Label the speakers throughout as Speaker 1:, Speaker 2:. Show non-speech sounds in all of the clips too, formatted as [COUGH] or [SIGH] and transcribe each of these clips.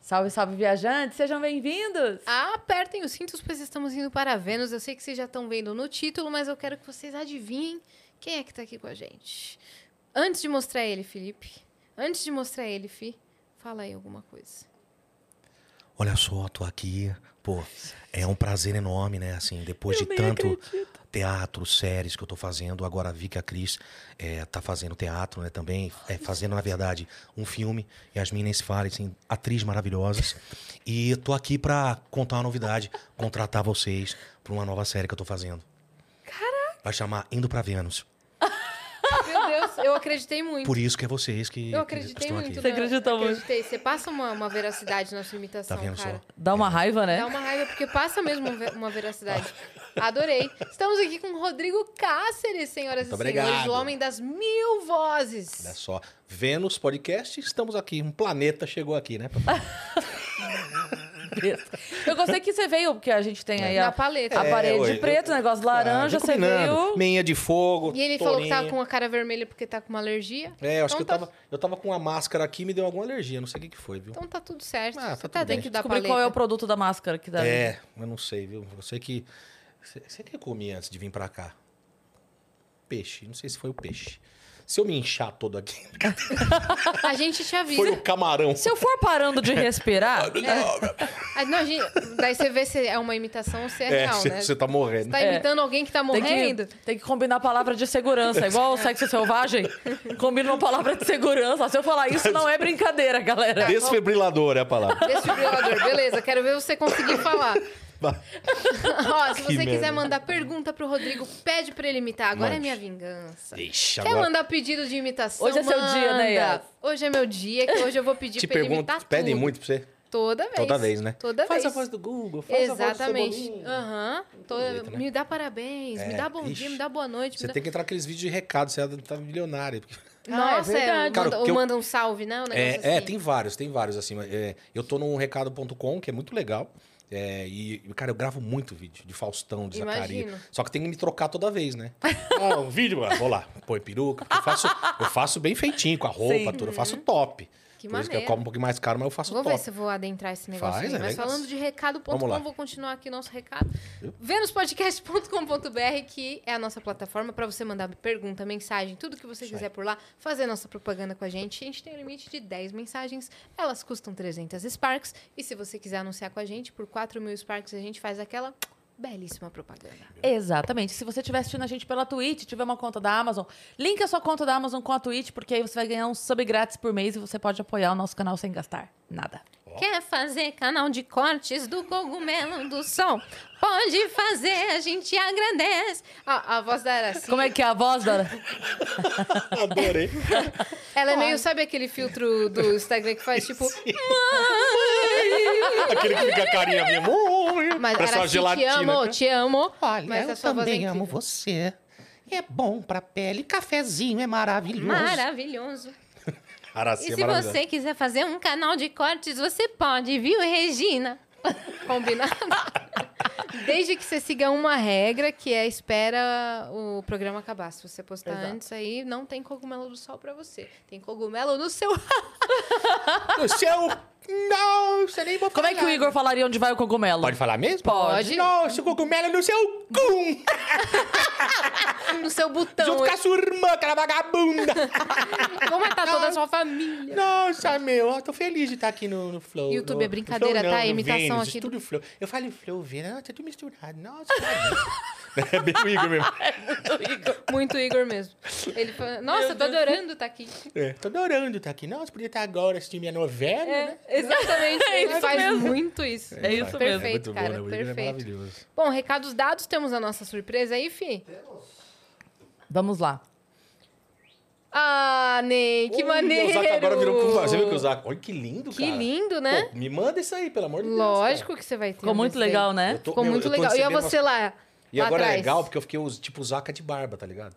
Speaker 1: Salve, salve, viajantes! Sejam bem-vindos!
Speaker 2: Apertem os cintos, pois estamos indo para Vênus. Eu sei que vocês já estão vendo no título, mas eu quero que vocês adivinhem quem é que tá aqui com a gente. Antes de mostrar ele, Felipe, antes de mostrar ele, Fi, fala aí alguma coisa.
Speaker 3: Olha só, tô aqui. Pô, é um prazer enorme, né? Assim, depois
Speaker 1: Eu
Speaker 3: de
Speaker 1: nem
Speaker 3: tanto
Speaker 1: acredito.
Speaker 3: teatro, séries que eu tô fazendo, agora vi que a Cris eh, tá fazendo teatro, né? Também é, fazendo, na verdade, um filme. Yasmin nem se fala, assim, atriz maravilhosas. E tô aqui pra contar uma novidade, contratar vocês pra uma nova série que eu tô fazendo. Caraca! Vai chamar Indo pra Vênus.
Speaker 2: Meu Deus, eu acreditei muito.
Speaker 3: Por isso que é vocês que,
Speaker 2: Eu
Speaker 3: que
Speaker 2: acreditei
Speaker 3: estão
Speaker 2: muito.
Speaker 3: aqui.
Speaker 1: Você
Speaker 2: né?
Speaker 1: acreditou muito.
Speaker 2: Acreditei. Você passa uma, uma veracidade na sua
Speaker 3: Tá
Speaker 2: imitação,
Speaker 3: vendo
Speaker 2: cara.
Speaker 3: só?
Speaker 1: Dá uma raiva, né?
Speaker 2: Dá uma raiva, porque passa mesmo uma ve- uma veracidade. Adorei. Estamos aqui com Rodrigo Cáceres, senhoras
Speaker 3: Muito
Speaker 2: e senhores,
Speaker 3: obrigado.
Speaker 2: o homem das mil vozes.
Speaker 3: Olha só, Vênus Podcast, estamos aqui. Um planeta chegou aqui, né?
Speaker 1: um Eu gostei que você veio, porque a gente tem aí
Speaker 2: Na
Speaker 1: a,
Speaker 2: paleta.
Speaker 1: a
Speaker 3: É,
Speaker 1: parede
Speaker 3: oi,
Speaker 1: preta, o negócio laranja,
Speaker 3: Ah, já
Speaker 1: você
Speaker 3: combinando.
Speaker 1: veio.
Speaker 3: Meinha de fogo.
Speaker 2: E ele falou que
Speaker 3: tá
Speaker 2: tá com a cara vermelha porque tá com uma alergia.
Speaker 3: É, eu acho
Speaker 2: Então
Speaker 3: que eu
Speaker 2: tá-
Speaker 3: tava, eu tava com a máscara aqui e me deu alguma alergia. Não sei o que, que foi, viu?
Speaker 2: Então tá tudo certo.
Speaker 3: Ah, tá
Speaker 2: Você
Speaker 3: tudo
Speaker 2: tá
Speaker 3: bem.
Speaker 2: dentro da
Speaker 1: Descobri
Speaker 2: paleta.
Speaker 1: qual é o produto da máscara que dá. né?
Speaker 3: é, eu não sei, viu? Eu sei que. Sei sei que eu comi antes de vir pra cá. Peixe. Não sei se foi o peixe. Se eu me inchar todo aqui, [LAUGHS]
Speaker 2: A gente te avisa.
Speaker 3: foi o camarão.
Speaker 1: Se eu for parando
Speaker 3: [LAUGHS]
Speaker 1: de respirar, né,
Speaker 2: Ah, não, a gente... Daí você vê se é uma imitação ou se é,
Speaker 3: É,
Speaker 2: real, né?
Speaker 3: você tá morrendo.
Speaker 2: Você tá imitando alguém que tá
Speaker 1: tem que,
Speaker 2: morrendo.
Speaker 1: tem que combinar palavra de segurança, igual o sexo selvagem. Combina uma palavra de segurança. Se eu falar isso, não é brincadeira,
Speaker 2: tá
Speaker 1: galera.
Speaker 3: Desfibrilador é a
Speaker 2: [LAUGHS]
Speaker 3: palavra.
Speaker 2: Desfibrilador, beleza. Quero ver você conseguir
Speaker 3: [LAUGHS]
Speaker 2: falar.
Speaker 3: Vai.
Speaker 2: Ó, se
Speaker 3: Que
Speaker 2: você quiser
Speaker 3: merda.
Speaker 2: mandar pergunta pro Rodrigo, pede pra ele imitar. Agora é
Speaker 3: Mande.
Speaker 2: minha vingança.
Speaker 3: Ixi,
Speaker 2: Quer
Speaker 3: agora.
Speaker 2: mandar pedido de imitação?
Speaker 1: Hoje é seu dia, né,
Speaker 2: Manda.
Speaker 1: Yas?
Speaker 2: Hoje é meu dia, que hoje eu vou pedir
Speaker 3: Te
Speaker 2: pra ele imitar
Speaker 3: pergunto,
Speaker 2: tudo.
Speaker 3: pedem muito pra você?
Speaker 2: Toda vez.
Speaker 3: Toda vez, né?
Speaker 2: Toda
Speaker 3: faz
Speaker 2: vez.
Speaker 3: a voz do Google, faz a voz
Speaker 2: Exatamente.
Speaker 3: do Cebolinha.
Speaker 2: Aham. Tô-
Speaker 3: jeito, né?
Speaker 2: Me dá parabéns, me
Speaker 3: É,
Speaker 2: dá bom dia,
Speaker 3: ixi.
Speaker 2: me dá boa noite.
Speaker 3: Você
Speaker 2: me dá-
Speaker 3: tem que entrar naqueles vídeos de recado, você tá milionário. porque-
Speaker 2: Nossa,
Speaker 1: Ah, é
Speaker 2: é,
Speaker 1: verdade.
Speaker 2: manda-
Speaker 3: Cara,
Speaker 2: ou
Speaker 3: que eu-
Speaker 2: manda um salve, né? Um negócio
Speaker 3: É, é,
Speaker 2: assim.
Speaker 3: tem vários, tem vários, assim. mas, é, eu tô num recado.com, que é muito legal. é, e, cara, eu gravo muito vídeo de Faustão, de
Speaker 2: Imagino.
Speaker 3: Zacaria. Só que tem que me trocar toda vez,
Speaker 2: [LAUGHS]
Speaker 3: né? Ah, um vídeo, mano. Vou lá, põe peruca. porque Eu faço, eu faço bem feitinho, com a roupa,
Speaker 1: Sim.
Speaker 3: tudo. Eu faço top.
Speaker 2: Que
Speaker 3: Por isso que eu
Speaker 2: maneiro.
Speaker 3: cobro um pouquinho mais caro, mas eu faço
Speaker 2: Vou ver
Speaker 3: top.
Speaker 2: se eu vou adentrar esse negócio
Speaker 3: Faz,
Speaker 2: aí.
Speaker 3: é
Speaker 2: Mas
Speaker 3: legal.
Speaker 2: falando de
Speaker 3: Vamos
Speaker 2: recado.com,
Speaker 3: lá.
Speaker 2: vou continuar aqui o nosso recado. Venuspodcast.com.br, que é a nossa plataforma para você mandar pergunta, mensagem, tudo que você quiser por lá, fazer nossa propaganda com a gente. A gente tem um limite de 10 mensagens, elas custam 300 Sparks. E se você quiser anunciar com a gente, por 4 mil Sparks a gente faz aquela belíssima propaganda.
Speaker 1: Exatamente. Se você estiver assistindo a gente pela Twitch, tiver uma conta da Amazon, link a sua conta da Amazon com a Twitch, porque aí você vai ganhar um sub grátis por mês e você pode apoiar o nosso canal sem gastar nada.
Speaker 2: Quer fazer canal de cortes do cogumelo do sol? Pode fazer, a gente agradece. A, a voz da Araci,
Speaker 1: Como é que é a voz, Dora?
Speaker 3: [LAUGHS] Adorei.
Speaker 2: ela é meio, sabe aquele filtro do Instagram que faz tipo...
Speaker 3: Aquele que fica a carinha mesmo. uh, Ui,
Speaker 2: Mas
Speaker 3: parece uma
Speaker 2: Araci, te
Speaker 3: né?"
Speaker 2: amo, te amo.
Speaker 4: Olha,
Speaker 2: Mas a
Speaker 4: eu
Speaker 2: sua voz é
Speaker 4: também
Speaker 2: incrível.
Speaker 4: amo você. É bom pra pele, cafezinho é maravilhoso.
Speaker 2: Maravilhoso.
Speaker 3: Araci
Speaker 2: E
Speaker 3: é
Speaker 2: se
Speaker 3: maravilhosa.
Speaker 2: você quiser fazer um canal de cortes, você pode, viu, Regina? Combinado? Desde que você siga uma regra, que é espera o programa acabar. Se você postar antes aí, não tem cogumelo do sol pra você. Tem cogumelo no seu...
Speaker 3: No seu... Não, você nem vou
Speaker 1: Como é que o Igor falaria onde vai o cogumelo?
Speaker 3: Pode falar mesmo?
Speaker 2: Pode.
Speaker 3: Nossa, o cogumelo no seu cum!
Speaker 2: [LAUGHS] no seu botão.
Speaker 3: Junto com a sua irmã, aquela vagabunda!
Speaker 2: Vou matar toda a sua
Speaker 3: [LAUGHS]
Speaker 2: família.
Speaker 3: Nossa, meu, eu tô feliz de estar aqui no, no Flow.
Speaker 2: YouTube
Speaker 3: no-
Speaker 2: é
Speaker 3: no
Speaker 2: brincadeira,
Speaker 3: Flow,
Speaker 2: tá?
Speaker 3: não, no
Speaker 2: Imitação
Speaker 3: Vênus,
Speaker 2: aqui do-
Speaker 3: Tudo Flow. Eu falo Flow, Vênus, ah, tá tudo misturado. Nossa, tá bem. É bem o Igor mesmo.
Speaker 2: Muito Igor mesmo. Ele fala, nossa, tô adorando estar aqui.
Speaker 3: É, tô adorando
Speaker 4: tá
Speaker 3: estar aqui. Nossa, podia estar agora assistindo minha novela,
Speaker 2: É.
Speaker 4: É,
Speaker 3: né?
Speaker 2: [LAUGHS] Exatamente. Ele
Speaker 1: isso
Speaker 2: faz
Speaker 1: mesmo.
Speaker 2: muito isso.
Speaker 1: É isso
Speaker 2: É Perfeito,
Speaker 3: muito bom, né?
Speaker 1: mesmo.
Speaker 2: cara,
Speaker 3: O Igor é
Speaker 2: perfeito.
Speaker 3: maravilhoso.
Speaker 2: Bom, recados dados, temos a nossa surpresa aí, Fih?
Speaker 1: Vamos lá.
Speaker 2: Ah, Ney, que
Speaker 3: Olha,
Speaker 2: maneiro!
Speaker 3: O Zaca agora virou cum. Você viu que o Zaca... Olha que lindo,
Speaker 2: Que
Speaker 3: cara.
Speaker 2: lindo, né?
Speaker 3: Pô, me manda isso aí, pelo amor de Deus.
Speaker 2: Lógico que você vai ter.
Speaker 1: Ficou
Speaker 2: um
Speaker 1: muito
Speaker 2: desse aí.
Speaker 1: legal, né?
Speaker 3: Eu tô-
Speaker 2: Ficou
Speaker 3: meu,
Speaker 2: muito
Speaker 3: eu tô
Speaker 2: legal. E a
Speaker 3: recebendo
Speaker 2: você lá?
Speaker 3: E
Speaker 2: lá
Speaker 3: agora
Speaker 2: atrás.
Speaker 3: é legal porque eu fiquei os- tipo o Zaca de barba, tá ligado?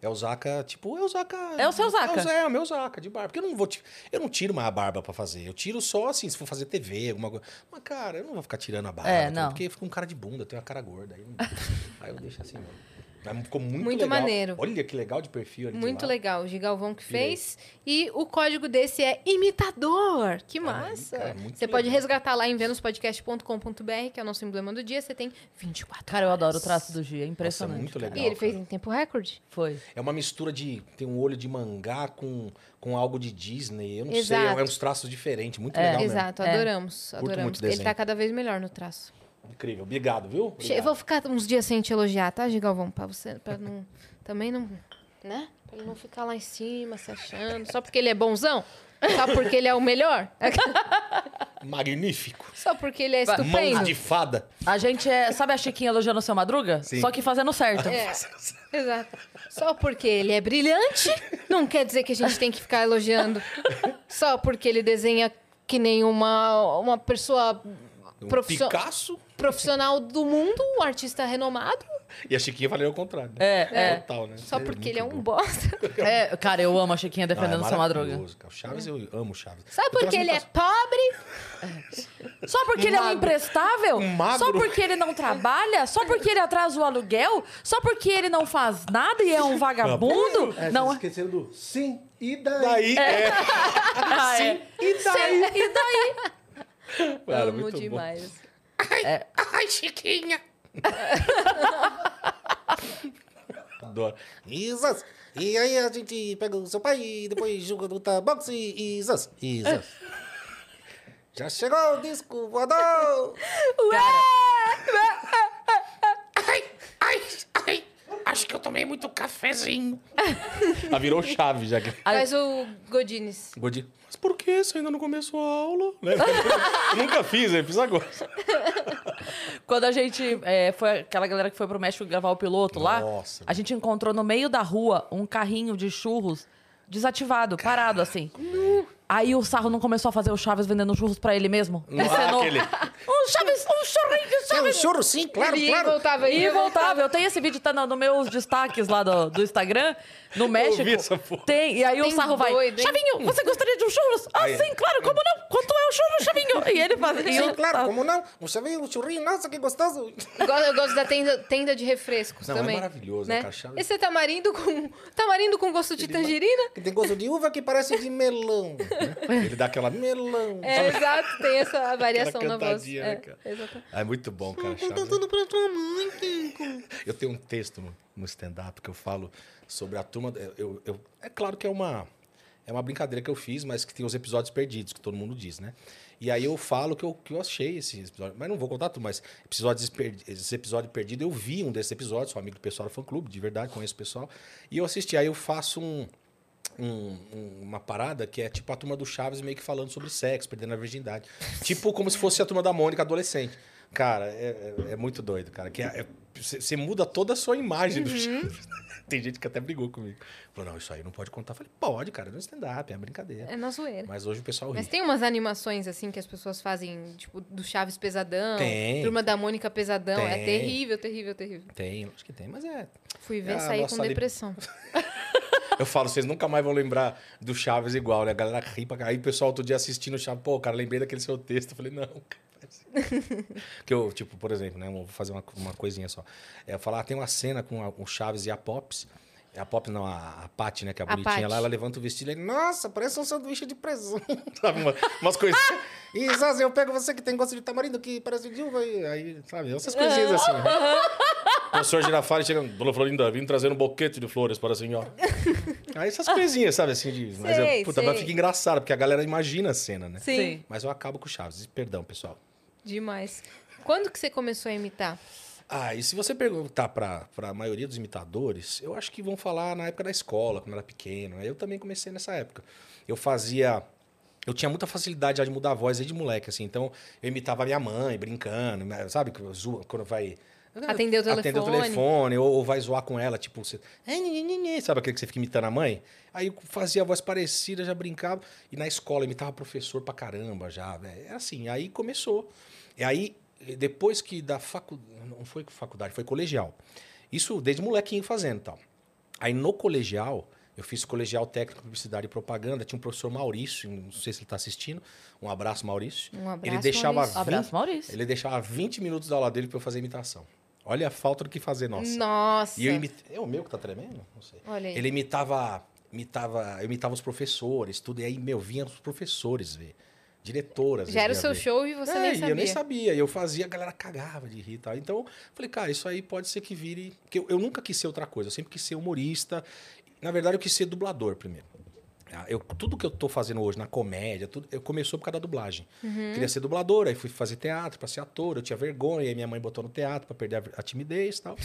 Speaker 3: É o Zaca, tipo, é o Zaca.
Speaker 1: É o seu Zaca.
Speaker 3: É o, Zé, é o meu Zaca de barba. Porque eu não vou. ti- Eu não tiro mais a barba pra fazer. Eu tiro só assim, se for fazer TV, alguma coisa. Mas, cara, eu não vou ficar tirando a barba.
Speaker 1: É,
Speaker 3: tá?
Speaker 1: não.
Speaker 2: [LAUGHS]
Speaker 3: Porque fica um cara de bunda, eu tenho uma cara gorda. Aí, não- aí eu deixo assim, mano. Mas Ficou muito,
Speaker 2: Muito
Speaker 3: legal.
Speaker 2: maneiro.
Speaker 3: Olha que legal de perfil ali. do
Speaker 2: Muito
Speaker 3: lado.
Speaker 2: legal, o Gigalvão que
Speaker 3: Virei.
Speaker 2: fez. E o código desse é imitador. Que massa.
Speaker 3: cara, é muito
Speaker 2: você pode
Speaker 3: legal.
Speaker 2: resgatar lá em venuspodcast.com.br, que é o nosso emblema do dia. Você tem 24
Speaker 1: Cara, eu
Speaker 2: horas.
Speaker 1: adoro o traço do Gia. É
Speaker 3: Nossa,
Speaker 1: impressionante.
Speaker 3: muito legal.
Speaker 2: E ele
Speaker 3: cara.
Speaker 2: fez em tempo recorde.
Speaker 1: Foi.
Speaker 3: É uma mistura de. Tem um olho de mangá com, com algo de Disney. Eu não sei.
Speaker 2: Exato.
Speaker 3: É, é uns traços diferentes. Muito
Speaker 1: É.
Speaker 3: legal mesmo.
Speaker 2: Exato,
Speaker 1: É.
Speaker 2: adoramos.
Speaker 3: muito
Speaker 2: adoramos. ele
Speaker 3: desenho.
Speaker 2: tá cada vez melhor no traço.
Speaker 3: Incrível. Obrigado, viu?
Speaker 2: Che- Eu
Speaker 3: Obrigado.
Speaker 2: vou ficar uns dias sem te elogiar, tá, Gigalvão? Pra você, pra não. Também não. Né? Pra ele não ficar lá em cima se achando. Só porque ele é bonzão? Só porque ele é o melhor? [LAUGHS]
Speaker 3: Magnífico.
Speaker 2: Só porque ele é
Speaker 1: Vai.
Speaker 3: Mãos
Speaker 2: estupendo?
Speaker 3: de fada.
Speaker 1: A gente é. Sabe a Chiquinha elogiando o seu Madruga?
Speaker 3: Sim.
Speaker 1: Só que fazendo certo.
Speaker 2: É, exato. Só porque ele é brilhante, não quer dizer que a gente tem que ficar elogiando. Só porque ele desenha que nem uma, uma pessoa
Speaker 3: Um
Speaker 2: profissio-
Speaker 3: Picasso.
Speaker 2: profissional do mundo, um artista renomado,
Speaker 3: E a Chiquinha falei o contrário. né?
Speaker 1: É, é.
Speaker 3: Total, né?
Speaker 2: só porque
Speaker 3: muito
Speaker 2: ele é um
Speaker 3: bom. [LAUGHS]
Speaker 2: bosta.
Speaker 1: É, cara, eu amo a Chiquinha
Speaker 3: Não, é
Speaker 1: defendendo o seu Madruga.
Speaker 3: maravilhoso, cara. O
Speaker 2: É.
Speaker 3: Chaves, eu amo o Chaves.
Speaker 2: Só
Speaker 3: Eu tenho
Speaker 2: porque
Speaker 3: umas
Speaker 2: ele é
Speaker 3: imitações-
Speaker 2: pobre,
Speaker 1: Só porque ele é um
Speaker 3: Magro.
Speaker 1: imprestável?
Speaker 3: Um magro.
Speaker 1: Só porque ele não trabalha? Só porque ele atrasa o aluguel? Só porque ele não faz nada e é um vagabundo?
Speaker 5: É,
Speaker 1: Não
Speaker 5: vocês esqueceram do sim e daí.
Speaker 3: Daí é.
Speaker 1: Ah, é.
Speaker 5: E daí?
Speaker 1: E
Speaker 3: [LAUGHS]
Speaker 1: daí?
Speaker 3: Cara,
Speaker 2: amo
Speaker 3: muito
Speaker 2: demais.
Speaker 4: Ai, [LAUGHS] Chiquinha.
Speaker 3: bom. Adoro.
Speaker 4: Isas. E aí a gente pega o seu pai e depois joga no tabaco e Isas. Isas. Já chegou o disco voador.
Speaker 6: Ai, ai, ai. Acho que eu tomei muito cafezinho.
Speaker 3: Ah, virou Chaves já que.
Speaker 2: Ah, Mas o Godines.
Speaker 3: Godi. Mas por que você ainda não começou a aula? Né? [LAUGHS] Eu nunca fiz, eu fiz agora.
Speaker 1: Quando a gente é, foi aquela galera que foi pro México gravar o piloto
Speaker 3: Nossa.
Speaker 1: lá, a gente encontrou no meio da rua um carrinho de churros desativado, parado assim. Aí o sarro não começou a fazer o Chaves vendendo churros pra ele mesmo? Ele
Speaker 3: Ah,
Speaker 1: cenou.
Speaker 3: aquele.
Speaker 1: Um Chaves, um churrinho de
Speaker 4: É um choro sim, claro,
Speaker 2: Ele ia e
Speaker 4: claro.
Speaker 2: voltava
Speaker 3: [LAUGHS]
Speaker 1: E
Speaker 2: aí.
Speaker 1: voltava. Eu tenho esse vídeo, tá no, no meus destaques lá do, do Instagram, no México.
Speaker 3: vi essa porra.
Speaker 1: Tem, e aí o
Speaker 2: Tem
Speaker 1: sarro vai.
Speaker 2: doido, hein?
Speaker 1: Chavinho, você gostaria de um churros? Ah, sim, claro, como não? Quanto é o churro, Chavinho? E ele faz. e
Speaker 4: Sim,
Speaker 1: eu-
Speaker 4: claro, como não? Um chavinho, um churrinho, nossa, que gostoso.
Speaker 2: Eu gosto- eu gosto da tenda, tenda de refrescos
Speaker 3: Não, é
Speaker 2: também.
Speaker 3: maravilhoso, né, cara? Chaves-
Speaker 2: Esse é tamarindo com. Tamarindo com gosto de tangerina?
Speaker 4: Que tem gosto de uva que parece de melão.
Speaker 3: Ele dá aquela.
Speaker 4: Melão.
Speaker 2: É, exato,
Speaker 3: [LAUGHS]
Speaker 2: tem essa variação na voz.
Speaker 3: Então, cantadinha,
Speaker 2: É,
Speaker 3: né, cara?
Speaker 2: exatamente.
Speaker 3: Ah, é muito bom, cara. Chaves. Eu tenho um texto no- no stand-up que eu falo sobre a turma. eu- eu- eu- é claro que é uma, é uma brincadeira que eu fiz, mas que tem os episódios perdidos, que todo mundo diz, né? E aí eu falo que eu, que eu achei esse episódio. Mas não vou contar tudo, mas episódios per- esse episódio perdido, eu vi um desses episódios, sou amigo do pessoal do fã clube, de verdade, conheço o pessoal. E eu assisti, aí eu faço um. um- um- uma parada que é tipo a turma do Chaves meio que falando sobre sexo, perdendo a virgindade. tipo como se fosse a turma da Mônica adolescente. Cara, é, é- é muito doido, cara. Que é- é- Você você muda toda a sua imagem
Speaker 2: Uhum.
Speaker 3: do Chaves. [LAUGHS] Tem gente que até brigou comigo. Falou, não, isso aí não pode contar. Eu falei, pode, cara, não é stand-up, é brincadeira.
Speaker 2: É na zoeira.
Speaker 3: Mas hoje o pessoal ri.
Speaker 2: Mas tem umas animações, assim, que as pessoas fazem, tipo, do Chaves Pesadão.
Speaker 3: Tem.
Speaker 2: Turma da Mônica Pesadão. É
Speaker 3: Tem.
Speaker 2: terrível, terrível, terrível.
Speaker 3: Tem, acho que tem, mas é.
Speaker 2: Fui ver,
Speaker 3: Ah,
Speaker 2: saí
Speaker 3: nossa,
Speaker 2: com
Speaker 3: ali- [LAUGHS]
Speaker 2: depressão.
Speaker 3: Eu falo, vocês nunca mais vão lembrar do Chaves igual, né? A galera ri pra caralho. Aí o pessoal outro dia assistindo o Chaves, pô, cara, lembrei daquele seu texto. Eu falei, não, cara. faz isso." que eu, tipo, por exemplo, né? Vou fazer uma, uma coisinha só. É, eu falar, ah, tem uma cena com a- o Chaves e a Pops. A Pop, não, a, a Paty, né? Que é a
Speaker 2: A
Speaker 3: bonitinha
Speaker 2: Pathy.
Speaker 3: lá, ela levanta o vestido e ele, nossa, parece um sanduíche de presunto. [LAUGHS] Sabe? Uma, umas [LAUGHS] assim, coisinhas.
Speaker 4: E Zaza, eu pego você que tem gosto de tamarindo, que parece de uva. E aí,
Speaker 3: Sabe? Essas coisinhas assim. né? O senhor Girafari chegando, dona Florinda, vim trazendo um boquete de flores para assim, a senhora. [LAUGHS] Aí essas coisinhas, sabe, assim, de. mas, é-
Speaker 2: Sei,
Speaker 3: puta,
Speaker 2: sei.
Speaker 3: mas fica engraçado, porque a galera imagina a cena, né?
Speaker 1: Sim.
Speaker 3: Mas eu acabo com o Chaves. Perdão, pessoal.
Speaker 2: Demais. Quando que você começou a imitar?
Speaker 3: Ah, e se você perguntar pra, pra maioria dos imitadores, eu acho que vão falar na época da escola, quando era pequeno. né? Eu também comecei nessa época. Eu fazia. Eu tinha muita facilidade já de mudar a voz desde moleque, assim. Então, eu imitava a minha mãe, brincando, né? sabe? que zoa- Quando vai.
Speaker 2: Atender o
Speaker 3: Atender o
Speaker 2: telefone.
Speaker 3: telefone, ou, ou vai zoar com ela, tipo, você. "Ai, nhe, nhe, nhe", né", Sabe aquele que você fica imitando a mãe? Aí eu fazia a voz parecida, já brincava. E na escola eu imitava professor pra caramba já, né? Era assim, aí começou. E aí, e depois que da faculdade. Não foi faculdade, foi colegial. Isso desde molequinho fazendo e tal. Aí no colegial, eu fiz colegial técnico em publicidade e propaganda. Tinha um professor Maurício, não sei se ele está assistindo. Um abraço, Maurício.
Speaker 2: Um abraço,
Speaker 3: ele deixava
Speaker 2: Maurício.
Speaker 1: Abraço,
Speaker 3: vinte-
Speaker 1: Maurício.
Speaker 3: ele deixava 20 minutos da aula dele para eu fazer imitação. Olha a falta do que fazer, nossa.
Speaker 2: Nossa. É.
Speaker 3: E eu imit... É o meu que tá tremendo? Não sei.
Speaker 2: Olha aí.
Speaker 3: Ele imitava, imitava, eu imitava os professores, tudo. E aí, meu, vinha os professores ver. Diretoras.
Speaker 2: Já era o
Speaker 3: vinha
Speaker 2: seu
Speaker 3: ver.
Speaker 2: show e você
Speaker 3: É,
Speaker 2: nem
Speaker 3: e
Speaker 2: sabia.
Speaker 3: eu nem sabia. E eu fazia, a galera cagava de rir e tal. Então, falei, cara, isso aí pode ser que vire. Porque eu, eu nunca quis ser outra coisa, eu sempre quis ser humorista. Na verdade, eu quis ser dublador primeiro. Ah, Eu, tudo que eu tô fazendo hoje na comédia, tudo, eu começou por causa da dublagem. Queria ser dublador, aí fui fazer teatro pra ser ator, eu tinha vergonha, aí minha mãe botou no teatro pra perder a, a timidez e tal.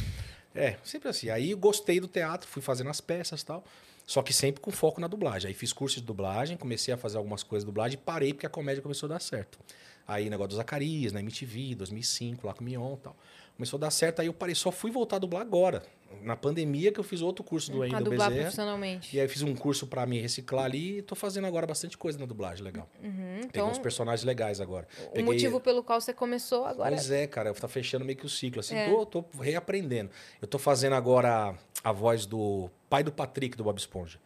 Speaker 3: É, sempre assim. Aí eu gostei do teatro, fui fazendo as peças e tal. Só que sempre com foco na dublagem. Aí fiz curso de dublagem, comecei a fazer algumas coisas de dublagem, parei porque a comédia começou a dar certo. Aí negócio do Zacarias, na MTV, 2005, lá com o Mion e tal. Começou a dar certo, aí eu parei, só fui voltar a dublar agora. Na pandemia que eu fiz outro curso do
Speaker 2: Pra
Speaker 3: Wendel
Speaker 2: dublar
Speaker 3: Bezerra.
Speaker 2: profissionalmente.
Speaker 3: E aí eu fiz um curso pra me reciclar ali e tô fazendo agora bastante coisa na dublagem, legal. Peguei
Speaker 2: então-
Speaker 3: uns personagens legais agora.
Speaker 2: O motivo pelo qual você começou agora. É.
Speaker 3: Pois é, cara, tá fechando meio que o ciclo. Assim, tô, tô reaprendendo. Eu tô fazendo agora a voz do pai do Patrick, do Bob Esponja.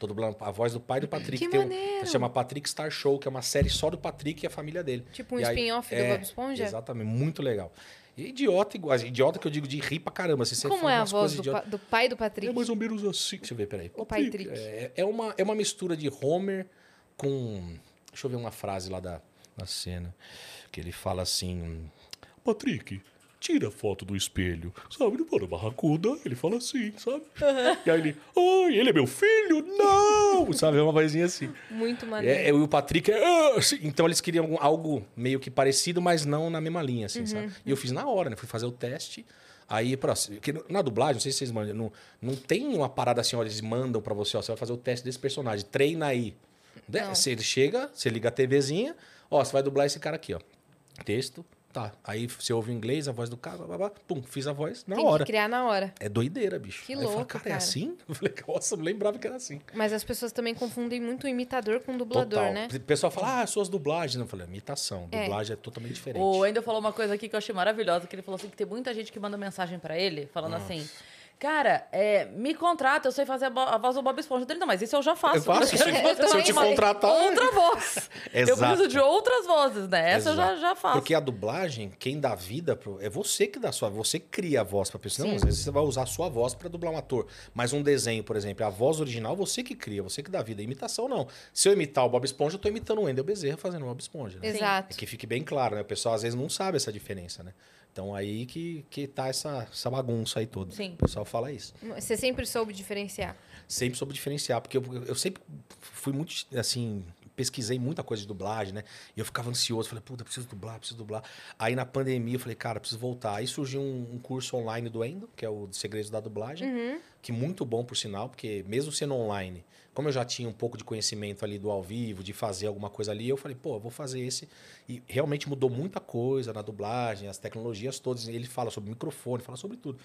Speaker 3: Tô dublando a voz do pai do Patrick.
Speaker 2: Que
Speaker 3: tem um-
Speaker 2: maneiro!
Speaker 3: se chama Patrick Star Show, que é uma série só do Patrick e a família dele.
Speaker 2: Tipo um
Speaker 3: E aí-
Speaker 2: spin-off do
Speaker 3: é,
Speaker 2: Bob Esponja?
Speaker 3: Exatamente, muito legal. E idiota igual. Idiota que eu digo de rir pra caramba. Assim, você
Speaker 2: Como
Speaker 3: fala
Speaker 2: é a
Speaker 3: umas
Speaker 2: voz
Speaker 3: coisas
Speaker 2: do,
Speaker 3: idiota.
Speaker 2: pa- do pai do Patrick?
Speaker 3: É mais ou menos assim. Deixa eu ver, peraí.
Speaker 2: O pai Trick.
Speaker 3: É, é uma, é uma mistura de Homer com. Deixa eu ver uma frase lá da, da cena. Que ele fala assim.
Speaker 7: Patrick, tira a foto do espelho. Sabe, ele fala barracuda, ele fala assim, sabe? E aí ele, ai, ele é meu filho?
Speaker 3: [LAUGHS]
Speaker 7: Não!
Speaker 3: Sabe, é uma vozinha assim.
Speaker 2: Muito maneiro.
Speaker 3: É, é, e o Patrick é. "Ah", assim. Então eles queriam algum- algo meio que parecido, mas não na mesma linha, assim,
Speaker 2: Uhum.
Speaker 3: sabe? E eu fiz na hora, né? Fui fazer o teste. Aí, pra, que no- na dublagem, não sei se vocês mandam, não, não tem uma parada assim, ó, eles mandam pra você, ó, você vai fazer o teste desse personagem, treina aí. De- Você ele chega, você liga a TVzinha, ó, você vai dublar esse cara aqui, ó. Texto, tá. Aí você ouve o inglês, a voz do cara, blá, blá, blá, pum, fiz a voz na
Speaker 2: Tem
Speaker 3: hora.
Speaker 2: que criar na hora.
Speaker 3: É doideira, bicho.
Speaker 2: Que
Speaker 3: aí eu falo,
Speaker 2: louco,
Speaker 3: cara, é
Speaker 2: cara.
Speaker 3: assim? [LAUGHS] Eu falei, nossa, eu não lembrava que era assim.
Speaker 2: Mas as pessoas também confundem muito o imitador com o dublador,
Speaker 3: Total.
Speaker 2: né?
Speaker 3: O pessoal fala, ah, suas dublagens. Eu falei, imitação.
Speaker 2: É.
Speaker 3: Dublagem é totalmente diferente.
Speaker 1: O Wendel falou uma coisa aqui que eu achei maravilhosa, que ele falou assim que tem muita gente que manda mensagem pra ele, falando assim... Cara, é, me contrata, eu sei fazer a, bo- a voz do Bob Esponja. Ele, não, mas isso [LAUGHS] eu já faço.
Speaker 3: Eu faço,
Speaker 1: quero
Speaker 3: se-
Speaker 1: que você
Speaker 3: se eu
Speaker 1: faça
Speaker 3: te
Speaker 1: uma
Speaker 3: contratar-
Speaker 1: Outra
Speaker 3: [LAUGHS]
Speaker 1: voz. Eu
Speaker 3: Exato.
Speaker 1: preciso de outras vozes, né? Essa eu já,
Speaker 3: Exato.
Speaker 1: já faço.
Speaker 3: Porque é a dublagem, quem dá vida pro- é você que dá a sua, você cria a voz pra pessoa. Não, às vezes você vai usar a sua voz pra dublar um ator, mas um desenho, por exemplo, a voz original você que cria, você que dá vida. Imitação não. Se eu imitar o Bob Esponja, eu tô imitando o Wendel Bezerra fazendo o Bob Esponja, né?
Speaker 2: Exato.
Speaker 3: É que fique bem claro, né? O pessoal às vezes não sabe essa diferença, né? Então aí que, que tá essa, essa bagunça aí toda.
Speaker 1: Sim.
Speaker 3: O pessoal fala isso.
Speaker 2: Você sempre soube diferenciar.
Speaker 3: sempre soube diferenciar, porque eu, eu sempre fui muito, assim, pesquisei muita coisa de dublagem, né? E eu ficava ansioso, falei, puta, preciso dublar, preciso dublar. Aí na pandemia eu falei, cara, preciso voltar. Aí surgiu um, um curso online do Endo, que é o Segredos da Dublagem, que muito bom, por sinal, porque mesmo sendo online, como eu já tinha um pouco de conhecimento ali do ao vivo, de fazer alguma coisa ali, eu falei, pô, eu vou fazer esse. E realmente mudou muita coisa na dublagem, as tecnologias todas. Ele fala sobre microfone, fala sobre tudo.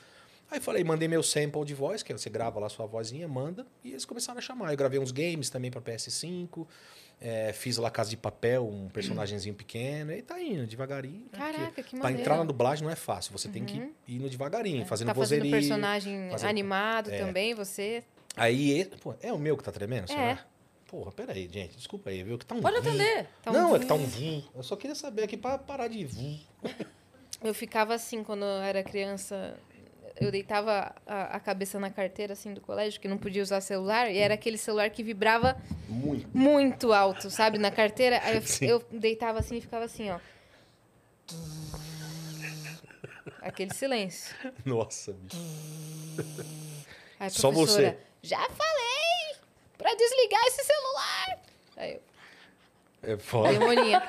Speaker 3: Aí falei, mandei meu sample de voz, que é você grava lá sua vozinha, manda, e eles começaram a chamar. Eu gravei uns games também pra PS5, eh, fiz lá Casa de Papel, um personagemzinho pequeno, e tá indo devagarinho. né? Porque
Speaker 2: Caraca, que
Speaker 3: Pra
Speaker 2: maneiro. Uhum.
Speaker 3: entrar na dublagem não é fácil, você tem que ir no devagarinho, fazendo
Speaker 2: tá fazendo
Speaker 3: vozeria.
Speaker 2: personagem
Speaker 3: fazendo-
Speaker 2: animado
Speaker 3: É.
Speaker 2: também, você.
Speaker 3: Aí, e- pô, é o meu que tá tremendo,
Speaker 2: É.
Speaker 3: será? Porra, peraí, gente, desculpa aí, viu? Que tá um
Speaker 1: Pode
Speaker 3: vum.
Speaker 1: atender.
Speaker 2: Tá um
Speaker 3: não, é
Speaker 2: vum.
Speaker 3: que tá um vum. Eu só queria saber aqui pra parar de vum.
Speaker 2: Eu ficava assim quando eu era criança. Eu deitava a, a cabeça na carteira assim do colégio, que não podia usar celular, e
Speaker 3: Hum.
Speaker 2: era aquele celular que vibrava muito, alto, sabe, na carteira.
Speaker 3: [LAUGHS]
Speaker 2: Aí eu, fi- eu deitava assim e ficava assim, ó. Aquele silêncio.
Speaker 3: [LAUGHS] Nossa, bicho.
Speaker 2: Aí, a
Speaker 3: Só
Speaker 2: professora,
Speaker 3: você.
Speaker 2: Já falei pra desligar esse celular. Aí eu,
Speaker 3: É foda.
Speaker 2: demoninha.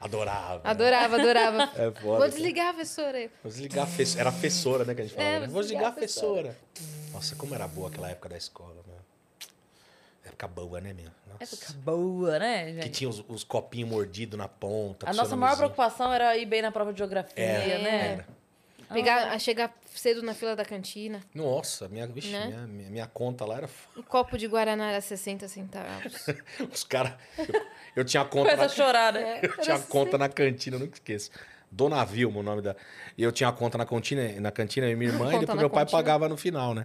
Speaker 3: Adorava. né?
Speaker 2: Adorava, adorava.
Speaker 3: É foda.
Speaker 2: Vou desligar, professora.
Speaker 1: É,
Speaker 2: Eu,
Speaker 3: Vou desligar a fessora. Era a fessora, né, que a gente falava.
Speaker 2: É,
Speaker 3: né?
Speaker 2: vou
Speaker 3: Vou desligar a
Speaker 2: desligar a
Speaker 3: fessora. Nossa, como era boa aquela época da escola, meu. Época boa, né, meu? Nossa.
Speaker 1: Época boa, né,
Speaker 3: Que
Speaker 1: gente?
Speaker 3: tinha os, os copinhos mordidos na ponta.
Speaker 1: A
Speaker 3: com seu
Speaker 1: nossa maior
Speaker 3: nomezinho.
Speaker 1: preocupação era ir bem na prova de geografia,
Speaker 3: Era,
Speaker 1: né?
Speaker 3: era.
Speaker 2: Pegar, chegar cedo na fila da cantina.
Speaker 3: Nossa, minha, vixe,
Speaker 2: Né?
Speaker 3: minha, minha, minha conta lá era. [LAUGHS] f-
Speaker 2: Um copo de Guaraná era 60 centavos.
Speaker 3: Os caras. Eu, eu tinha a conta.
Speaker 1: Coisa
Speaker 3: Na,
Speaker 1: a chorar, né?
Speaker 2: É,
Speaker 3: eu tinha a
Speaker 2: assim
Speaker 3: conta na cantina, eu nunca esqueço. Dona Vilma, o nome da. E eu tinha a conta na cantina, na cantina, eu e minha
Speaker 2: [LAUGHS]
Speaker 3: irmã,
Speaker 2: Conta
Speaker 3: e depois
Speaker 2: na
Speaker 3: meu pai
Speaker 2: cantina.
Speaker 3: pagava no final, né?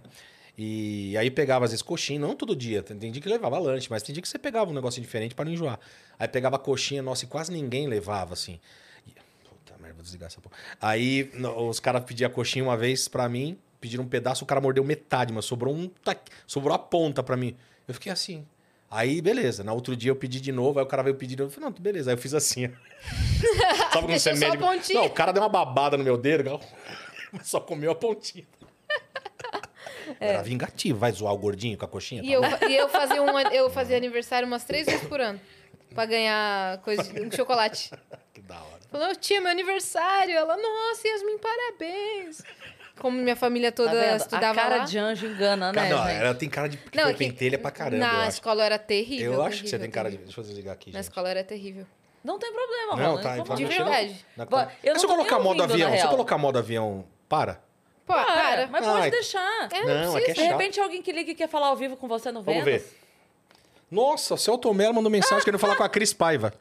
Speaker 3: E aí pegava às vezes coxinha, não todo dia, tem tem dia que levava lanche, mas tem dia que você pegava um negocinho diferente pra não enjoar. Aí pegava a coxinha, nossa, e quase ninguém levava, assim. E- puta merda. merda, vou desligar essa porra. Aí no- os caras pediam a coxinha uma vez pra mim, pediram um pedaço, o cara mordeu metade, mas sobrou um taqui- sobrou a ponta pra mim. Eu fiquei assim. Aí, beleza. Na outro dia eu pedi de novo, aí o cara veio pedir de novo. Eu falei, não, beleza. Aí eu fiz assim. ó.
Speaker 2: [LAUGHS]
Speaker 3: Sabe quando você
Speaker 2: Deixou só a
Speaker 3: mede?
Speaker 2: pontinha.
Speaker 3: Não, o cara deu uma babada no meu dedo, cara, mas [LAUGHS] só comeu a pontinha. Era vingativo, vai zoar o gordinho com a coxinha?
Speaker 2: É.
Speaker 3: Tá
Speaker 2: E eu, e eu fazia, um, eu fazia aniversário umas três vezes por ano. Pra ganhar coisa, de- um chocolate.
Speaker 3: Que da hora.
Speaker 2: Falou, tia, meu aniversário. Ela, nossa, Yasmin, parabéns. Como minha família
Speaker 1: Tá
Speaker 2: toda
Speaker 1: vendo?
Speaker 2: estudava
Speaker 1: a cara
Speaker 2: lá.
Speaker 1: de anjo engana, né?
Speaker 3: Cara, não,
Speaker 1: gente?
Speaker 3: ela tem cara de que
Speaker 2: Não,
Speaker 3: foi
Speaker 2: é que
Speaker 3: pentelha pra caramba. eu
Speaker 2: Na
Speaker 3: acho.
Speaker 2: escola eu era terrível.
Speaker 3: Eu acho que você
Speaker 2: terrível,
Speaker 3: tem cara de.
Speaker 2: terrível.
Speaker 3: Deixa eu desligar aqui.
Speaker 2: Na
Speaker 3: gente.
Speaker 2: escola eu era terrível.
Speaker 1: Não né? tem
Speaker 3: Não,
Speaker 1: problema, Roland.
Speaker 3: tá,
Speaker 1: Vamos
Speaker 3: tá
Speaker 2: De
Speaker 1: ver.
Speaker 3: mexendo.
Speaker 2: verdade.
Speaker 3: Na-
Speaker 1: Vai, eu não
Speaker 3: Se eu
Speaker 1: tô nem
Speaker 3: colocar modo
Speaker 1: ouvindo, na
Speaker 3: avião, se eu
Speaker 1: real.
Speaker 3: colocar modo avião, para.
Speaker 2: Pô,
Speaker 1: Para,
Speaker 2: para.
Speaker 1: mas
Speaker 3: Ai.
Speaker 1: pode deixar.
Speaker 2: É,
Speaker 3: Não,
Speaker 2: não
Speaker 3: aqui é
Speaker 1: De
Speaker 2: precisa.
Speaker 3: chato.
Speaker 1: repente alguém que liga e quer falar ao vivo com você no
Speaker 3: Vamos
Speaker 1: Vênus.
Speaker 3: ver. Nossa, o Celto Mello mandou
Speaker 1: [LAUGHS]
Speaker 3: mensagem querendo falar com a Cris Paiva.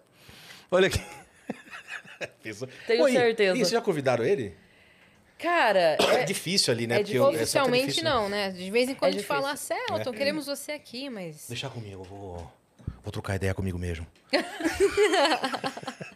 Speaker 3: Olha aqui. [LAUGHS] Pensa-
Speaker 1: Tenho
Speaker 3: Oi,
Speaker 1: certeza.
Speaker 3: E vocês já convidaram ele?
Speaker 1: Cara,
Speaker 3: É,
Speaker 1: é-
Speaker 3: difícil ali, né? Porque eu- é sempre
Speaker 2: Oficialmente
Speaker 3: difícil, né? É.
Speaker 2: não, né? De vez em quando a gente
Speaker 1: difícil.
Speaker 2: fala, Celton, queremos você aqui, mas...
Speaker 3: Deixa comigo, eu vou. Vou trocar ideia comigo mesmo.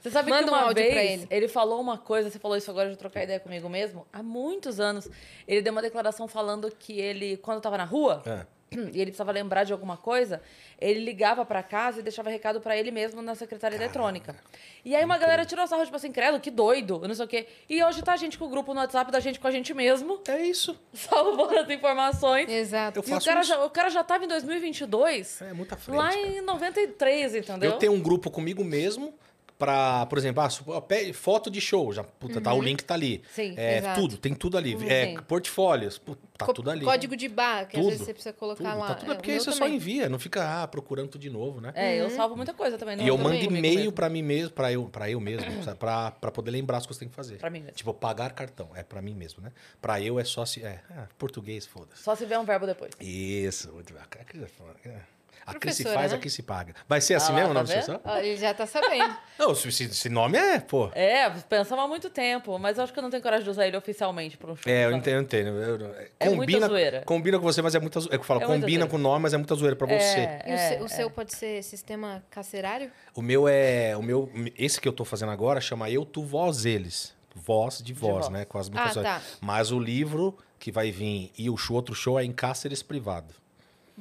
Speaker 1: Você sabe
Speaker 2: Manda
Speaker 1: que
Speaker 2: um
Speaker 1: uma
Speaker 2: áudio
Speaker 1: vez
Speaker 2: pra ele.
Speaker 1: falou uma coisa, você falou isso agora de trocar ideia comigo mesmo, há muitos anos. Ele deu uma declaração falando que ele, quando tava na rua,
Speaker 3: É.
Speaker 1: e ele precisava lembrar de alguma coisa, ele ligava pra casa e deixava recado pra ele mesmo na secretária eletrônica. E aí uma galera tirou sarro, tipo assim, credo, que doido, eu não sei o quê. E hoje tá a gente com o grupo no WhatsApp da gente com a gente mesmo, [LAUGHS]
Speaker 3: É isso.
Speaker 1: salvando as informações.
Speaker 2: Exato.
Speaker 3: Eu
Speaker 1: E o
Speaker 3: faço
Speaker 1: cara,
Speaker 3: isso.
Speaker 1: já, o cara já tava em 2022,
Speaker 3: É muita frente.
Speaker 1: lá
Speaker 3: cara.
Speaker 1: em 93, entendeu?
Speaker 3: Eu tenho um grupo comigo mesmo pra, por exemplo, ah, supo- ó, pe- foto de show, já, puta, tá, o link tá ali.
Speaker 1: Uhum. Sim,
Speaker 3: é,
Speaker 2: exato.
Speaker 3: tudo, tem tudo ali.
Speaker 1: Hum,
Speaker 3: É,
Speaker 1: sim.
Speaker 3: portfólios, pu- tá
Speaker 2: Co-
Speaker 3: tudo ali.
Speaker 2: Código de barra, que às
Speaker 3: Tudo,
Speaker 2: vezes você precisa
Speaker 3: tudo,
Speaker 2: colocar lá.
Speaker 3: tá tudo,
Speaker 2: É,
Speaker 3: é, porque
Speaker 2: o
Speaker 3: aí
Speaker 2: meu
Speaker 3: você só
Speaker 2: também.
Speaker 3: envia, não fica ah, procurando tudo de novo, né?
Speaker 1: É, eu salvo muita coisa também. no
Speaker 3: E eu
Speaker 1: meu
Speaker 3: mando
Speaker 1: comigo
Speaker 3: e-mail
Speaker 1: mesmo.
Speaker 3: pra mim mesmo, pra eu, pra eu
Speaker 1: [CLEARS THROAT]
Speaker 3: mesmo, sabe? Pra, pra poder lembrar as coisas que tem que fazer.
Speaker 1: Pra mim mesmo.
Speaker 3: Tipo, pagar cartão, é pra mim mesmo, né? Pra eu é só se é, ah, português, foda-se.
Speaker 1: Só se vê um verbo depois.
Speaker 3: Isso, muito bem. A Cris é foda, né? A Cris se
Speaker 2: Professora,
Speaker 3: faz,
Speaker 2: né?
Speaker 3: a Cris se paga. Vai ser assim
Speaker 1: Ah lá,
Speaker 3: mesmo o
Speaker 1: tá
Speaker 3: nome do seu
Speaker 1: vendo?
Speaker 3: só?
Speaker 2: Ó, Ele já tá sabendo.
Speaker 3: Não, se- se- esse nome é, pô.
Speaker 1: É, pensava há muito tempo, mas eu acho que eu não tenho coragem de usar ele oficialmente pra um show.
Speaker 3: É, eu
Speaker 1: sabe?
Speaker 3: entendo, eu entendo. Eu- eu-
Speaker 1: É muita zoeira.
Speaker 3: Combina com você, mas é muita zoeira. É o que eu falo,
Speaker 1: É muita
Speaker 3: combina
Speaker 1: zoeira.
Speaker 3: com o nome, mas é muita zoeira pra você.
Speaker 1: [LAUGHS] É,
Speaker 2: E o,
Speaker 1: é,
Speaker 2: seu, o seu pode ser sistema carcerário?
Speaker 3: O meu é. O meu, esse que eu tô fazendo agora chama Eu, Tu, Vós, Eles. Voz de voz,
Speaker 1: voz.
Speaker 3: né? Com as
Speaker 2: Ah,
Speaker 3: microfones.
Speaker 2: tá.
Speaker 3: Mas o livro que vai vir e o show- outro show é em Cáceres Privado.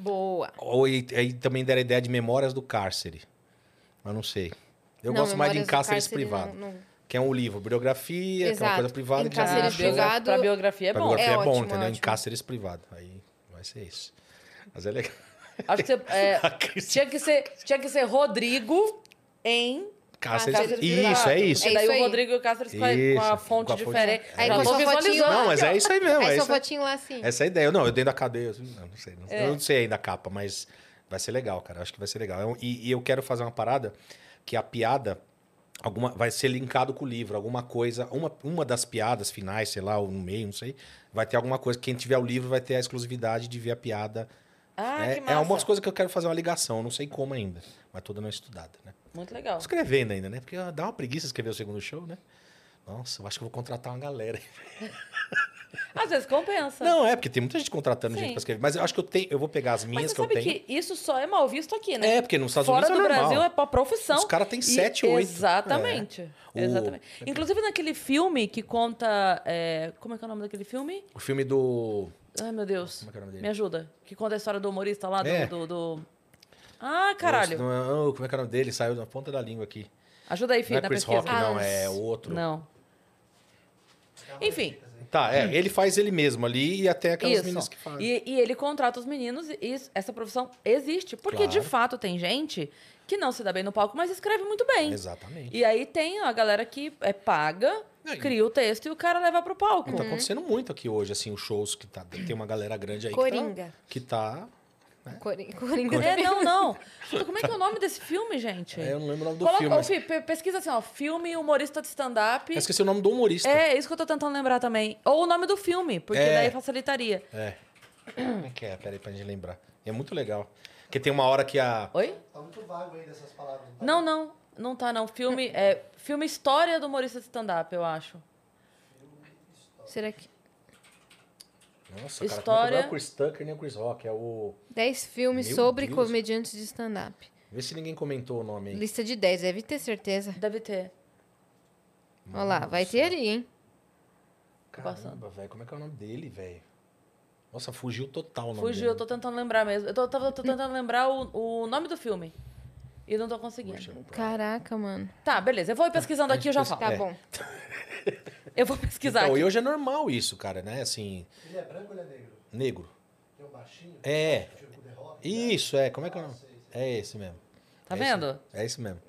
Speaker 2: Boa.
Speaker 3: Ou e- aí também deram a ideia de Memórias do Cárcere. Mas não sei. Eu
Speaker 2: Não,
Speaker 3: gosto mais de Em
Speaker 2: Memórias do
Speaker 3: Cáceres
Speaker 2: Cárcere
Speaker 3: Privado.
Speaker 2: não- não-
Speaker 3: Que é um livro, biografia, que é uma
Speaker 2: Exato.
Speaker 3: coisa privada.
Speaker 2: Em
Speaker 3: que já-
Speaker 1: Ah,
Speaker 2: Cáceres
Speaker 1: biogra-
Speaker 2: Privado-
Speaker 1: Pra biografia é
Speaker 3: Pra
Speaker 1: bom.
Speaker 3: biografia é,
Speaker 2: É
Speaker 3: bom,
Speaker 2: ótimo,
Speaker 3: entendeu? Em
Speaker 2: ótimo.
Speaker 3: Cáceres Privado. Aí vai ser isso. Mas é legal.
Speaker 1: Acho que você.
Speaker 3: [LAUGHS]
Speaker 1: é,
Speaker 3: A Cris-
Speaker 1: tinha, que ser, tinha que ser Rodrigo em.
Speaker 3: Cáceres.
Speaker 2: Cáceres
Speaker 3: Isso, é isso.
Speaker 1: E
Speaker 2: É
Speaker 1: daí
Speaker 2: isso
Speaker 1: o
Speaker 2: aí.
Speaker 1: Rodrigo e o Cáceres com a,
Speaker 3: Isso,
Speaker 1: com a
Speaker 3: com
Speaker 1: fonte
Speaker 3: a fonte-
Speaker 1: diferente.
Speaker 2: Aí
Speaker 1: Já
Speaker 2: com a
Speaker 1: tô
Speaker 2: sua fotinho- assim,
Speaker 1: visualizando.
Speaker 3: É, Não, mas
Speaker 1: aqui, ó.
Speaker 3: é isso aí mesmo.
Speaker 2: Aí
Speaker 3: É
Speaker 2: sua
Speaker 3: isso aí.
Speaker 2: fotinho lá assim.
Speaker 3: Essa é a ideia. Não, eu dentro da cadeia. assim, Não, não sei. Não, Eu não sei ainda a capa, mas vai ser legal, cara. eu Acho que vai ser legal. É um- E, e eu quero fazer uma parada que a piada alguma, vai ser linkado com o livro. Alguma coisa, uma, uma das piadas finais, sei lá, ou no meio, não sei. Vai ter alguma coisa. Quem tiver o livro vai ter a exclusividade de ver a piada.
Speaker 1: Ah,
Speaker 3: é,
Speaker 1: que
Speaker 3: é
Speaker 1: massa.
Speaker 3: umas coisas que eu quero fazer uma ligação. Não sei como ainda. Mas toda não estudada, né?
Speaker 1: Muito legal.
Speaker 3: Escrevendo ainda, né? Porque ah, dá uma preguiça escrever o segundo show, né? Nossa, eu acho que eu vou contratar uma galera.
Speaker 1: Às vezes compensa.
Speaker 3: Não, é, porque tem muita gente contratando gente
Speaker 1: Tá. Sim.
Speaker 3: pra escrever. Mas eu acho que eu tenho. Eu vou pegar as
Speaker 1: mas
Speaker 3: minhas
Speaker 1: você
Speaker 3: que eu
Speaker 1: sabe
Speaker 3: tenho.
Speaker 1: que isso só é mal visto aqui, né?
Speaker 3: É, porque nos Estados
Speaker 1: Fora
Speaker 3: Unidos
Speaker 1: do
Speaker 3: é normal.
Speaker 1: Brasil é pra profissão.
Speaker 3: Os caras têm
Speaker 1: E-
Speaker 3: sete, oito.
Speaker 1: Exatamente.
Speaker 3: É. O-
Speaker 1: Exatamente. Inclusive naquele filme que conta. é, como é que é o nome daquele filme?
Speaker 3: O filme do.
Speaker 1: Ai, meu Deus.
Speaker 3: Como é que é o nome dele?
Speaker 1: Me ajuda. Que conta a história do humorista lá, do.
Speaker 3: É.
Speaker 1: do, do- Ah, caralho.
Speaker 3: Não, não, como é que é o nome dele? Saiu na ponta da língua aqui.
Speaker 1: Ajuda aí,
Speaker 3: Não
Speaker 1: filho,
Speaker 3: é
Speaker 1: na
Speaker 3: Chris
Speaker 1: pesquisa. Ah,
Speaker 3: Rock, não, é o outro.
Speaker 1: Não. Enfim,
Speaker 3: Tá, é. Ele faz ele mesmo ali e até aquelas meninas
Speaker 1: Hum. isso.
Speaker 3: que fazem.
Speaker 1: E, e ele contrata os meninos e isso- essa profissão existe. Porque, de
Speaker 3: Claro.
Speaker 1: fato, tem gente que não se dá bem no palco, mas escreve muito bem.
Speaker 3: Exatamente.
Speaker 1: E aí tem a galera que é paga,
Speaker 3: Não, e-
Speaker 1: cria o texto e o cara leva pro palco.
Speaker 3: Tá acontecendo muito aqui hoje, assim, os shows que tá. Tem uma galera grande aí
Speaker 2: Coringa.
Speaker 3: que tá.
Speaker 2: Coringa. Coringa.
Speaker 1: É,
Speaker 3: [LAUGHS]
Speaker 1: não, não. Puta, Como é que é o nome desse filme, gente?
Speaker 3: Que tá... É, eu não lembro o nome do
Speaker 1: Coloca,
Speaker 3: filme.
Speaker 1: ô,
Speaker 3: mas-
Speaker 1: Fih, pe- pesquisa assim, ó. Filme humorista de stand-up.
Speaker 3: Eu esqueci o nome do humorista.
Speaker 1: É, isso que eu tô tentando lembrar também. Ou o nome do filme, porque
Speaker 3: É.
Speaker 1: daí facilitaria.
Speaker 3: É. Como é que é? Peraí, pra gente lembrar. E é muito legal. Porque tem uma hora que a.
Speaker 1: Oi?
Speaker 8: Tá muito vago ainda essas palavras. tá?
Speaker 1: Não, não. Não tá, não. Filme, é, filme História do humorista de stand-up, eu acho.
Speaker 2: Será que...
Speaker 3: Nossa, cara,
Speaker 1: História-
Speaker 3: não é o Chris Tucker nem o Chris Rock. É o.
Speaker 2: 10 filmes
Speaker 3: Meu
Speaker 2: sobre
Speaker 3: Deus.
Speaker 2: comediantes de stand-up.
Speaker 3: Vê se ninguém comentou o nome aí.
Speaker 2: Lista de 10, deve ter certeza.
Speaker 1: Deve ter.
Speaker 2: Olha lá, vai ter ali, hein?
Speaker 1: passando.
Speaker 3: Caramba, velho, como é que é o nome dele, velho? Nossa, fugiu total o nome
Speaker 1: Fugiu, eu tô tentando lembrar mesmo. Eu tô, tô- tô tentando lembrar o, o nome do filme. E não tô conseguindo.
Speaker 2: Caraca, mano.
Speaker 1: Tá, beleza. Eu vou ir pesquisando aqui e eu já falo.
Speaker 3: É,
Speaker 2: Tá bom.
Speaker 1: Eu vou pesquisar
Speaker 3: Então,
Speaker 1: aqui.
Speaker 3: e hoje é normal isso, cara, né? Assim,
Speaker 7: Ele é branco ou ele é negro?
Speaker 3: negro.
Speaker 7: Ele é um baixinho,
Speaker 3: É,
Speaker 7: tipo The Rock? Ah,
Speaker 3: isso, é. Como é que é o nome? É esse mesmo.
Speaker 1: Tá
Speaker 3: É
Speaker 1: vendo?
Speaker 3: esse- É esse mesmo.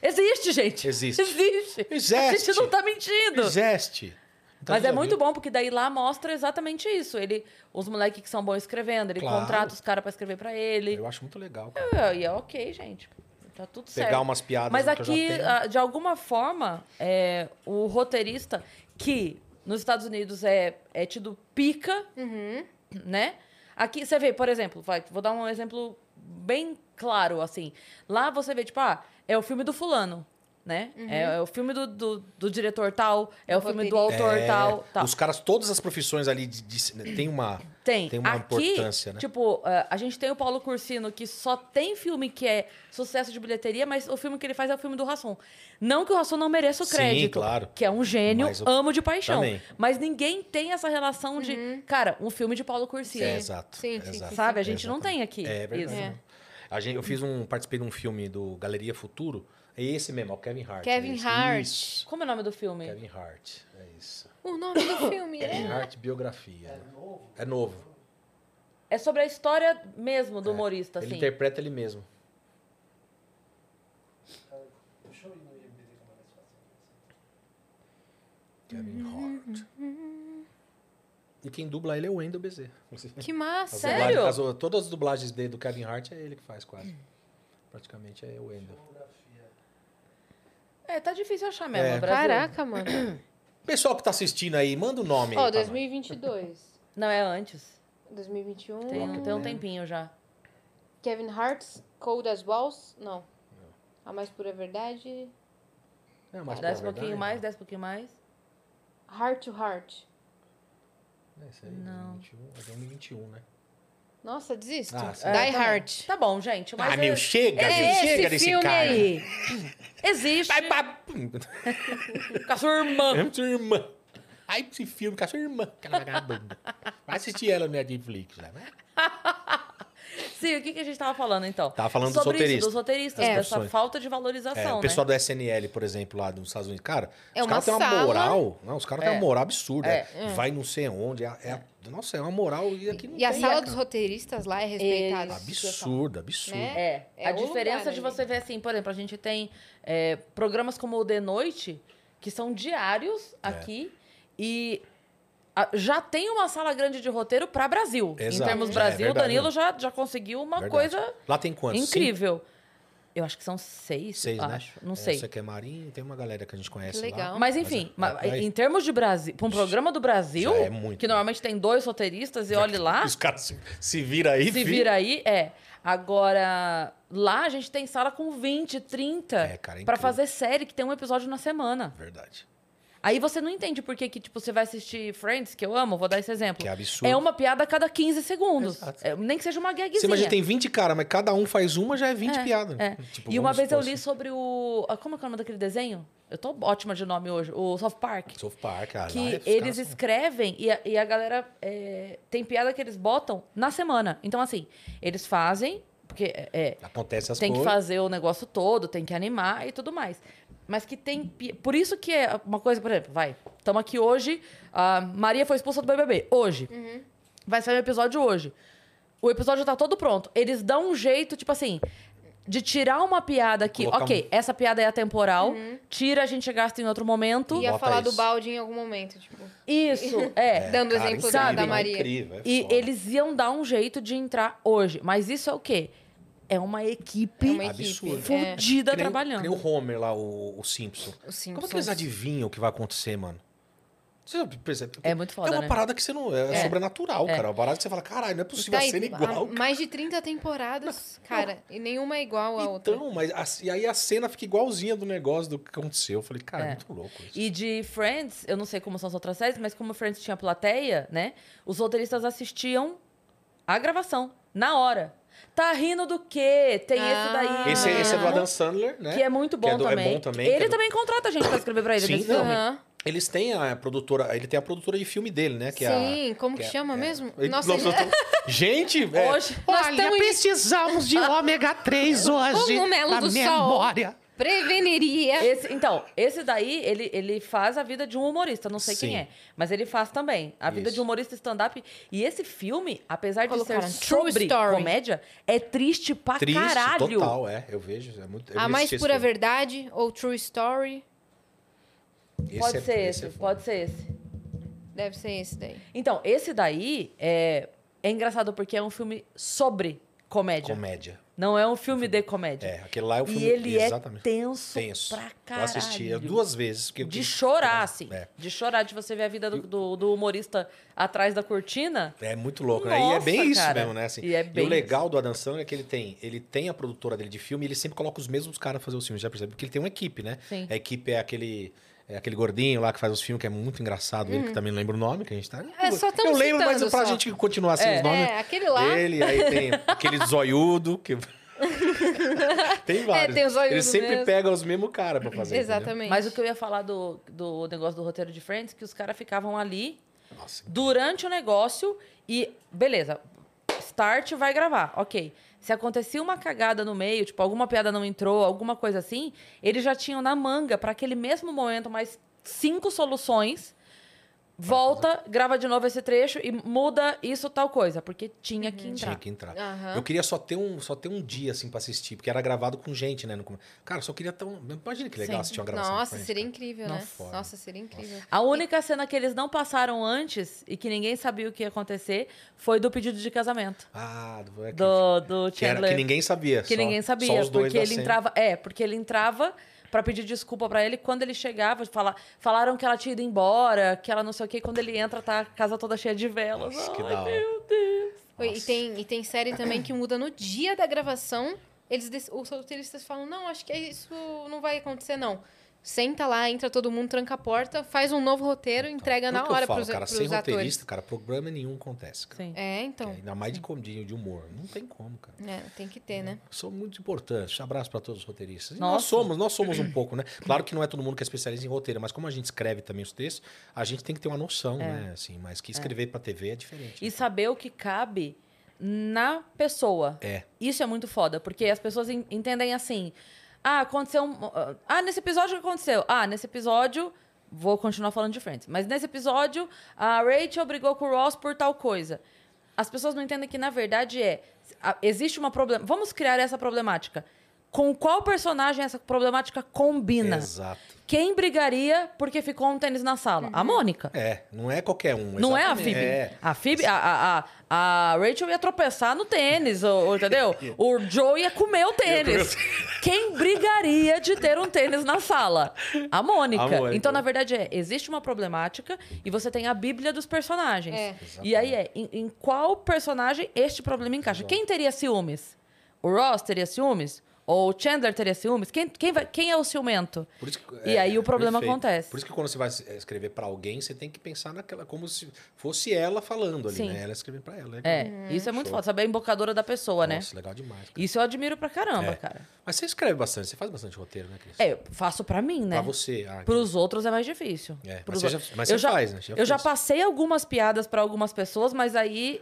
Speaker 1: Existe, gente.
Speaker 3: Existe.
Speaker 1: Existe. A
Speaker 3: Existe.
Speaker 1: gente não tá mentindo.
Speaker 3: Zeste. Então,
Speaker 1: Mas é
Speaker 3: já
Speaker 1: muito
Speaker 3: viu?
Speaker 1: bom, porque daí lá mostra exatamente isso. Ele, os moleques que são bons escrevendo, ele
Speaker 3: Claro.
Speaker 1: contrata os caras pra escrever pra ele.
Speaker 3: Eu acho muito legal, cara.
Speaker 1: E é ok, gente. Tá tudo certo.
Speaker 3: Pegar umas piadas
Speaker 1: Mas
Speaker 3: que eu já
Speaker 1: aqui,
Speaker 3: tenho.
Speaker 1: ah, de alguma forma, é, o roteirista, que nos Estados Unidos é, é tido pica, né? Aqui você vê, por exemplo, vai, vou dar um exemplo bem claro, assim. Lá você vê, tipo, ah, é o filme do fulano, né? É, é o filme do, do, do diretor tal, é o filme do autor
Speaker 3: É,
Speaker 1: tal, tal.
Speaker 3: Os caras, todas as profissões ali de- de- tem uma
Speaker 1: [CLEARS THROAT] Tem.
Speaker 3: tem uma
Speaker 1: Aqui,
Speaker 3: importância, né?
Speaker 1: Tipo, eh, a gente tem o Paulo Cursino, que só tem filme que é sucesso de bilheteria, mas o filme que ele faz é o filme do Rassum. Não que o Rassum não mereça o
Speaker 3: Sim,
Speaker 1: crédito.
Speaker 3: claro.
Speaker 1: Que é um gênio,
Speaker 3: Mas eu-
Speaker 1: amo de paixão.
Speaker 3: Também.
Speaker 1: Mas ninguém tem essa relação de, cara, um filme de Paulo Cursino.
Speaker 3: é, exato.
Speaker 2: Sim,
Speaker 3: é
Speaker 2: sim,
Speaker 3: exato.
Speaker 2: sim,
Speaker 1: Sabe? A gente não
Speaker 3: Exatamente.
Speaker 1: tem aqui.
Speaker 3: É verdade.
Speaker 1: isso.
Speaker 2: É.
Speaker 3: A gente, eu fiz um, participei de um filme do Galeria Futuro. É esse mesmo, é o Kevin Hart.
Speaker 2: Kevin
Speaker 3: é esse.
Speaker 2: Hart.
Speaker 3: Isso.
Speaker 1: Como é o nome do filme?
Speaker 3: Kevin Hart, é isso.
Speaker 2: O nome do filme
Speaker 3: Kevin [COUGHS]
Speaker 2: é.
Speaker 3: Hart biografia. É novo. É novo.
Speaker 1: É sobre a história mesmo do humorista,
Speaker 3: É, Ele
Speaker 1: assim.
Speaker 3: interpreta ele mesmo.
Speaker 7: Deixa eu ir no IMDb como é mais fácil.
Speaker 3: Kevin Hart. E quem dubla ele é o Wendel Bezerra.
Speaker 2: Que
Speaker 3: As
Speaker 2: massa. é?
Speaker 1: Sério?
Speaker 3: dublagens- as- todas as dublagens dele do Kevin Hart é ele que faz quase. Praticamente é o Wendel.
Speaker 1: É, tá difícil achar mesmo.
Speaker 3: É.
Speaker 1: no Brasil.
Speaker 2: Caraca,
Speaker 3: [COUGHS]
Speaker 2: mano.
Speaker 3: Pessoal que tá assistindo aí, manda o nome.
Speaker 2: Ó,
Speaker 3: aí pra nós.
Speaker 2: 2022.
Speaker 1: Não, é antes.
Speaker 2: 2021.
Speaker 1: Tem, um-
Speaker 3: né?
Speaker 1: tem um tempinho já.
Speaker 2: Kevin Hart's Cold as Walls. Não. A mais pura verdade.
Speaker 3: É, mas
Speaker 1: Desce um
Speaker 3: pra
Speaker 1: pouquinho
Speaker 3: verdade,
Speaker 1: mais, desce um pouquinho mais.
Speaker 2: Heart to Heart.
Speaker 3: né? Esse aí, 2021, é 2021, né?
Speaker 2: Nossa, desisto. É,
Speaker 3: Ah,
Speaker 2: Die
Speaker 3: sério?
Speaker 2: Hart.
Speaker 1: Tá bom, gente. Mas
Speaker 3: ah, meu,
Speaker 1: é-
Speaker 3: chega,
Speaker 2: É
Speaker 3: meu,
Speaker 2: esse
Speaker 3: chega desse
Speaker 2: filme
Speaker 3: cara.
Speaker 2: aí.
Speaker 1: Existe.
Speaker 3: Vai pra...
Speaker 1: Com a sua irmã.
Speaker 3: um, né? [LAUGHS] É sua irmã. Ai, esse filme com a sua irmã, aquela vagabunda. Vai assistir ela no Netflix, né?
Speaker 1: Sim, o que, que a gente tava falando então?
Speaker 3: Tava falando dos
Speaker 1: Sobre
Speaker 3: roteiristas.
Speaker 1: isso, dos roteiristas,
Speaker 3: É.
Speaker 1: dessa
Speaker 3: Profissões.
Speaker 1: falta de valorização,
Speaker 3: É, o
Speaker 1: né?
Speaker 3: pessoal do SNL, por exemplo, lá dos Estados Unidos, cara,
Speaker 2: É
Speaker 3: os
Speaker 2: uma
Speaker 3: caras têm uma
Speaker 2: sala.
Speaker 3: moral. Não, os caras têm
Speaker 1: É.
Speaker 3: uma moral absurda.
Speaker 1: É.
Speaker 3: é, Vai não sei onde. É, é- nossa, é uma moral e aqui não
Speaker 2: Então, E a
Speaker 3: tem,
Speaker 2: sala
Speaker 3: cara.
Speaker 2: dos roteiristas lá é respeitada.
Speaker 3: Absurda, absurda.
Speaker 2: Né?
Speaker 1: É, a
Speaker 2: É o
Speaker 1: diferença
Speaker 2: lugar
Speaker 1: de
Speaker 2: ali.
Speaker 1: você ver assim, por exemplo, a gente tem é, programas como o De Noite, que são diários
Speaker 3: É.
Speaker 1: aqui, e a- já tem uma sala grande de roteiro para Brasil.
Speaker 3: Exato,
Speaker 1: Em termos
Speaker 3: é,
Speaker 1: Brasil, o
Speaker 3: verdade.
Speaker 1: Danilo já, já conseguiu uma
Speaker 3: Verdade.
Speaker 1: coisa
Speaker 3: Lá tem quantos? Cinco?
Speaker 1: incrível. Eu acho que são seis,
Speaker 3: Seis,
Speaker 1: eu
Speaker 3: né?
Speaker 1: acho. Não
Speaker 3: É,
Speaker 1: sei.
Speaker 3: Você que é marinho, tem uma galera que a gente conhece
Speaker 2: Que legal.
Speaker 3: lá.
Speaker 1: Mas enfim,
Speaker 3: Mas é-
Speaker 1: ma-
Speaker 3: é-
Speaker 1: em termos de Brasil, pra um programa do Brasil,
Speaker 3: Já é muito,
Speaker 1: que
Speaker 3: né?
Speaker 1: normalmente tem dois roteiristas e olhe
Speaker 3: [LAUGHS]
Speaker 1: lá,
Speaker 3: Os caras se, se viram aí,
Speaker 1: Ah? se
Speaker 3: filho.
Speaker 1: vira aí, é. Agora, lá a gente tem sala com 20, 30
Speaker 3: É, cara, é
Speaker 1: pra
Speaker 3: incrível.
Speaker 1: fazer série que tem um episódio na semana.
Speaker 3: Verdade.
Speaker 1: Aí você não entende por que, que tipo, você vai assistir Friends, que eu amo, vou dar esse exemplo.
Speaker 3: Que absurdo.
Speaker 1: É uma piada a cada 15 segundos. É, nem que seja uma gagzinha.
Speaker 3: Você imagina, tem 20 caras, mas cada um faz uma, já é 20 piadas.
Speaker 1: É.
Speaker 3: Tipo,
Speaker 1: e uma
Speaker 3: vamos
Speaker 1: vez eu
Speaker 3: supor
Speaker 1: li
Speaker 3: assim,
Speaker 1: sobre o. ah, Como é que é o nome daquele desenho? Eu tô ótima de nome hoje. O South Park.
Speaker 3: South Park, ah, lá
Speaker 1: que
Speaker 3: é- os
Speaker 1: eles
Speaker 3: caras-
Speaker 1: escrevem e a, e a galera é, tem piada que eles botam na semana. Então, assim, eles fazem, porque é, é,
Speaker 3: Acontece as
Speaker 1: tem que
Speaker 3: coisas.
Speaker 1: fazer o negócio todo, tem que animar e tudo mais. Mas que tem. pi- Por isso que é uma coisa, por exemplo, vai, estamos aqui hoje, a Maria foi expulsa do BBB, hoje. Vai sair o episódio hoje. O episódio tá todo pronto. Eles dão um jeito, tipo assim, de tirar uma piada aqui.
Speaker 3: Colocar um
Speaker 1: ok, essa piada é atemporal. Tira, a gente gasta em outro momento.
Speaker 2: Ia
Speaker 3: Bota
Speaker 2: falar do
Speaker 3: isso.
Speaker 2: balde em algum momento, tipo.
Speaker 3: [LAUGHS]
Speaker 1: Isso, é.
Speaker 2: dando
Speaker 3: Cara,
Speaker 2: exemplo da-
Speaker 3: incrível,
Speaker 2: da Maria.
Speaker 3: Incrível, é
Speaker 1: E
Speaker 3: foda.
Speaker 1: eles iam dar um jeito de entrar hoje. Mas isso é o quê? É uma equipe,
Speaker 2: É uma
Speaker 3: Absurdo.
Speaker 2: equipe. É.
Speaker 1: fudida
Speaker 3: Que nem o-
Speaker 1: trabalhando.
Speaker 3: que nem o Homer lá, o, o Simpson.
Speaker 2: Os
Speaker 3: Como é
Speaker 2: Simpsons.
Speaker 3: que eles adivinham o que vai acontecer, mano? Você percebe?
Speaker 1: É muito foda,
Speaker 3: É uma
Speaker 1: né?
Speaker 3: parada que você não. É, sobrenatural, cara. É uma parada que você fala, caralho, não é possível
Speaker 2: Tá
Speaker 3: a
Speaker 2: aí,
Speaker 3: cena igual.
Speaker 2: há mais de 30 temporadas, cara, e nenhuma é igual à outra.
Speaker 3: Então, mas a- e aí a cena fica igualzinha do negócio do que aconteceu. Eu falei, cara, é.
Speaker 1: É.
Speaker 3: muito louco isso.
Speaker 1: E de Friends, eu não sei como são as outras séries, mas como Friends tinha plateia, né? Os roteiristas assistiam a gravação, na hora. Tá rindo do quê? Tem esse
Speaker 2: Ah.
Speaker 1: daí. né?
Speaker 3: Esse, esse é do Adam Sandler, né?
Speaker 1: Que é muito bom,
Speaker 3: Que é do- é
Speaker 1: também.
Speaker 3: bom também, que
Speaker 1: Ele
Speaker 3: é do-
Speaker 1: também contrata gente pra escrever pra ele. né?
Speaker 3: Sim,
Speaker 1: desse
Speaker 3: não. é.
Speaker 1: filme.
Speaker 2: Aham.
Speaker 3: Eles têm a produtora, ele tem a produtora de filme dele, né? Que é a-
Speaker 2: Sim, como que,
Speaker 3: que é-
Speaker 2: chama mesmo?
Speaker 3: Ei,
Speaker 2: Nossa,
Speaker 3: nós
Speaker 2: gente,
Speaker 3: estamos- gente, é,
Speaker 1: Hoje,
Speaker 2: nós
Speaker 4: Olha,
Speaker 2: estamos
Speaker 4: precisamos de ômega
Speaker 2: [LAUGHS]
Speaker 4: 3 hoje.
Speaker 2: Cogumelo
Speaker 4: na
Speaker 2: do sol.
Speaker 4: memória.
Speaker 2: preveniria.
Speaker 1: esse, então, esse daí, ele, ele faz a vida de um humorista, não sei
Speaker 3: Sim.
Speaker 1: quem é, mas ele faz também. A vida
Speaker 3: Isso.
Speaker 1: de um humorista stand-up. E esse filme, apesar de
Speaker 2: Colocaram
Speaker 1: ser
Speaker 2: true
Speaker 1: sobre
Speaker 2: story.
Speaker 1: comédia, é triste pra
Speaker 3: triste,
Speaker 1: caralho.
Speaker 3: total, é. Eu vejo, é muito. eu
Speaker 2: A
Speaker 3: assisti
Speaker 2: mais
Speaker 3: esse
Speaker 2: pura
Speaker 3: filme.
Speaker 2: verdade ou true story?
Speaker 3: Esse
Speaker 1: Pode
Speaker 3: é-
Speaker 1: ser esse,
Speaker 3: é foda.
Speaker 1: pode ser esse.
Speaker 2: Deve ser esse daí.
Speaker 1: Então, esse daí é, é engraçado porque é um filme sobre comédia.
Speaker 3: Comédia.
Speaker 1: Não é um filme de comédia.
Speaker 3: É, aquele lá é o filme
Speaker 1: e ele
Speaker 3: exatamente.
Speaker 1: é tenso,
Speaker 3: tenso.
Speaker 1: pra
Speaker 3: Eu
Speaker 1: caralho.
Speaker 3: assisti eu duas vezes. Porque eu
Speaker 1: De
Speaker 3: quis-
Speaker 1: chorar, assim.
Speaker 3: É.
Speaker 1: De chorar, de você ver a vida do, do- do humorista atrás da cortina.
Speaker 3: É muito louco, né? E é
Speaker 1: Nossa,
Speaker 3: bem isso
Speaker 1: cara.
Speaker 3: mesmo, né? Assim,
Speaker 1: E é bem
Speaker 3: o legal do Adam Sandler é que ele tem, ele tem a produtora dele de filme e ele sempre coloca os mesmos caras pra fazer os filmes, já percebe? Porque ele tem uma equipe, né?
Speaker 1: Sim.
Speaker 3: A equipe é aquele, é aquele gordinho lá que faz os filmes, que é muito engraçado, ele que também lembra o nome, que a gente tá.
Speaker 2: Uhum. É, só tamo
Speaker 3: Eu lembro, mas
Speaker 2: citando
Speaker 3: pra
Speaker 2: só.
Speaker 3: gente continuar assim
Speaker 1: É.
Speaker 3: os nomes.
Speaker 2: É, aquele lá.
Speaker 3: Ele, aí tem aquele zoiudo
Speaker 2: [LAUGHS]
Speaker 3: que. tem vários.
Speaker 2: É, tem o zoiudo
Speaker 3: ele sempre
Speaker 2: mesmo.
Speaker 3: pega os mesmos caras pra fazer. entendeu?
Speaker 2: Exatamente.
Speaker 1: Mas o que eu ia falar do, do negócio do roteiro de Friends, que os caras ficavam ali
Speaker 3: Nossa,
Speaker 1: durante o negócio e beleza, start vai gravar, ok. Se acontecia uma cagada no meio, tipo alguma piada não entrou, alguma coisa assim, eles já tinham na manga para aquele mesmo momento mais cinco soluções. Volta, grava de novo esse trecho e muda isso tal coisa, porque tinha que entrar.
Speaker 2: Tá.
Speaker 3: Tinha que entrar.
Speaker 2: Aham.
Speaker 3: Eu queria só ter, um, só ter um dia, assim, pra assistir, porque era gravado com gente, né? no come- Cara, eu só queria ter um... Imagina que legal
Speaker 1: Sim.
Speaker 3: assistir uma gravação.
Speaker 2: Nossa,
Speaker 3: diferente,
Speaker 2: seria
Speaker 3: cara.
Speaker 2: incrível,
Speaker 3: Não,
Speaker 2: né?
Speaker 3: foda.
Speaker 2: Nossa, seria incrível.
Speaker 1: A única cena que eles não passaram antes e que ninguém sabia o que ia acontecer foi do pedido de casamento
Speaker 3: Ah, do... é que-
Speaker 1: do, do
Speaker 3: que, era,
Speaker 1: Chandler.
Speaker 3: que ninguém sabia.
Speaker 1: Que
Speaker 3: só-
Speaker 1: ninguém sabia,
Speaker 3: Só os dois
Speaker 1: porque
Speaker 3: da
Speaker 1: ele
Speaker 3: cena.
Speaker 1: entrava, é, porque ele entrava pra pedir desculpa pra ele quando ele chegava, fala- falaram que ela tinha ido embora, que ela não sei o quê, quando ele entra tá a casa toda cheia de velas.
Speaker 3: Nossa,
Speaker 1: Ai,
Speaker 3: que da hora.
Speaker 1: meu Deus.
Speaker 2: Oi, E tem, e tem série também que muda no dia da gravação. Eles, dec- os roteiristas falam, não, acho que isso não vai acontecer, não. Senta lá, entra todo mundo, tranca a porta, faz um novo roteiro, entrega
Speaker 3: Por
Speaker 2: na
Speaker 3: Então, que eu
Speaker 2: hora
Speaker 3: falo,
Speaker 2: pros,
Speaker 3: cara,
Speaker 2: pros
Speaker 3: sem
Speaker 2: atores.
Speaker 3: roteirista, cara, programa nenhum acontece, cara.
Speaker 1: Sim.
Speaker 2: É, então.
Speaker 3: Ainda mais de comidinho, de humor. Não tem como, cara.
Speaker 2: É, tem que ter, né?
Speaker 3: São muito importantes. Abraço pra todos os roteiristas. E Nós
Speaker 1: Nossa.
Speaker 3: somos, nós somos um pouco, né? Claro que não é todo mundo que é especialista em roteiro, mas como a gente escreve também os textos, a gente tem que ter uma noção,
Speaker 1: É.
Speaker 3: né? Assim, mas que escrever pra TV é diferente.
Speaker 1: E saber o que cabe na pessoa.
Speaker 3: É.
Speaker 1: Isso é muito foda, porque as pessoas en- entendem assim: "Ah, aconteceu um, ah, nesse episódio o que aconteceu? Ah, nesse episódio vou continuar falando de Friends, mas nesse episódio a Rachel brigou com o Ross por tal coisa. As pessoas não entendem que na verdade é a- existe uma problema, vamos criar essa problemática. Com qual personagem essa problemática combina?
Speaker 3: Exato.
Speaker 1: Quem brigaria porque ficou um tênis na sala? A Mônica.
Speaker 3: É, não é qualquer um.
Speaker 1: Não é a
Speaker 3: exatamente.
Speaker 1: Phoebe.
Speaker 3: É.
Speaker 1: A Phoebe, a, a, a, a Rachel ia tropeçar no tênis, ou-
Speaker 3: [LAUGHS]
Speaker 1: ou, entendeu? O Joe ia comer o tênis. Quem brigaria de ter um tênis na sala? A Mônica.
Speaker 3: A Mônica.
Speaker 1: Então, na verdade, é, existe uma problemática e você tem a bíblia dos personagens.
Speaker 2: É.
Speaker 1: E aí é, em, em qual personagem este problema encaixa? Quem teria ciúmes? O Ross teria ciúmes? Ou o Chandler teria ciúmes? Quem, quem, vai- quem é o ciumento?
Speaker 3: Por isso que- é,
Speaker 1: E aí o problema
Speaker 3: perfeito.
Speaker 1: acontece.
Speaker 3: Por isso que quando você vai es- eh, escrever pra alguém, você tem que pensar naquela como se fosse ela falando ali,
Speaker 1: Sim.
Speaker 3: né? Ela escrevendo pra ela.
Speaker 1: É, isso é muito foda. Saber a embocadora da pessoa, né?
Speaker 3: Nossa, legal demais. cara.
Speaker 1: Isso eu admiro pra caramba,
Speaker 3: É.
Speaker 1: cara.
Speaker 3: Mas você escreve bastante, você faz bastante roteiro, né, Cris?
Speaker 1: É, eu faço pra mim, né?
Speaker 3: Pra você. Ah,
Speaker 1: Pros outros é mais difícil.
Speaker 3: É, mas
Speaker 1: Pros
Speaker 3: você
Speaker 1: outros.
Speaker 3: já- mas
Speaker 1: eu
Speaker 3: você faz, né? Já
Speaker 1: eu já
Speaker 3: fez.
Speaker 1: passei algumas piadas pra algumas pessoas, mas aí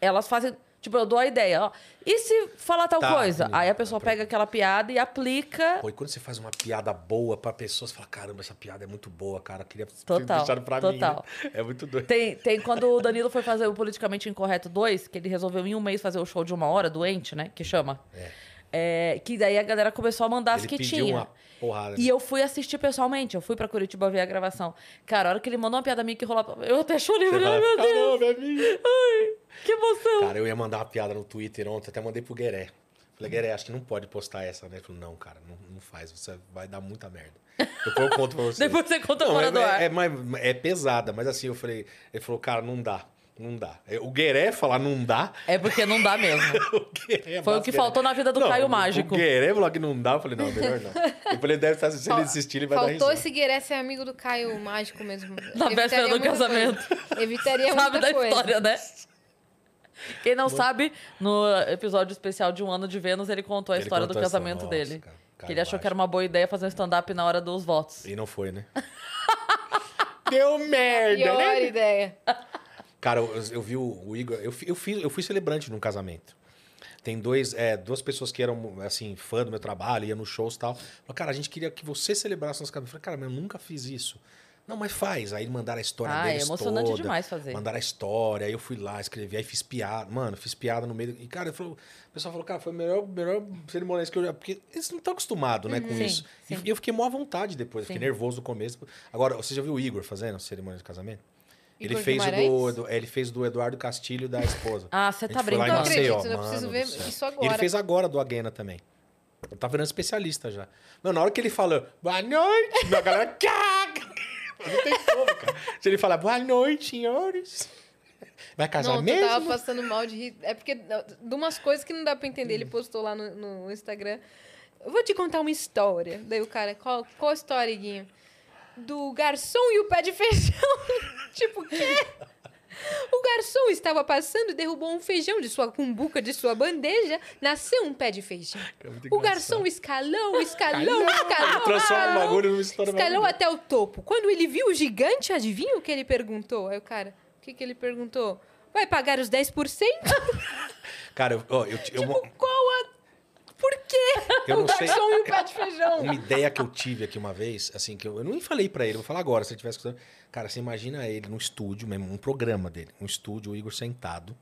Speaker 1: elas fazem. Tipo, eu dou a ideia, ó. E se falar tal
Speaker 3: Tá,
Speaker 1: coisa?
Speaker 3: entendi.
Speaker 1: Aí a pessoa pega aquela piada e aplica.
Speaker 3: Pô, e quando você faz uma piada boa pra pessoas, você fala, caramba, essa piada é muito boa, cara. Queria
Speaker 1: Total,
Speaker 3: deixar pra mim.
Speaker 1: total.
Speaker 3: né? É muito doido.
Speaker 1: Tem, tem quando o Danilo foi fazer o Politicamente Incorreto 2, que ele resolveu em um mês fazer o show de uma hora, doente, né? Que chama. É, que daí a galera começou a mandar as
Speaker 3: Ele
Speaker 1: que
Speaker 3: pediu
Speaker 1: tinha.
Speaker 3: uma porrada. né?
Speaker 1: E eu fui assistir pessoalmente. Eu fui pra Curitiba ver a gravação. Cara, a hora que ele mandou uma piada minha que rolou... Eu até chorei.
Speaker 3: Você
Speaker 1: falei,
Speaker 3: fala,
Speaker 1: Ai, meu Deus.
Speaker 3: Caramba, é minha.
Speaker 1: Ai, que emoção.
Speaker 3: Cara, eu ia mandar uma piada no Twitter ontem, até mandei pro Gueré. Falei, Gueré, acho que não pode postar essa, né? Ele falou, não, cara, não, não faz, você vai dar muita merda. Depois eu conto
Speaker 1: [LAUGHS]
Speaker 3: pra você.
Speaker 1: Depois você conta
Speaker 3: Não,
Speaker 1: fora
Speaker 3: é,
Speaker 1: do ar.
Speaker 3: é, é, mas- é pesada, mas assim, eu falei, ele falou, cara, não dá, não dá. É, O Gueré falar não dá,
Speaker 1: É porque não dá mesmo.
Speaker 3: o Gueré
Speaker 1: Foi o
Speaker 3: bate
Speaker 1: que
Speaker 3: Gueré.
Speaker 1: faltou na vida do
Speaker 3: Não,
Speaker 1: Caio
Speaker 3: o-
Speaker 1: Mágico.
Speaker 3: O Gueré falou que não dá, eu falei, não, melhor não. Eu falei, deve estar, se ele desistir, ele vai dar
Speaker 2: Faltou
Speaker 3: risada.
Speaker 2: esse Gueré ser amigo do Caio Mágico mesmo.
Speaker 1: Na véspera
Speaker 2: Evitaria
Speaker 1: do
Speaker 2: muita coisa. Evitaria
Speaker 1: Sabe
Speaker 2: muita
Speaker 1: da
Speaker 2: coisa.
Speaker 1: história, né? Quem não sabe, no episódio especial de Um Ano de Vênus, ele contou a
Speaker 3: Ele
Speaker 1: história
Speaker 3: contou
Speaker 1: do
Speaker 3: a história.
Speaker 1: casamento
Speaker 3: Nossa,
Speaker 1: dele.
Speaker 3: cara,
Speaker 1: que
Speaker 3: cara
Speaker 1: ele achou
Speaker 3: embaixo.
Speaker 1: que era uma boa ideia fazer um stand-up na hora dos votos.
Speaker 3: E não foi, né? [LAUGHS] Deu merda,
Speaker 2: Pior
Speaker 3: né?
Speaker 2: ideia.
Speaker 3: Cara, eu, eu vi o, o Igor. Eu, fi- eu, fiz, eu fui celebrante num casamento. Tem dois, é, duas pessoas que eram, assim, fã do meu trabalho, ia nos shows e tal. Falaram, cara, a gente queria que você celebrasse nosso casamento. Eu falei, cara, mas eu nunca fiz isso. Não, mas faz. Aí mandaram a história
Speaker 1: Ah, é
Speaker 3: deles
Speaker 1: emocionante
Speaker 3: toda,
Speaker 1: demais fazer.
Speaker 3: Mandaram a história, aí eu fui lá, escrevi, aí fiz piada. Mano, fiz piada no meio. do- E, cara, eu falou- o pessoal falou, cara, foi o melhor, melhor cerimônia que eu já... Porque eles não estão acostumados, né, com
Speaker 1: Sim,
Speaker 3: isso. E
Speaker 1: Uhum. sim.
Speaker 3: eu fiquei mó à vontade depois. Eu
Speaker 1: Sim.
Speaker 3: fiquei nervoso no começo. Agora, você já viu o Igor fazendo cerimônia de casamento? Ele
Speaker 2: Igor
Speaker 3: fez, o do,
Speaker 2: Guimarães?
Speaker 3: do- ele fez do Eduardo Castilho e da esposa.
Speaker 1: Ah, você tá
Speaker 3: A gente foi lá em
Speaker 1: brincando.
Speaker 2: Não
Speaker 3: Maceió,
Speaker 2: acredito, eu
Speaker 3: mano
Speaker 2: preciso
Speaker 3: do
Speaker 2: ver
Speaker 3: céu.
Speaker 2: isso
Speaker 3: E
Speaker 2: agora.
Speaker 3: ele fez agora do Aguena também. Ele tá virando especialista já. Não, na hora que ele fala boa noite, a galera caga. Não tem como, cara. Se ele falar boa noite, senhores. Vai casar
Speaker 2: Não, tu
Speaker 3: mesmo?
Speaker 2: tava passando mal de rir. É porque de umas coisas que não dá pra entender.
Speaker 3: Hum.
Speaker 2: Ele postou lá no, no Instagram. Eu vou te contar uma história. Daí o cara, qual, qual a história, Iguinho? Do garçom e o pé de feijão. [LAUGHS] tipo, o quê? O garçom estava passando e derrubou um feijão de sua cumbuca, de sua bandeja. Nasceu um pé de feijão.
Speaker 3: é
Speaker 2: O garçom escalou, escalou, escalou.
Speaker 3: Transforma o
Speaker 2: escalou.
Speaker 3: bagulho numa história
Speaker 2: Escalou
Speaker 3: maravilhosa.
Speaker 2: até o topo. Quando ele viu o gigante, adivinha o que ele perguntou? Aí o cara, o que, que ele perguntou? Vai pagar os 10%?
Speaker 3: [LAUGHS] Cara, eu, ó, eu, eu,
Speaker 2: tipo, qual a... Por quê?
Speaker 3: Eu
Speaker 2: o
Speaker 3: não sei. [LAUGHS]
Speaker 2: garçom e o pé de feijão.
Speaker 3: uma ideia que eu tive aqui uma vez, assim, que eu, eu nem falei pra ele, vou falar agora, se ele estiver escutando. Cara, você imagina ele num estúdio mesmo, um programa dele, um estúdio, o Igor sentado,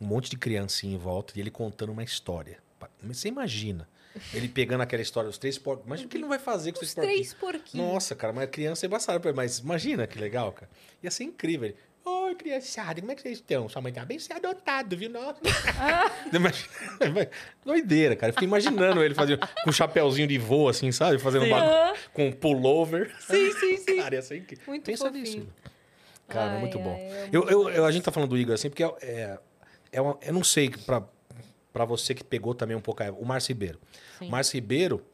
Speaker 3: um monte de criancinha em volta e ele contando uma história. Pa- Mas você imagina, ele pegando aquela história dos três porcos, imagina o que ele não vai fazer com os
Speaker 2: Os
Speaker 3: três
Speaker 2: três
Speaker 3: porquinhos.
Speaker 2: porquinhos.
Speaker 3: Nossa, cara, mas criança é embaçada pra ele, mas imagina que legal, cara. Ia ser incrível. Ele, Oi, criançada, como é que vocês estão? Sua mãe tá bem, você é adotado, viu? Nossa. [LAUGHS] Imagina- Doideira, cara. Eu fiquei imaginando ele fazendo com um chapéuzinho de voo, assim, sabe? Fazendo um bagulho com um pullover.
Speaker 2: Sim, sim, sim.
Speaker 3: Cara, ia ser incrível.
Speaker 2: Muito
Speaker 3: Pensa
Speaker 2: fofinho.
Speaker 3: nisso. Cara, é
Speaker 2: Ai,
Speaker 3: muito bom.
Speaker 2: ai,
Speaker 3: eu, eu, eu- a gente tá falando do Igor assim, porque é, é, é uma- eu não sei pra, pra você que pegou também um pouco a época, o Márcio Ribeiro. O Márcio Ribeiro,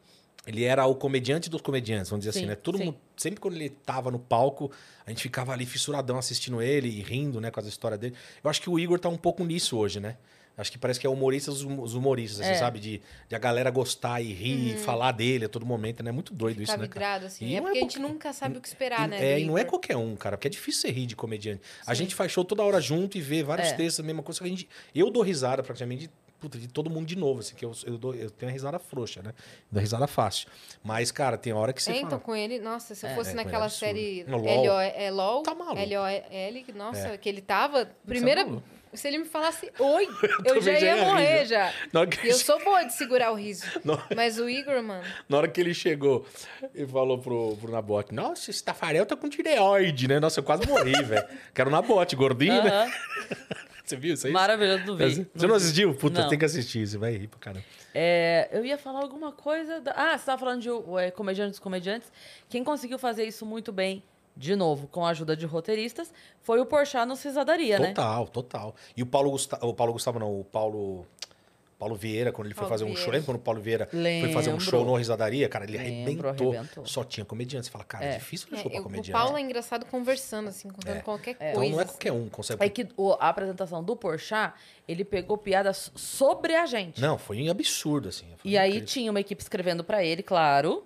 Speaker 3: ele era o comediante dos comediantes, vamos dizer
Speaker 1: Sim,
Speaker 3: assim, né? Todo
Speaker 1: sim.
Speaker 3: mundo, sempre quando ele tava no palco, a gente ficava ali fissuradão assistindo ele e rindo, né, com as histórias dele. Eu acho que o Igor tá um pouco nisso hoje, né? Acho que parece que é humorista dos hum- os humoristas, assim,
Speaker 1: É.
Speaker 3: sabe? De, de a galera gostar e rir e falar dele a todo momento, né? É muito doido
Speaker 2: Tá
Speaker 3: isso, né, cara?
Speaker 2: vidrado, assim.
Speaker 3: E
Speaker 2: é
Speaker 3: não é
Speaker 2: porque a gente
Speaker 3: qualquer-
Speaker 2: nunca sabe o que esperar,
Speaker 3: E-
Speaker 2: né?
Speaker 3: É,
Speaker 2: do
Speaker 3: e não é
Speaker 2: Igor.
Speaker 3: qualquer um, cara, porque é difícil você rir de comediante. A gente faz show toda hora junto e vê vários
Speaker 1: É.
Speaker 3: textos, a mesma coisa. só que A gente, eu dou risada praticamente de, puta, de todo mundo de novo, assim, que eu, eu, dou- eu tenho a risada frouxa, né? Dou risada fácil. Mas, cara, tem hora que você
Speaker 2: É,
Speaker 3: fala,
Speaker 2: então, com ele, nossa, se eu fosse
Speaker 3: é, com ele é
Speaker 2: naquela
Speaker 3: absurdo.
Speaker 2: série
Speaker 3: No LOL.
Speaker 2: LOL, é, LOL
Speaker 3: Tá maluco. É.
Speaker 2: LOL, nossa, que ele tava, primeira,
Speaker 3: maluco.
Speaker 2: se ele me falasse
Speaker 3: [LAUGHS]
Speaker 2: oi, eu,
Speaker 3: também
Speaker 2: já
Speaker 3: já
Speaker 2: ia
Speaker 3: ia
Speaker 2: morrer
Speaker 3: rir. né?
Speaker 2: já.
Speaker 3: [LAUGHS] Na hora que
Speaker 2: E eu
Speaker 3: ele
Speaker 2: sou boa de segurar o riso.
Speaker 3: [LAUGHS] Não.
Speaker 2: Mas o Igor, mano,
Speaker 3: Na hora que ele chegou e falou pro, pro Nabote, nossa, esse Tafarel tá com tireoide, né? Nossa, eu quase morri, [LAUGHS] velho. Quero o Nabote, gordinho, né?
Speaker 1: Aham.
Speaker 3: Você viu isso aí?
Speaker 1: Maravilhoso, não vi.
Speaker 3: Você não assistiu? Puta,
Speaker 1: Não.
Speaker 3: tem que assistir, você vai rir pra caramba.
Speaker 1: É, eu ia falar alguma coisa. da- Ah, você tava falando de é, comediantes comediantes. Quem conseguiu fazer isso muito bem, de novo, com a ajuda de roteiristas, foi o Porchat no Cisadaria, né?
Speaker 3: Total, total. E o Paulo Gustavo, o Paulo Gustavo não, o Paulo Paulo Vieira, quando ele foi
Speaker 2: Paulo
Speaker 3: fazer um
Speaker 2: Vieira.
Speaker 3: show, lembra quando o Paulo Vieira foi fazer um
Speaker 1: Lembro.
Speaker 3: show no Risadaria, cara, ele
Speaker 1: Lembro,
Speaker 3: arrebentou.
Speaker 1: arrebentou.
Speaker 3: Só tinha comediante. Você fala, cara, é, difícil fazer
Speaker 2: é,
Speaker 3: show pra
Speaker 2: eu- o
Speaker 3: comediante.
Speaker 2: Paulo é engraçado conversando, assim, contando qualquer
Speaker 3: então
Speaker 2: coisa.
Speaker 3: não é qualquer um, consegue.
Speaker 1: É que o- a apresentação do Porchat, ele pegou piadas sobre a gente.
Speaker 3: Não, foi um absurdo, assim. foi
Speaker 1: E aí
Speaker 3: incrível.
Speaker 1: tinha uma equipe escrevendo pra ele, claro.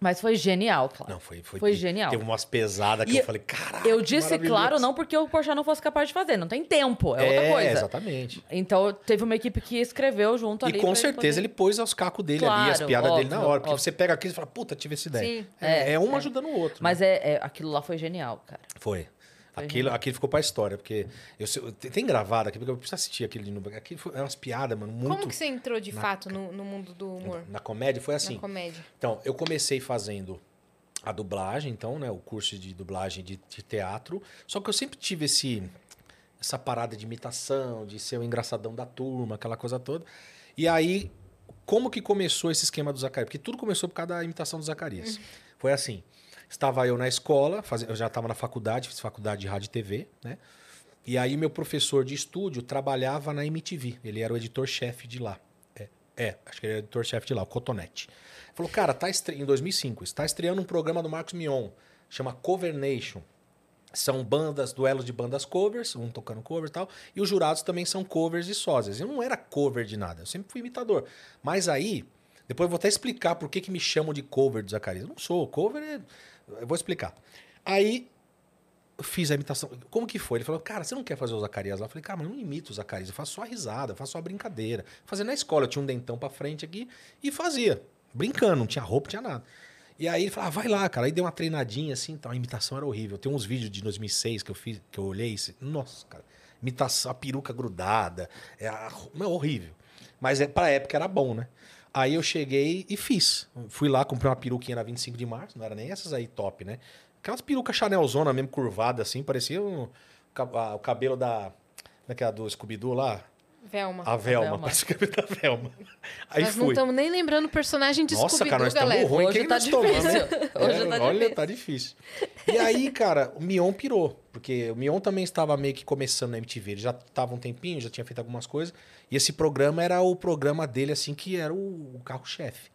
Speaker 1: Mas foi genial, claro.
Speaker 3: Não, foi, foi,
Speaker 1: Foi genial.
Speaker 3: Teve umas pesadas que
Speaker 1: E
Speaker 3: eu falei, caralho.
Speaker 1: eu disse
Speaker 3: maravilhoso."
Speaker 1: claro não porque o Porchat não fosse capaz de fazer. Não tem tempo, é, outra
Speaker 3: É,
Speaker 1: coisa.
Speaker 3: exatamente.
Speaker 1: Então teve uma equipe que escreveu junto ali.
Speaker 3: E
Speaker 1: pra
Speaker 3: com
Speaker 1: ele
Speaker 3: certeza ele
Speaker 1: poder-
Speaker 3: pôs aos cacos dele ali, as
Speaker 1: Claro,
Speaker 3: piadas dele na
Speaker 1: óbvio,
Speaker 3: hora. Porque
Speaker 1: óbvio.
Speaker 3: você pega aquilo e fala, puta, tive essa ideia.
Speaker 2: Sim.
Speaker 3: é,
Speaker 1: É,
Speaker 3: é um
Speaker 1: é.
Speaker 3: ajudando o outro.
Speaker 1: Mas é, é- aquilo lá foi genial, cara.
Speaker 3: Foi. Aquilo, aquilo ficou pra história, porque eu, sei- eu- tem tem gravado aqui, porque eu preciso assistir aquele de novo. Aquilo foi, é umas piadas, mano, muito.
Speaker 2: Como que você entrou, de fato, no, no mundo do humor?
Speaker 3: Na comédia foi assim.
Speaker 2: Na comédia.
Speaker 3: Então, eu comecei fazendo a dublagem, então, né? O curso de dublagem de, de teatro. Só que eu sempre tive esse, essa parada de imitação, de ser o engraçadão da turma, aquela coisa toda. E aí, como que começou esse esquema do Zacarias? Porque tudo começou por causa da imitação do Zacarias. Foi assim. Estava eu na escola, faze- eu já estava na faculdade, fiz faculdade de rádio e TV, né? E aí meu professor de estúdio trabalhava na MTV. Ele era o editor-chefe de lá. É, é, acho que ele era o editor-chefe de lá, o Cotonete. Falou, cara, tá estre... em 2005, está estreando um programa do Marcos Mion, chama Cover Nation. São bandas, duelos de bandas covers, um tocando cover e tal. E os jurados também são covers de sósias. Eu não era cover de nada, eu sempre fui imitador. Mas aí, depois eu vou até explicar por que, que me chamam de cover do Zacarias. Eu não sou, cover é. Eu vou explicar. Aí eu fiz a imitação. Como que foi? Ele falou, cara, você não quer fazer o Zacarias lá? Eu falei, cara, mas eu não imito o Zacarias, eu faço só a risada, eu faço só a brincadeira. Fazia na escola, eu tinha um dentão pra frente aqui e fazia. Brincando, não tinha roupa, não tinha nada. E aí ele falou, ah, vai lá, cara. Aí deu uma treinadinha assim, então a imitação era horrível. Tem uns vídeos de 2006 que eu fiz, que eu olhei e disse, nossa, cara, imitação, a peruca grudada, é a- meu, horrível. Mas é, pra época era bom, né? Aí eu cheguei e fiz. Fui lá, comprei uma peruquinha na 25 de março, não era nem essas aí top, né? Aquelas perucas Chanelzona mesmo, curvada assim, parecia um- ca- a- o cabelo da. Como é que é a do Scooby-Doo lá?
Speaker 2: Velma.
Speaker 3: A Velma,
Speaker 1: Velma.
Speaker 3: [LAUGHS] parece o cabelo da Velma. Aí
Speaker 2: Nós não
Speaker 3: fui.
Speaker 2: estamos nem lembrando o personagem de
Speaker 3: Nossa,
Speaker 2: Scooby-Doo,
Speaker 3: cara, nós estamos
Speaker 2: galera.
Speaker 3: ruim.
Speaker 1: Hoje
Speaker 3: Quem
Speaker 1: tá
Speaker 3: nós estamos,
Speaker 1: difícil. [LAUGHS] Hoje
Speaker 3: É,
Speaker 1: tá
Speaker 3: olha,
Speaker 1: difícil.
Speaker 3: tá difícil. E aí, cara, o Mion pirou. Porque o Mion também estava meio que começando na MTV. Ele já estava um tempinho, já tinha feito algumas coisas. E esse programa era o programa dele, assim, que era o, o carro-chefe.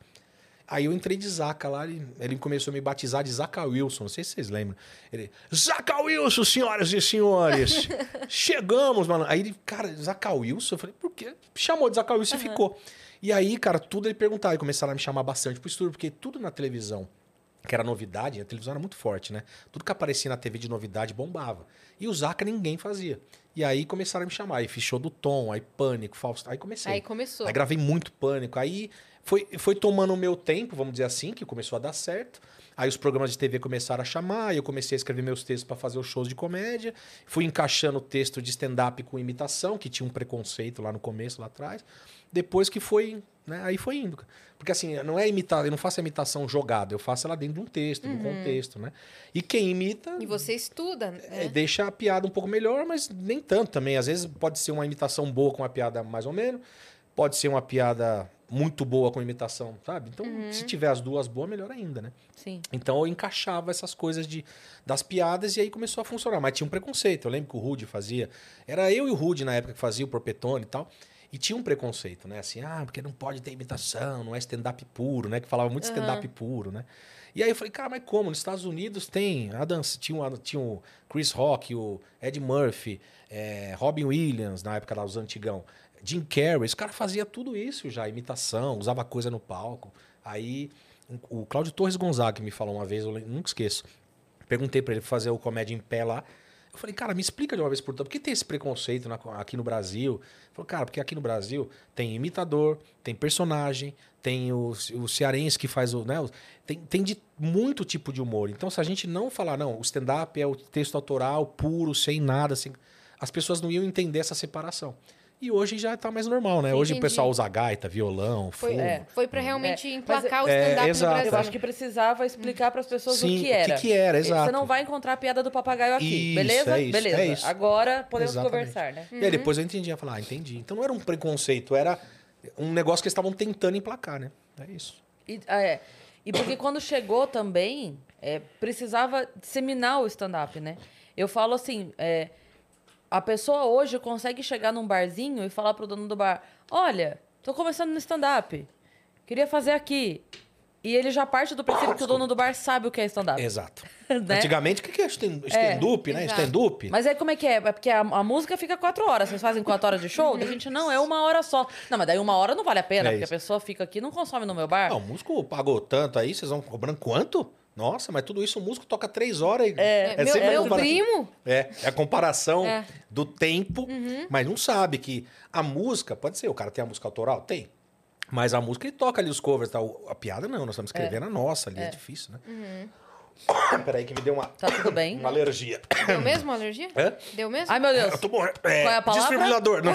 Speaker 3: Aí eu entrei de Zaca lá, ele, ele começou a me batizar de Zaca Wilson, não sei se vocês lembram. Ele, Zaca Wilson, senhoras e senhores, chegamos, mano. Aí ele, cara, Zaca Wilson, eu falei, por quê? Chamou de Zaca Wilson e ficou. E aí, cara, tudo ele perguntava, e começaram a me chamar bastante pro estúdio, porque tudo na televisão que era novidade, a televisão era muito forte, né? Tudo que aparecia na TV de novidade bombava. E o Zaca ninguém fazia. E aí começaram a me chamar, aí fiz show do Tom, aí Pânico, Fausto, aí comecei.
Speaker 2: Aí começou.
Speaker 3: Aí gravei muito pânico. Aí foi, foi tomando o meu tempo, vamos dizer assim, que começou a dar certo. Aí os programas de TV começaram a chamar, aí eu comecei a escrever meus textos para fazer os shows de comédia. Fui encaixando texto de stand-up com imitação, que tinha um preconceito lá no começo, lá atrás. Depois que foi. Né? Aí foi indo. Porque assim, não é imitar, eu não faço a imitação jogada, eu faço ela dentro de um texto, de um contexto, né? E quem imita.
Speaker 2: E você estuda, né?
Speaker 3: É, deixa a piada um pouco melhor, mas nem tanto também. Às vezes pode ser uma imitação boa com uma piada mais ou menos, pode ser uma piada muito boa com imitação, sabe? Então, se tiver as duas boas, melhor ainda, né?
Speaker 1: Sim.
Speaker 3: Então eu encaixava essas coisas de, das piadas e aí começou a funcionar. Mas tinha um preconceito. Eu lembro que o Rude fazia. Era eu e o Rude na época que fazia o Propetone e tal. E tinha um preconceito, né? Assim, ah, porque não pode ter imitação, não é stand-up puro, né? Que falava muito stand-up puro, né? E aí eu falei, cara, mas como? Nos Estados Unidos tem a dança. Tinha o, tinha o Chris Rock, o Ed Murphy, eh, Robin Williams, na época lá, os antigão. Jim Carrey, esse cara fazia tudo isso já, imitação, usava coisa no palco. Aí o Cláudio Torres Gonzaga que me falou uma vez, eu lem- nunca esqueço. Perguntei pra ele fazer o comédia em pé lá. Eu falei, cara, me explica de uma vez por todas, por que tem esse preconceito na- aqui no Brasil? Ele falou, cara, porque aqui no Brasil tem imitador, tem personagem, tem o, o cearense que faz o. Né, o- tem, tem de muito tipo de humor. Então, se a gente não falar, não, o stand-up é o texto autoral puro, sem nada, sem, as pessoas não iam entender essa separação. E hoje já tá mais normal, né? Hoje o
Speaker 2: Entendi.
Speaker 3: pessoal usa gaita, violão,
Speaker 2: Foi,
Speaker 3: fumo.
Speaker 1: é.
Speaker 2: foi pra realmente
Speaker 1: É, mas-
Speaker 2: emplacar o
Speaker 3: É,
Speaker 2: stand-up
Speaker 3: exato.
Speaker 2: no
Speaker 1: Eu acho
Speaker 2: Brasil.
Speaker 1: que precisava explicar pras pessoas
Speaker 3: Sim,
Speaker 1: o que era.
Speaker 3: O que, que era,
Speaker 1: Você
Speaker 3: exato.
Speaker 1: não vai encontrar a piada do papagaio aqui,
Speaker 3: Isso,
Speaker 1: beleza?
Speaker 3: é isso,
Speaker 1: beleza.
Speaker 3: é isso.
Speaker 1: Agora podemos
Speaker 3: Exatamente.
Speaker 1: conversar, né?
Speaker 3: E aí depois eu entendi, eu falei, ah, entendi. Então não era um preconceito, era um negócio que eles estavam tentando emplacar, né? É isso.
Speaker 1: E, ah, é. E porque quando chegou também, é, precisava disseminar o stand-up, né? Eu falo assim, é, a pessoa hoje consegue chegar num barzinho e falar pro dono do bar, olha, tô começando no stand-up, queria fazer aqui. E ele já parte do princípio que o dono do bar sabe o que é stand-up.
Speaker 3: Exato.
Speaker 1: Né?
Speaker 3: Antigamente, o que que é stand- stand-up, né?
Speaker 2: exato.
Speaker 3: Stand-up?
Speaker 1: Mas aí como é que é? É porque a, a música fica quatro horas. Vocês fazem quatro horas de show? Da gente, não, é uma hora só. Não, mas daí uma hora não vale a pena,
Speaker 3: É
Speaker 1: porque
Speaker 3: isso.
Speaker 1: a pessoa fica aqui e não consome no meu bar.
Speaker 3: Ah, o músico pagou tanto aí, vocês vão cobrando quanto? Nossa, mas tudo isso o músico toca três horas. E...
Speaker 2: É, meu
Speaker 3: sempre a
Speaker 2: meu
Speaker 3: comparação.
Speaker 2: primo,
Speaker 3: É, é a comparação
Speaker 2: É.
Speaker 3: do tempo, mas não sabe que a música, pode ser, o cara tem a música autoral? Tem. Mas a música ele toca ali os covers, tá? O- a piada não, nós estamos escrevendo a nossa ali, é, difícil, né? [COUGHS] Peraí que me deu uma,
Speaker 1: Tá tudo bem?
Speaker 3: uma alergia. [LAUGHS]
Speaker 2: deu mesmo a alergia?
Speaker 3: Hã?
Speaker 2: Deu mesmo?
Speaker 1: Ai, meu Deus.
Speaker 3: Eu tô morrendo. É,
Speaker 1: Qual é a palavra?
Speaker 3: Desfibrilador. Não,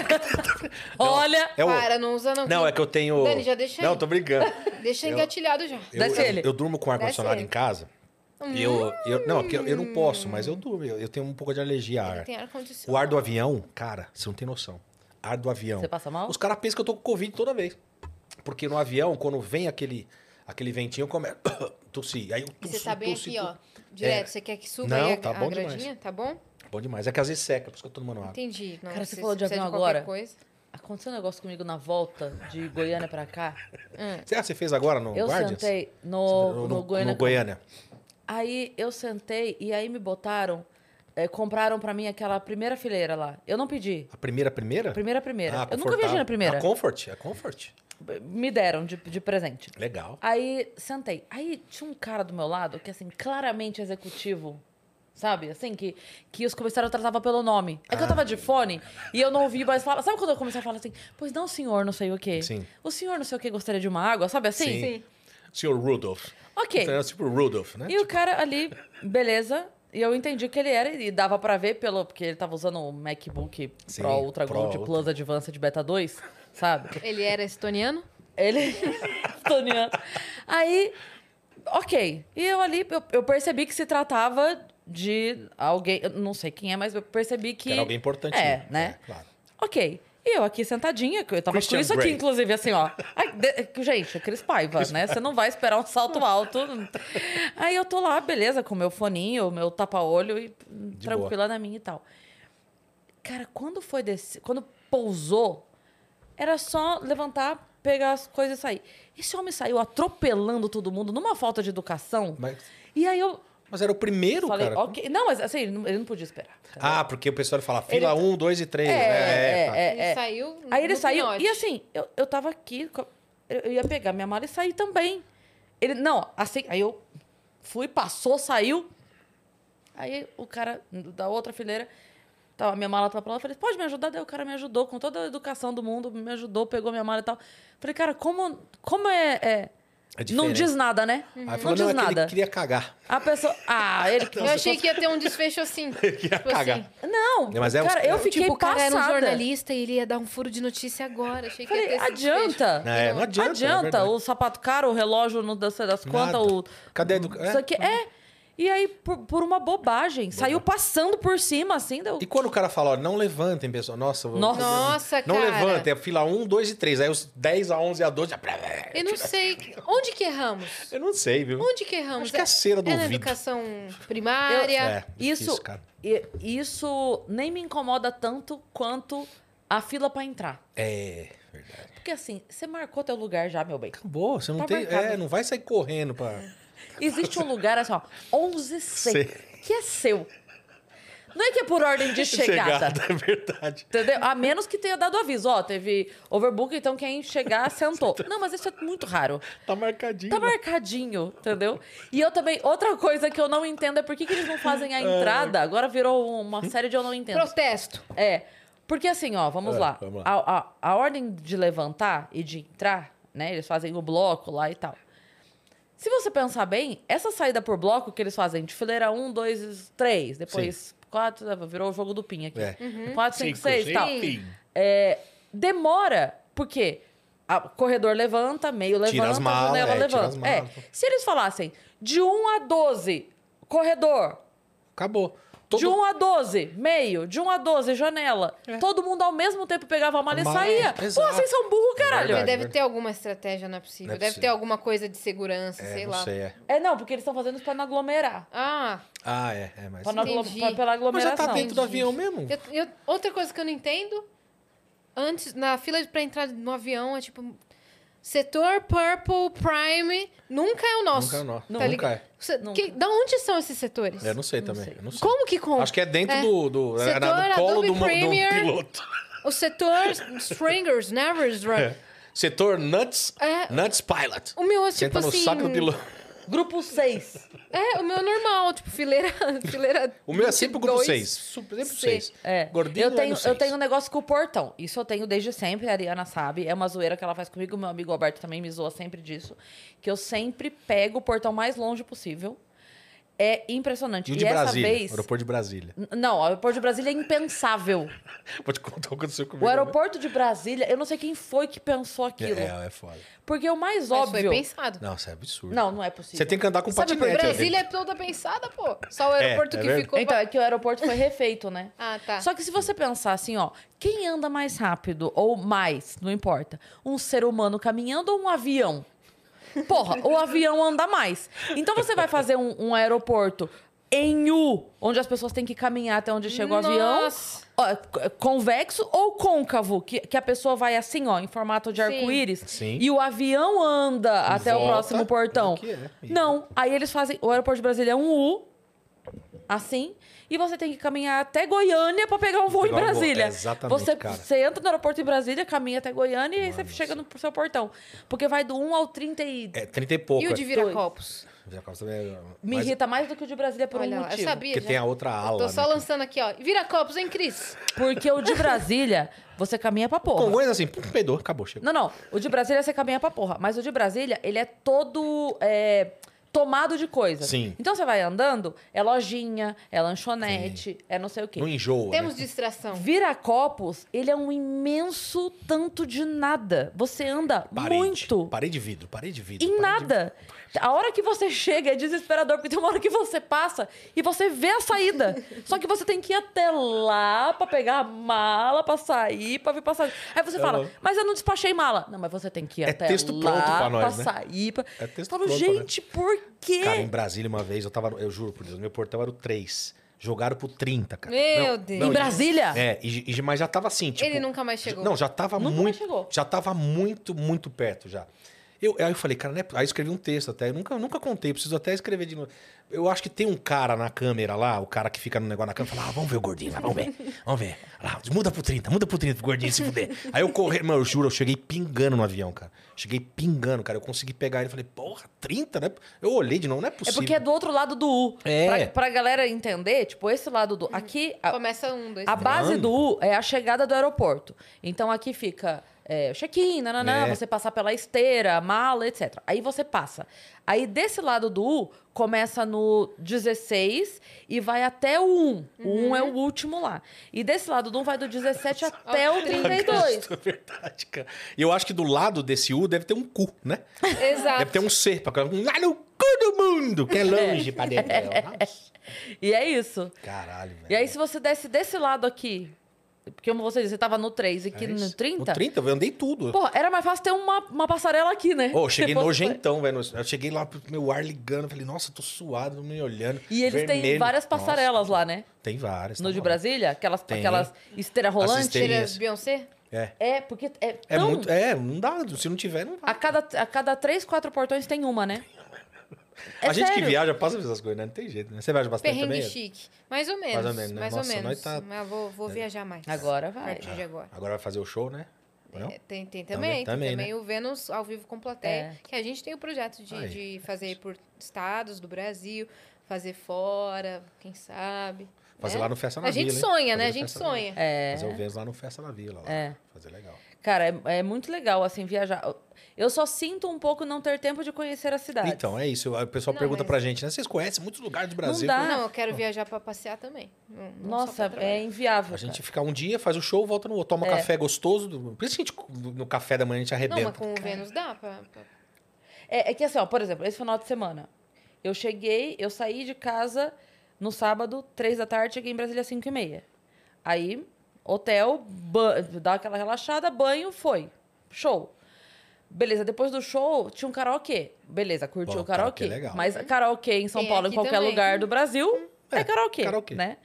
Speaker 1: Olha!
Speaker 3: é o...
Speaker 2: Para, não usa não.
Speaker 3: Não, é que eu tenho...
Speaker 2: Dani, já deixa aí.
Speaker 3: Não, tô brincando.
Speaker 2: Deixa
Speaker 3: Eu-
Speaker 2: engatilhado já.
Speaker 3: Eu,
Speaker 1: Desce
Speaker 3: eu,
Speaker 1: ele.
Speaker 3: eu durmo com ar-condicionado
Speaker 2: Desce
Speaker 3: em
Speaker 2: ele.
Speaker 3: casa. E eu, eu... Não, é porque eu, eu não posso, mas eu durmo. Eu, eu tenho um pouco de alergia a ar.
Speaker 2: Tem ar
Speaker 3: O
Speaker 2: condicionado.
Speaker 3: ar do avião, cara, você não tem noção. Ar do avião.
Speaker 1: Você passa mal?
Speaker 3: Então, Os caras pensam que eu tô com Covid toda vez. Porque no avião, quando vem aquele, aquele ventinho, eu começo. [COUGHS] Tossi. Aí eu
Speaker 2: E
Speaker 3: tossi,
Speaker 2: você tá bem
Speaker 3: tossi,
Speaker 2: aqui, ó.
Speaker 3: tossi.
Speaker 2: Direto, você quer que suba
Speaker 3: É. Não,
Speaker 2: aí a,
Speaker 3: tá
Speaker 2: a
Speaker 3: bom demais.
Speaker 2: gradinha? Tá bom?
Speaker 3: Bom demais. É que às vezes seca, por isso que eu tô tomando água.
Speaker 2: Entendi. Não,
Speaker 1: Cara, você
Speaker 2: se
Speaker 1: falou de
Speaker 2: precisa
Speaker 1: avião
Speaker 2: qualquer
Speaker 1: agora?
Speaker 2: Coisa.
Speaker 1: Aconteceu um negócio comigo na volta de Goiânia pra cá.
Speaker 3: Você, ah, você fez agora no
Speaker 1: eu
Speaker 3: Guardians?
Speaker 1: sentei no, no, Goiânia.
Speaker 3: No Goiânia.
Speaker 1: Aí eu sentei e aí me botaram eh, compraram pra mim aquela primeira fileira lá. Eu não pedi.
Speaker 3: A primeira, primeira?
Speaker 1: A primeira, a primeira.
Speaker 3: Ah,
Speaker 1: eu nunca viajei
Speaker 3: confortável.
Speaker 1: na primeira.
Speaker 3: A Comfort, a Comfort.
Speaker 1: Me deram de, de presente.
Speaker 3: Legal.
Speaker 1: Aí sentei. Aí tinha um cara do meu lado que, assim, claramente executivo. Sabe? Assim, que, que os comissários tratavam pelo nome. É que eu tava de fone e eu não ouvi mais falar. Sabe quando eu comecei a falar assim? Pois não, senhor, não sei o quê.
Speaker 3: Sim.
Speaker 1: O senhor não sei o quê gostaria de uma água, sabe assim?
Speaker 3: Sim. Senhor Rudolph.
Speaker 1: Ok.
Speaker 3: Então, é tipo Rudolph, né?
Speaker 1: E o cara ali, beleza. E eu entendi que ele era e dava pra ver pelo porque ele tava usando o MacBook
Speaker 3: Sim,
Speaker 1: Pro Ultra
Speaker 3: Pro
Speaker 1: Gold
Speaker 3: Ultra.
Speaker 1: Plus Advanced Beta 2, sabe?
Speaker 2: Ele era estoniano?
Speaker 1: Ele. [LAUGHS] Toniano. Aí, ok. E eu ali, eu, eu percebi que se tratava de alguém. eu não sei quem é, mas eu percebi que.
Speaker 3: Que era alguém importante.
Speaker 1: É, né?
Speaker 3: claro.
Speaker 1: Ok. E eu aqui sentadinha, que eu tava
Speaker 3: Christian
Speaker 1: com isso aqui,
Speaker 3: Grey.
Speaker 1: inclusive, assim, ó. Ai, de- [LAUGHS] gente, Cris Paiva, né? Você não vai esperar um salto alto. Aí eu tô lá, beleza, com meu foninho, meu tapa-olho e hum, tranquila na minha e tal. Cara, quando foi descer, quando pousou, era só levantar, pegar as coisas e sair. Esse homem saiu atropelando todo mundo numa falta de educação.
Speaker 3: Mas,
Speaker 1: E aí eu
Speaker 3: mas era o primeiro,
Speaker 1: falei,
Speaker 3: cara.
Speaker 1: ok. Não, mas assim, ele não- ele não podia esperar.
Speaker 3: Ah, porque o pessoal fala fila 1, 2 e né? 3.
Speaker 1: tá- é,
Speaker 3: tá.
Speaker 1: é,
Speaker 2: ele saiu.
Speaker 1: Aí ele
Speaker 2: no
Speaker 1: saiu.
Speaker 2: pinote.
Speaker 1: E assim, eu, eu tava aqui, co- eu, eu ia pegar minha mala e sair também. Ele, não, assim, aí eu fui, passou, saiu. Aí o cara da outra fileira, tava, minha mala tava pra lá, eu falei, pode me ajudar? Daí o cara me ajudou, com toda a educação do mundo, me ajudou, pegou minha mala e tal. Falei, cara, como, como é. é- não
Speaker 3: diferente.
Speaker 1: diz nada, né?
Speaker 3: Aí
Speaker 1: Não
Speaker 3: falou, não,
Speaker 1: diz
Speaker 3: é que
Speaker 1: nada.
Speaker 3: ele queria cagar.
Speaker 1: A pessoa. Ah, ele que.
Speaker 2: Eu achei que ia ter um
Speaker 3: [LAUGHS]
Speaker 2: desfecho assim. tipo
Speaker 3: cagar.
Speaker 2: assim.
Speaker 1: Não,
Speaker 3: Mas é uns-
Speaker 1: cara, eu fiquei
Speaker 2: tipo, o cara era um
Speaker 1: passada.
Speaker 2: jornalista e ele ia dar um furo de notícia agora. Achei que ia
Speaker 1: Falei,
Speaker 2: ter esse desfecho.
Speaker 1: adianta.
Speaker 3: Não, é, não adianta. é
Speaker 1: Adianta,
Speaker 3: verdade.
Speaker 1: o sapato caro, o relógio, não das, das
Speaker 3: Nada.
Speaker 1: quantas, o.
Speaker 3: Cadê a educa- é?
Speaker 1: Isso aqui é. E aí, por, por uma bobagem, saiu passando por cima, assim, deu.
Speaker 3: E quando o cara fala, ó, não levantem, pessoal. Nossa, eu-
Speaker 1: Nossa.
Speaker 2: Nossa,
Speaker 3: não
Speaker 2: cara.
Speaker 3: levantem. É fila 1, 2 e 3. Aí os 10 a 11 a 12. já-
Speaker 2: Eu não sei. Onde que erramos?
Speaker 3: Eu não sei, viu?
Speaker 2: Onde que erramos?
Speaker 3: Acho que é a cera do
Speaker 2: é na
Speaker 3: ouvido. é.
Speaker 2: educação primária.
Speaker 3: difícil,
Speaker 1: isso,
Speaker 3: cara.
Speaker 1: e- isso nem me incomoda tanto quanto a fila pra entrar.
Speaker 3: É, verdade.
Speaker 1: Porque assim, você marcou teu lugar já, meu bem.
Speaker 3: Acabou, você não
Speaker 1: Tá
Speaker 3: tem.
Speaker 1: marcado.
Speaker 3: É, não vai sair correndo pra.
Speaker 1: Existe um lugar assim, ó, 11C,
Speaker 3: Sei.
Speaker 1: que é seu. Não é que é por ordem de chegada.
Speaker 3: [LAUGHS] é verdade.
Speaker 1: Entendeu? A menos que tenha dado aviso. Ó, teve overbook, então quem chegar
Speaker 3: [LAUGHS]
Speaker 1: sentou. Não, mas isso é muito raro.
Speaker 3: Tá marcadinho.
Speaker 1: Tá
Speaker 3: né?
Speaker 1: marcadinho, entendeu? E eu também. Outra coisa que eu não entendo é por que, que eles não fazem a entrada. Agora virou uma série de eu não entendo.
Speaker 2: Protesto.
Speaker 1: É. Porque assim, ó, vamos
Speaker 3: É,
Speaker 1: lá.
Speaker 3: vamos lá.
Speaker 1: A, a- a ordem de levantar e de entrar, né? Eles fazem o bloco lá e tal. Se você pensar bem, essa saída por bloco que eles fazem de fileira 1, 2, 3, depois 4, virou o jogo do PIN aqui. Uhum.
Speaker 3: É.
Speaker 1: 4, 5, 6 e tal.
Speaker 7: Enfim.
Speaker 1: É, demora, porque a- o corredor levanta, meio levanta,
Speaker 3: Tira as malas,
Speaker 1: janela
Speaker 3: é, tira
Speaker 1: levanta.
Speaker 3: as malas.
Speaker 1: É, se eles falassem de 1 a 12, corredor,
Speaker 3: Acabou. Todo...
Speaker 1: de 1 a 12, meio, de 1 a 12, janela,
Speaker 3: É.
Speaker 1: todo mundo ao mesmo tempo pegava a mala
Speaker 3: Mala,
Speaker 1: e saía.
Speaker 3: exato. É
Speaker 1: Pô, vocês são burro,
Speaker 3: Verdade,
Speaker 1: caralho.
Speaker 3: né?
Speaker 2: Mas deve
Speaker 3: verdade.
Speaker 2: ter alguma estratégia, não é possível.
Speaker 3: Não é
Speaker 2: deve ter
Speaker 3: possível.
Speaker 2: alguma coisa de segurança,
Speaker 3: É,
Speaker 2: sei
Speaker 3: não
Speaker 2: lá.
Speaker 3: sei, é.
Speaker 1: É, não, porque eles estão fazendo isso pra não aglomerar.
Speaker 2: Ah,
Speaker 3: Ah, é, é, mas.
Speaker 1: Pra não aglo-
Speaker 2: Entendi.
Speaker 1: pra- pela
Speaker 3: Mas já
Speaker 1: aglomeração.
Speaker 3: tá dentro do avião mesmo?
Speaker 2: eu- eu- outra coisa que eu não entendo, antes, na fila de- pra entrar no avião, é tipo. Setor Purple Prime nunca é o nosso.
Speaker 3: Nunca é o nosso.
Speaker 2: Tá
Speaker 3: Nunca
Speaker 2: ligado?
Speaker 3: é.
Speaker 2: Você-
Speaker 1: Nunca.
Speaker 2: que- da onde são esses setores?
Speaker 3: Eu não sei também. eu não sei.
Speaker 2: Como que compra?
Speaker 3: Acho que é dentro
Speaker 2: É.
Speaker 3: do. do era
Speaker 2: Setor
Speaker 3: no colo
Speaker 2: Adobe
Speaker 3: do, mo- do
Speaker 2: Premiere.
Speaker 3: piloto. [LAUGHS] É.
Speaker 2: O setor Stringers, Never Drug.
Speaker 3: Setor Nuts.
Speaker 2: É.
Speaker 3: Nuts Pilot.
Speaker 2: O meu é tipo
Speaker 3: Senta tá no
Speaker 2: assim.
Speaker 3: saco do piloto. [LAUGHS]
Speaker 1: Grupo 6.
Speaker 2: É, o meu é normal, tipo, fileira. [LAUGHS] fileira
Speaker 3: O meu é sempre o grupo 6.
Speaker 2: 22.
Speaker 3: Sempre o 6.
Speaker 1: É.
Speaker 3: Gordinho
Speaker 1: eu
Speaker 3: é
Speaker 1: tenho,
Speaker 3: no
Speaker 1: eu
Speaker 3: seis.
Speaker 1: tenho um negócio com o portão. Isso eu tenho desde sempre, a Ariana sabe. É uma zoeira que ela faz comigo. Meu amigo Alberto também me zoa sempre disso. Que eu sempre pego o portão mais longe possível. É impressionante.
Speaker 3: E o de
Speaker 1: essa
Speaker 3: Brasília.
Speaker 1: vez.
Speaker 3: Aeroporto de Brasília. [LAUGHS]
Speaker 1: N- Não, o aeroporto de Brasília é impensável.
Speaker 3: Vou te contar o que aconteceu comigo.
Speaker 1: O aeroporto de Brasília, eu não sei quem foi que pensou
Speaker 3: né?
Speaker 1: aquilo.
Speaker 3: É, é foda.
Speaker 1: Porque o mais
Speaker 2: Mas foi
Speaker 1: óbvio.
Speaker 2: pensado.
Speaker 3: Nossa, é absurdo.
Speaker 1: Não, não é possível.
Speaker 3: Você tem que andar com
Speaker 2: Sabe,
Speaker 3: patinete. ali.
Speaker 2: Brasília é toda pensada, pô. Só o aeroporto
Speaker 3: É, é
Speaker 2: que
Speaker 3: verdade.
Speaker 2: ficou.
Speaker 1: Então, é que o aeroporto foi refeito, né?
Speaker 2: Ah, [LAUGHS] tá.
Speaker 1: Só que se você pensar assim, ó, quem anda mais rápido ou mais, não importa, um ser humano caminhando ou um avião? Porra, o avião anda mais. Então você vai fazer um, um aeroporto em U, onde as pessoas têm que caminhar até onde chega o avião,
Speaker 2: Nossa.
Speaker 1: ó, c- convexo ou côncavo, que, que a pessoa vai assim, ó, em formato de
Speaker 2: Sim.
Speaker 1: arco-íris,
Speaker 3: Sim.
Speaker 1: e o avião anda até o
Speaker 3: volta,
Speaker 1: próximo portão.
Speaker 3: como que é?
Speaker 1: Não, aí eles fazem, o aeroporto de Brasília é um U, assim, e você tem que caminhar até Goiânia pra pegar um voo
Speaker 3: Pegar
Speaker 1: em
Speaker 3: um voo,
Speaker 1: Brasília.
Speaker 3: é, exatamente,
Speaker 1: você,
Speaker 3: cara.
Speaker 1: você entra no aeroporto em Brasília, caminha até Goiânia e aí você chega no pro seu portão. Porque vai do 1 ao 30 e...
Speaker 3: É 30 e pouco.
Speaker 2: E o
Speaker 3: é.
Speaker 2: de viracopos?
Speaker 3: Viracopos também é-
Speaker 1: Me
Speaker 3: mas-
Speaker 1: irrita mais do que o de Brasília por
Speaker 2: Olha
Speaker 1: um
Speaker 2: lá, eu
Speaker 1: motivo.
Speaker 2: sabia.
Speaker 3: Porque
Speaker 2: já.
Speaker 3: tem a outra ala,
Speaker 2: Eu tô só
Speaker 3: né,
Speaker 2: lançando aqui, ó. Viracopos, hein, Cris?
Speaker 1: Porque o de Brasília, você caminha pra porra.
Speaker 3: Congonhas assim, pum, peidou, acabou, chegou.
Speaker 1: Não, não. O de Brasília você caminha pra porra. Mas o de Brasília, ele é todo é, tomado de coisas.
Speaker 3: Sim.
Speaker 1: Então você vai andando, é lojinha, é lanchonete, é não sei o quê.
Speaker 3: Não enjoa.
Speaker 2: Temos
Speaker 3: né?
Speaker 2: distração.
Speaker 1: Viracopos, ele é um imenso tanto de nada. Você anda
Speaker 3: Parede.
Speaker 1: muito
Speaker 3: Parede de vidro, parede de vidro.
Speaker 1: em
Speaker 3: parede de vidro.
Speaker 1: nada. A hora que você chega é desesperador, porque tem uma hora que você passa e você vê a saída. Só que você tem que ir até lá pra pegar a mala, pra sair, pra vir passar. Aí você fala, mas eu não despachei mala. Não, mas você tem que ir
Speaker 3: É
Speaker 1: até
Speaker 3: texto
Speaker 1: lá
Speaker 3: pronto pra nós,
Speaker 1: pra
Speaker 3: né?
Speaker 1: sair. Pra...
Speaker 3: É texto
Speaker 1: eu falo,
Speaker 3: pronto pra nós.
Speaker 1: gente, por quê? É
Speaker 3: Cara, em Brasília uma vez, eu tava, no- eu juro por Deus, meu portão era o 3. Jogaram pro 30, cara.
Speaker 2: Meu Deus.
Speaker 1: Em
Speaker 3: e-
Speaker 1: Brasília?
Speaker 3: É, e, e- mas já tava assim, tipo...
Speaker 2: Ele nunca mais chegou.
Speaker 3: Não, já tava
Speaker 1: Nunca mais
Speaker 3: muito...
Speaker 1: chegou.
Speaker 3: Já tava muito, muito perto já. Eu, aí eu falei, cara, né? Aí eu escrevi um texto até. Eu nunca, nunca contei, preciso até escrever de novo. Eu acho que tem um cara na câmera lá, o cara que fica no negócio na câmera, fala, ah, vamos ver o gordinho lá, vamos ver. Vamos ver. Lá, muda pro 30, muda pro 30 pro gordinho se fuder. Aí eu corri, mano, eu juro, eu cheguei pingando no avião, cara. Cheguei pingando, cara. Eu consegui pegar ele e falei, porra, 30, né? Eu olhei de novo, não é
Speaker 1: É
Speaker 3: possível.
Speaker 1: porque é do outro lado do U.
Speaker 3: É.
Speaker 1: Pra, pra galera entender, tipo, esse lado do. Aqui, a-
Speaker 2: Começa um, dois,
Speaker 1: A
Speaker 2: três.
Speaker 1: base do U é a chegada do aeroporto. Então aqui fica é, check-in, nananã,
Speaker 3: É.
Speaker 1: você passar pela esteira, mala, etc. Aí você passa. Aí desse lado do U começa no 16 e vai até o 1. O 1 é o último lá. E desse lado do 1 vai do 17 até o 32.
Speaker 3: [LAUGHS] É verdade, cara. E eu acho que do lado desse U deve ter um cu, né?
Speaker 1: [LAUGHS]
Speaker 2: Exato.
Speaker 3: Deve ter um C, pra cá, um lá no cu do mundo, que é longe pra dentro. Nossa,
Speaker 1: E é isso.
Speaker 3: Caralho, velho.
Speaker 1: E aí se você desce desse lado aqui, porque como você disse, você tava no 3 e aqui
Speaker 3: É
Speaker 1: no
Speaker 3: isso.
Speaker 1: 30.
Speaker 3: No 30, eu andei tudo. Ô,
Speaker 1: Porra, era mais fácil ter uma, uma passarela aqui, né?
Speaker 3: eu cheguei
Speaker 1: Se fosse-
Speaker 3: nojentão, velho. Eu cheguei lá pro meu ar ligando, falei, nossa, tô suado, me olhando.
Speaker 1: E eles têm
Speaker 3: vermelho.
Speaker 1: várias
Speaker 3: Nossa,
Speaker 1: passarelas lá, né?
Speaker 3: Tem várias.
Speaker 1: No
Speaker 3: tá
Speaker 1: de
Speaker 3: bom.
Speaker 1: Brasília? Aquelas,
Speaker 3: Tem.
Speaker 1: aquelas esteira rolante?
Speaker 3: esteirinhas.
Speaker 2: Tiras Beyoncé?
Speaker 1: É, porque é
Speaker 3: É
Speaker 1: tão...
Speaker 3: muito. É, não dá. Se não tiver, não dá.
Speaker 1: A cada, a cada três, quatro portões tem uma, né? É
Speaker 3: a gente
Speaker 1: sério.
Speaker 3: que viaja passa por essas coisas, né? Não tem jeito, né? Você viaja bastante
Speaker 2: Perrengue
Speaker 3: também?
Speaker 2: chique. Mais ou menos. Mais ou menos.
Speaker 3: né?
Speaker 2: Mais
Speaker 3: Nossa,
Speaker 2: ou menos.
Speaker 3: nós tá-
Speaker 2: Mas eu vou, vou viajar mais.
Speaker 1: Agora
Speaker 2: A
Speaker 1: vai.
Speaker 2: partir de agora.
Speaker 3: Agora vai fazer o show, né? Não?
Speaker 2: É, tem, tem também. Tem
Speaker 3: Também- também, né?
Speaker 2: também, o Vênus ao vivo com plateia.
Speaker 1: É.
Speaker 2: Que a gente tem o projeto
Speaker 3: Aí.
Speaker 2: de, de fazer por estados do Brasil, fazer fora, quem sabe.
Speaker 3: Fazer
Speaker 2: né?
Speaker 3: lá no Festa na
Speaker 2: A gente
Speaker 3: Vila, hein?
Speaker 2: sonha, né?
Speaker 3: Fazer
Speaker 2: A gente
Speaker 3: Festa na Vila.
Speaker 2: sonha.
Speaker 1: É.
Speaker 3: Fazer o Vênus lá no Festa na Vila. Lá.
Speaker 1: É.
Speaker 3: Fazer legal.
Speaker 1: Cara, é, é muito legal, assim, viajar. Eu só sinto um pouco não ter tempo de conhecer a cidade.
Speaker 3: Então, é isso. O pessoal
Speaker 2: Não,
Speaker 3: pergunta
Speaker 2: mas-
Speaker 3: pra gente, né? Vocês conhecem muitos lugares do Brasil. é
Speaker 1: dá. Ah.
Speaker 2: Não, eu quero viajar pra passear também. Não- não só
Speaker 1: Nossa,
Speaker 2: pra trabalhar.
Speaker 1: é inviável.
Speaker 3: A gente
Speaker 1: cara.
Speaker 3: fica um dia, faz o show, volta no outro, toma
Speaker 1: É.
Speaker 3: café gostoso. do- Por isso que a gente, no café da manhã, a gente
Speaker 2: Não,
Speaker 3: arrebenta.
Speaker 2: mas com o Vênus dá pra. pra-
Speaker 1: É, é que assim, ó, por exemplo, esse final de semana, eu cheguei, eu saí de casa no sábado, três da tarde, cheguei em Brasília às cinco e meia. Aí, hotel, ba- dá aquela relaxada, banho, foi. Show. Beleza, depois do show, tinha um karaokê. Beleza, curtiu
Speaker 3: Bom,
Speaker 1: o
Speaker 3: karaokê
Speaker 1: karaokê.
Speaker 3: é legal.
Speaker 1: Mas karaokê em São
Speaker 2: Tem
Speaker 1: Paulo, em
Speaker 2: aqui
Speaker 1: qualquer
Speaker 2: também.
Speaker 1: lugar do Brasil, é,
Speaker 3: É,
Speaker 1: karaokê,
Speaker 3: karaokê.
Speaker 1: né?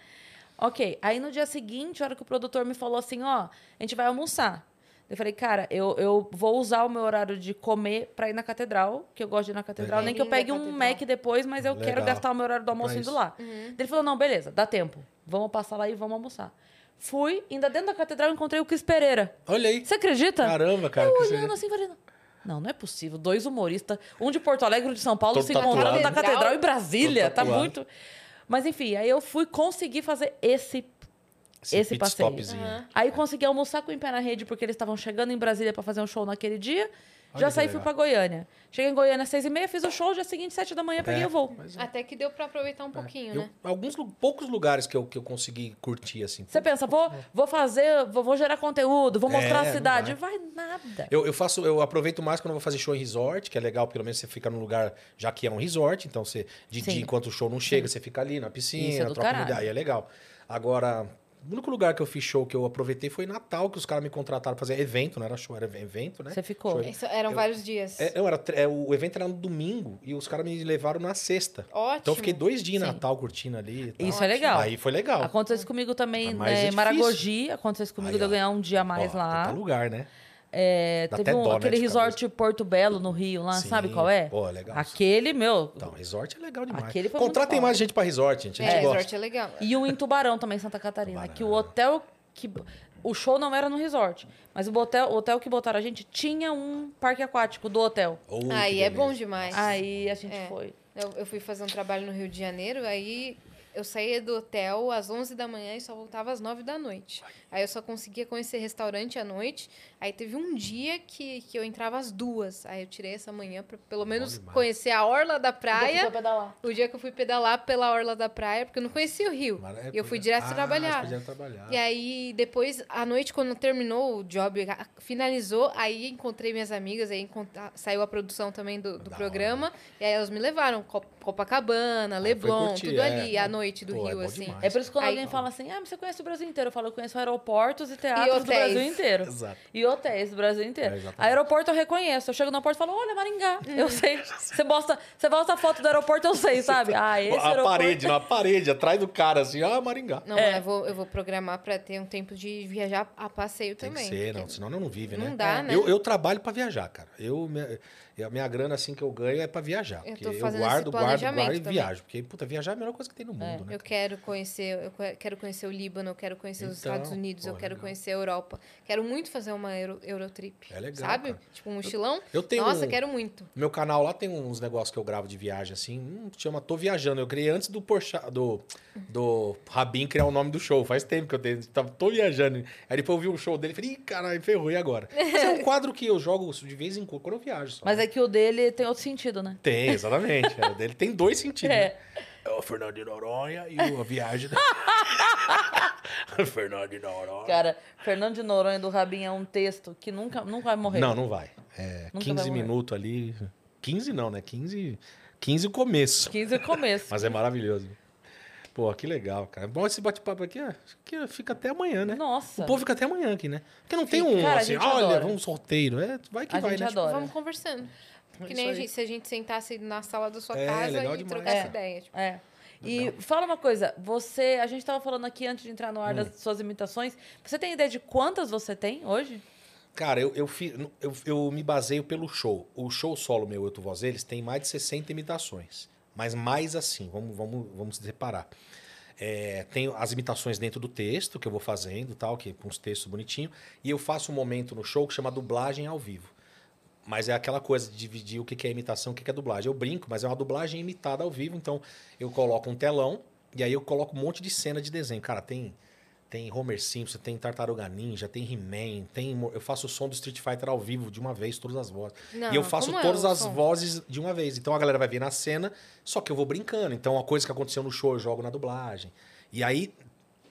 Speaker 1: Ok, aí no dia seguinte, a hora que o produtor me falou assim, ó, a gente vai almoçar. Eu falei, cara, eu, eu vou usar o meu horário de comer pra ir na catedral, que eu gosto de ir na
Speaker 3: Legal.
Speaker 1: catedral,
Speaker 3: Uhum.
Speaker 1: nem que eu
Speaker 2: Linda
Speaker 1: pegue um
Speaker 2: catedral.
Speaker 1: Mac depois, mas eu quero
Speaker 3: Legal.
Speaker 1: gastar o meu horário do almoço
Speaker 3: Pra
Speaker 1: indo
Speaker 3: isso.
Speaker 1: lá. Ele falou, não, beleza, dá tempo, vamos passar lá e vamos almoçar. Fui, ainda dentro da catedral, eu encontrei o Cris Pereira.
Speaker 3: Olha aí.
Speaker 1: Você acredita?
Speaker 3: Caramba, cara.
Speaker 1: Eu
Speaker 3: que você-
Speaker 1: olhando assim, falei, não, não é possível. Dois humoristas, um de Porto Alegre e um de São Paulo,
Speaker 3: Todo
Speaker 1: se encontraram
Speaker 3: tatuado.
Speaker 1: na catedral em Brasília.
Speaker 3: Todo
Speaker 1: Tá
Speaker 3: tatuado.
Speaker 1: muito. Mas enfim, aí eu fui conseguir fazer esse. esse
Speaker 3: pit
Speaker 1: passeio.
Speaker 3: stopzinho.
Speaker 2: Aham.
Speaker 1: Aí consegui almoçar com o em pé na rede, porque eles estavam chegando em Brasília pra fazer um show naquele dia.
Speaker 3: Olha
Speaker 1: já
Speaker 3: que
Speaker 1: saí e fui
Speaker 3: legal.
Speaker 1: pra Goiânia. Cheguei em Goiânia às seis e meia, fiz o show, dia seguinte, sete da manhã,
Speaker 3: É,
Speaker 1: peguei o voo.
Speaker 2: Até que deu pra aproveitar um pouquinho,
Speaker 3: Eu-
Speaker 2: né?
Speaker 3: alguns lu- poucos lugares que eu, que eu consegui curtir, assim.
Speaker 1: Você pensa, vou, vou fazer, vou, vou gerar conteúdo, vou mostrar
Speaker 3: É,
Speaker 1: a
Speaker 3: não
Speaker 1: cidade. Vai nada.
Speaker 3: Eu, eu faço, eu aproveito mais quando eu vou fazer show em resort, que é legal, pelo menos você fica num lugar, já que é um resort, então você, de
Speaker 1: Sim.
Speaker 3: dia, enquanto o show não chega, você fica ali na
Speaker 1: Isso é
Speaker 3: piscina,
Speaker 1: do
Speaker 3: troca uma
Speaker 1: caralho.
Speaker 3: ideia, aí é legal. Agora, o único lugar que eu fiz show que eu aproveitei foi em Natal, que os caras me contrataram pra fazer evento, não era show, era evento, né?
Speaker 1: Você ficou.
Speaker 3: Show.
Speaker 2: Isso, eram vários dias.
Speaker 3: É, não, era, tre- é, o evento era no domingo e os caras me levaram na sexta.
Speaker 2: Ótimo.
Speaker 3: Então eu fiquei dois dias em
Speaker 1: Sim.
Speaker 3: Natal curtindo ali. e tal.
Speaker 1: Isso é legal.
Speaker 3: Aí foi legal.
Speaker 1: Aconteceu isso comigo também
Speaker 3: Mas é
Speaker 1: né, em
Speaker 3: difícil.
Speaker 1: Maragogi. Aconteceu isso comigo
Speaker 3: Aí,
Speaker 1: de eu
Speaker 3: ó.
Speaker 1: ganhar um dia a
Speaker 3: Ó,
Speaker 1: mais lá.
Speaker 3: tem tal lugar, né?
Speaker 1: É,
Speaker 3: Dá
Speaker 1: teve
Speaker 3: até
Speaker 1: um-
Speaker 3: dó, né,
Speaker 1: aquele
Speaker 3: de
Speaker 1: resort Porto Belo no Rio lá,
Speaker 3: Sim.
Speaker 1: sabe qual é?
Speaker 3: Pô, legal.
Speaker 1: Aquele, meu.
Speaker 3: Então, resort é legal demais.
Speaker 1: Aquele foi muito
Speaker 3: Contratem
Speaker 1: bom.
Speaker 3: mais gente pra resort, gente. A gente
Speaker 2: É,
Speaker 3: gosta.
Speaker 2: resort é legal.
Speaker 1: E um em Tubarão também, Santa Catarina. Que o hotel que. O show não era no resort, mas o hotel, o hotel que botaram a gente tinha um parque aquático do hotel.
Speaker 3: Oh, que
Speaker 2: Aí é
Speaker 3: beleza.
Speaker 2: bom demais.
Speaker 1: Aí a gente
Speaker 2: É.
Speaker 1: foi.
Speaker 2: Eu, eu fui fazer um trabalho no Rio de Janeiro, aí eu saía do hotel às 11 da manhã e só voltava às 9 da noite. Aí eu só conseguia conhecer restaurante à noite. Aí teve um dia que, que eu entrava às duas. Aí eu tirei essa manhã pra pelo menos conhecer a orla da praia. O dia que eu fui pedalar pela orla da praia, porque eu não conhecia o Rio.
Speaker 3: Mara-
Speaker 2: E eu fui direto
Speaker 3: Ah,
Speaker 2: trabalhar.
Speaker 3: foi direto trabalhar.
Speaker 2: E aí, depois, à noite, quando terminou o job, a- finalizou, aí encontrei minhas amigas, aí encont- a- saiu a produção também do, do
Speaker 3: Da
Speaker 2: programa, e aí elas me levaram, Cop- Copacabana, Leblon,
Speaker 3: Ah, curtir,
Speaker 2: tudo
Speaker 3: é.
Speaker 2: ali, à noite do
Speaker 3: Pô, é
Speaker 2: Rio,
Speaker 3: bom
Speaker 2: assim.
Speaker 3: demais.
Speaker 1: É por isso que quando
Speaker 2: Aí-
Speaker 1: alguém fala assim, ah, mas você conhece o Brasil inteiro. Eu falo, eu conheço aeroportos e teatros do
Speaker 2: hotéis.
Speaker 1: Brasil inteiro.
Speaker 3: Exato.
Speaker 1: E hotéis do Brasil inteiro.
Speaker 3: É, exatamente.
Speaker 1: aeroporto eu reconheço. Eu chego no aeroporto e falo, olha, Maringá.
Speaker 2: Uhum.
Speaker 1: Eu sei. Você mostra, você mostra a foto do aeroporto, eu
Speaker 3: [LAUGHS]
Speaker 1: sei, sabe? Ah, esse
Speaker 3: a
Speaker 1: aeroporto...
Speaker 3: parede, na parede, atrás do cara, assim, ah, Maringá.
Speaker 2: Não, eu, vou, eu vou programar pra ter um tempo de viajar a passeio
Speaker 3: Tem
Speaker 2: também.
Speaker 3: que ser, não,
Speaker 2: porque-
Speaker 3: senão não vive, né?
Speaker 2: Não dá,
Speaker 3: É.
Speaker 2: né?
Speaker 3: Eu, eu trabalho pra viajar, cara. Eu, minha, eu- a minha grana, assim, que eu ganho é pra viajar.
Speaker 2: Eu
Speaker 3: porque
Speaker 2: tô
Speaker 3: eu
Speaker 2: fazendo esse
Speaker 3: guardo, guardo, guardo
Speaker 2: planejamento
Speaker 3: e
Speaker 2: também.
Speaker 3: viajo. Porque, puta, viajar é a melhor coisa que tem no mundo, né?
Speaker 2: Eu
Speaker 3: cara?
Speaker 2: quero conhecer, eu que- quero conhecer o Líbano, eu quero conhecer os
Speaker 3: Então,
Speaker 2: Estados Unidos,
Speaker 3: pô,
Speaker 2: eu quero
Speaker 3: legal.
Speaker 2: conhecer a Europa. Quero muito fazer uma Euro- Eurotrip.
Speaker 3: É legal,
Speaker 2: Sabe?
Speaker 3: cara.
Speaker 2: Tipo um mochilão.
Speaker 3: eu tenho
Speaker 2: Nossa,
Speaker 3: um-
Speaker 2: quero muito.
Speaker 3: No meu canal lá tem uns negócios que eu gravo de viagem, assim. Hum, chama Tô Viajando. Eu criei antes do Porchat, do, do Rabin criar o nome do show. Faz tempo que eu tenho. Tava, tô viajando. Aí depois eu vi o show dele e falei, ih, caralho, ferrou, e
Speaker 2: [LAUGHS]
Speaker 3: agora? Mas é um quadro que eu jogo de vez em quando, quando eu viajo só.
Speaker 1: Mas é que o dele tem outro sentido, né?
Speaker 3: Tem, exatamente. é, o dele tem dois
Speaker 2: [LAUGHS]
Speaker 3: sentidos,
Speaker 1: É.
Speaker 3: né? É o Fernando de Noronha e o- a viagem... Da...
Speaker 1: [LAUGHS]
Speaker 3: Fernando de Noronha.
Speaker 1: Cara, Fernando de Noronha do Rabin é um texto que nunca, nunca vai morrer.
Speaker 3: Não, não vai. É,
Speaker 1: Nunca
Speaker 3: 15
Speaker 1: vai morrer.
Speaker 3: minutos ali... 15 não, né? 15... 15 o começo.
Speaker 1: 15 é o começo.
Speaker 3: Mas é maravilhoso. Pô, que legal, cara. Bom esse bate-papo aqui, ó, acho que fica até amanhã, né?
Speaker 1: Nossa.
Speaker 3: O povo fica até amanhã aqui, né? Porque não tem um
Speaker 1: Cara, a
Speaker 3: assim,
Speaker 1: gente
Speaker 3: olha,
Speaker 1: adora.
Speaker 3: vamos sorteio. É, vai que
Speaker 1: A
Speaker 3: vai,
Speaker 1: gente
Speaker 3: né? Tipo,
Speaker 1: adora.
Speaker 2: Vamos conversando. Que nem a gente- se a gente sentasse na sala da sua
Speaker 3: É,
Speaker 2: casa
Speaker 3: legal
Speaker 2: e
Speaker 3: demais.
Speaker 2: trocasse
Speaker 1: É.
Speaker 2: ideia. Tipo,
Speaker 1: É. E fala uma coisa, você. A gente tava falando aqui antes de entrar
Speaker 3: Hum.
Speaker 1: no ar das suas imitações. Você tem ideia de quantas você tem hoje?
Speaker 3: Cara, eu, eu, fi- eu, eu me baseio pelo show. O show solo meu, Eu Tu Voz Eles, tem mais de 60 imitações. Mas mais assim, vamos, vamos, vamos separar. É, tem as imitações dentro do texto que eu vou fazendo, e tal, que com uns textos bonitinhos. E eu faço um momento no show que chama dublagem ao vivo. Mas é aquela coisa de dividir o que que é imitação, o que que é dublagem. Eu brinco, mas é uma dublagem imitada ao vivo. Então eu coloco um telão e aí eu coloco um monte de cena de desenho. Cara, tem tem Homer Simpson, tem Tartaruga Ninja, tem He-Man, tem. mo- Eu faço o som do Street Fighter ao vivo de uma vez, todas as vozes.
Speaker 2: Não,
Speaker 3: e eu faço
Speaker 2: como é
Speaker 3: todas
Speaker 2: o
Speaker 3: as
Speaker 2: som?
Speaker 3: vozes de uma vez. Então a galera vai ver na cena, só que eu vou brincando. Então a coisa que aconteceu no show eu jogo na dublagem. E aí,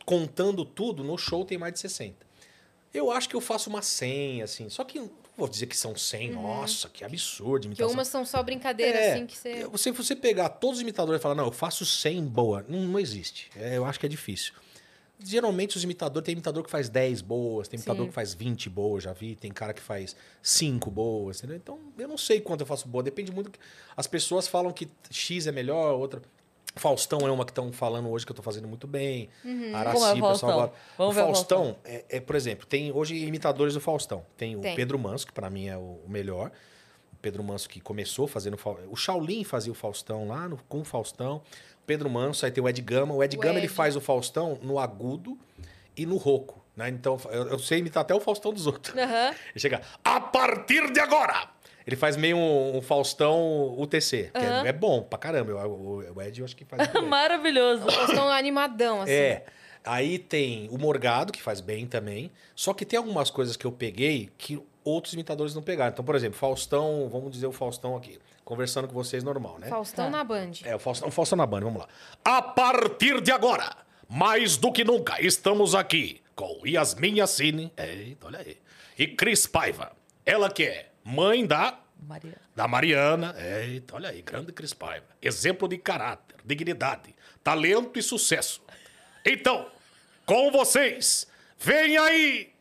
Speaker 3: contando tudo, no show tem mais de 60. Eu acho que eu faço uma 100, assim. Só que não vou dizer que são 100. Nossa, que absurdo.
Speaker 2: Uhum. que
Speaker 3: imitação.
Speaker 2: umas são só brincadeiras,
Speaker 3: então, É,
Speaker 2: assim, que você.
Speaker 3: eu- Se você pegar todos os imitadores e falar, não, eu faço 100 boa, não, não existe. É, eu acho que é difícil. Geralmente os imitadores, tem imitador que faz 10 boas, tem imitador
Speaker 2: Sim.
Speaker 3: que faz 20 boas, já vi, tem cara que faz 5 boas, entendeu? Então, eu não sei quanto eu faço boa, depende muito. do que- As pessoas falam que X é melhor, outra. Faustão é uma que estão falando hoje que eu tô fazendo muito bem. Araci,
Speaker 1: Como é o
Speaker 3: pessoal
Speaker 1: Faustão?
Speaker 3: agora.
Speaker 1: Vamos
Speaker 3: o
Speaker 1: ver o
Speaker 3: Faustão, é, é, por exemplo, tem hoje imitadores do Faustão. Tem o
Speaker 2: Tem.
Speaker 3: Pedro Manso, que pra mim é o o melhor. O Pedro Manso que começou fazendo Fau- o Shaolin fazia o Faustão lá no, com o Faustão. Pedro Manso, aí tem o Ed Gama. O Ed
Speaker 2: O
Speaker 3: Gama ele
Speaker 2: Ed.
Speaker 3: faz o Faustão no agudo e no rouco. Né? Então eu, eu sei imitar até o Faustão dos outros.
Speaker 2: Aham.
Speaker 3: [LAUGHS] Ele chega, a partir de agora! Ele faz meio um, um Faustão UTC, que é, é bom pra caramba. Eu- o, o Ed eu acho que faz.
Speaker 2: [LAUGHS]
Speaker 3: muito bem.
Speaker 1: [LAUGHS] Maravilhoso.
Speaker 2: Estão animadão, assim.
Speaker 3: É. Aí tem o Morgado, que faz bem também. Só que tem algumas coisas que eu peguei que outros imitadores não pegaram. Então, por exemplo, Faustão, vamos dizer o Faustão aqui, conversando com vocês normal, né?
Speaker 2: Faustão
Speaker 1: Tá.
Speaker 2: na Band.
Speaker 3: É, o Faustão, o Faustão na banda, vamos lá. A partir de agora, mais do que nunca, estamos aqui com Yasmin Yassine. Eita, olha aí. E Cris Paiva. Ela que é mãe da
Speaker 1: Maria.
Speaker 3: da Mariana. é, Eita, olha aí, grande Cris Paiva. Exemplo de caráter, dignidade, talento e sucesso. Então, com vocês, vem aí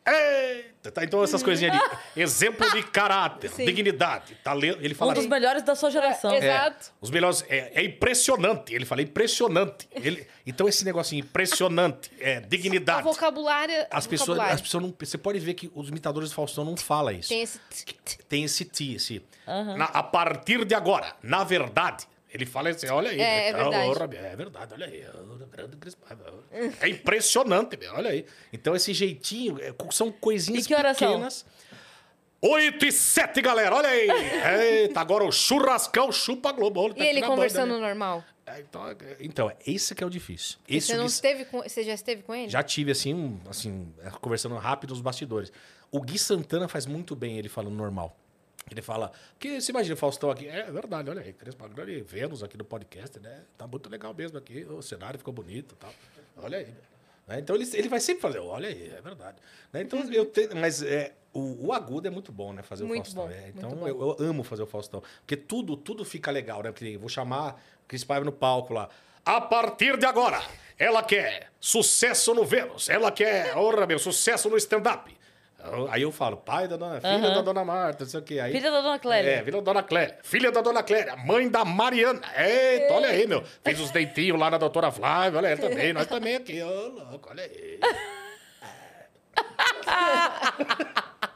Speaker 7: Eita, tá, então essas coisinhas de exemplo de caráter,
Speaker 2: Sim.
Speaker 7: dignidade, talento. Ele
Speaker 1: Um
Speaker 7: fala
Speaker 1: dos
Speaker 3: assim,
Speaker 1: melhores da sua geração.
Speaker 2: É, Exato.
Speaker 7: os melhores. É, é impressionante. Ele fala impressionante. Ele, então esse negocinho impressionante, é
Speaker 2: O
Speaker 7: dignidade.
Speaker 2: vocabulário.
Speaker 3: As pessoas,
Speaker 2: vocabulário.
Speaker 3: as pessoas não. Você pode ver que os imitadores do Faustão não falam isso.
Speaker 2: Tem
Speaker 3: [LAUGHS]
Speaker 2: esse.
Speaker 3: Tem esse ti, esse.
Speaker 7: Na- a partir de agora, na verdade. Ele fala assim, olha aí.
Speaker 2: É, é
Speaker 7: tá, ô,
Speaker 2: verdade.
Speaker 7: Rabi- é verdade, olha aí. ô, grande Crispim, ó. [LAUGHS] É impressionante, meu, olha aí. Então, esse jeitinho, é, co- são coisinhas
Speaker 1: E que horas são?
Speaker 7: pequenas. Oito e sete, galera, olha aí. Eita, agora o churrascão chupa a Globo. Olha, tá
Speaker 2: E ele
Speaker 7: acabando,
Speaker 2: conversando
Speaker 7: né?
Speaker 2: normal.
Speaker 7: É, Então, é- então, é esse que é o difícil.
Speaker 2: E
Speaker 7: Esse
Speaker 2: Você, não
Speaker 7: Gui-
Speaker 2: esteve com... Você já esteve com ele?
Speaker 3: Já tive, assim, um- assim, conversando rápido nos bastidores. O Gui Santana faz muito bem ele falando normal. Ele fala, que você imagina o Faustão aqui? É verdade, olha aí, Crespo Grande, Vênus aqui no podcast, né? Tá muito legal mesmo aqui, o cenário ficou bonito e tal. Olha aí. né? Então ele, ele vai sempre fazer, olha aí, é verdade. Né? Então
Speaker 2: Uhum.
Speaker 3: eu tenho, mas é, o, o agudo é muito bom, né? Fazer
Speaker 2: Muito
Speaker 3: o Faustão.
Speaker 2: bom,
Speaker 3: é.
Speaker 2: muito
Speaker 3: Então
Speaker 2: bom.
Speaker 3: Eu, eu amo fazer o Faustão, porque tudo, tudo fica legal, né? Porque eu vou chamar Cris Paiva no palco lá.
Speaker 7: A partir de agora, ela quer sucesso no Vênus, ela quer, ora meu, sucesso no stand-up.
Speaker 3: Aí eu falo, pai da dona, filha
Speaker 1: Aham.
Speaker 3: da dona Marta, não sei o quê. Aí
Speaker 1: Filha da Dona Clélia.
Speaker 7: É, filha da Dona Clélia. Filha da Dona Clélia, mãe da Mariana. Eita, olha aí, meu. Fez os dentinhos lá na doutora Flávia, olha aí também, nós também aqui, ô louco, olha
Speaker 1: [LAUGHS]
Speaker 7: aí.
Speaker 1: É
Speaker 3: É.
Speaker 7: Tá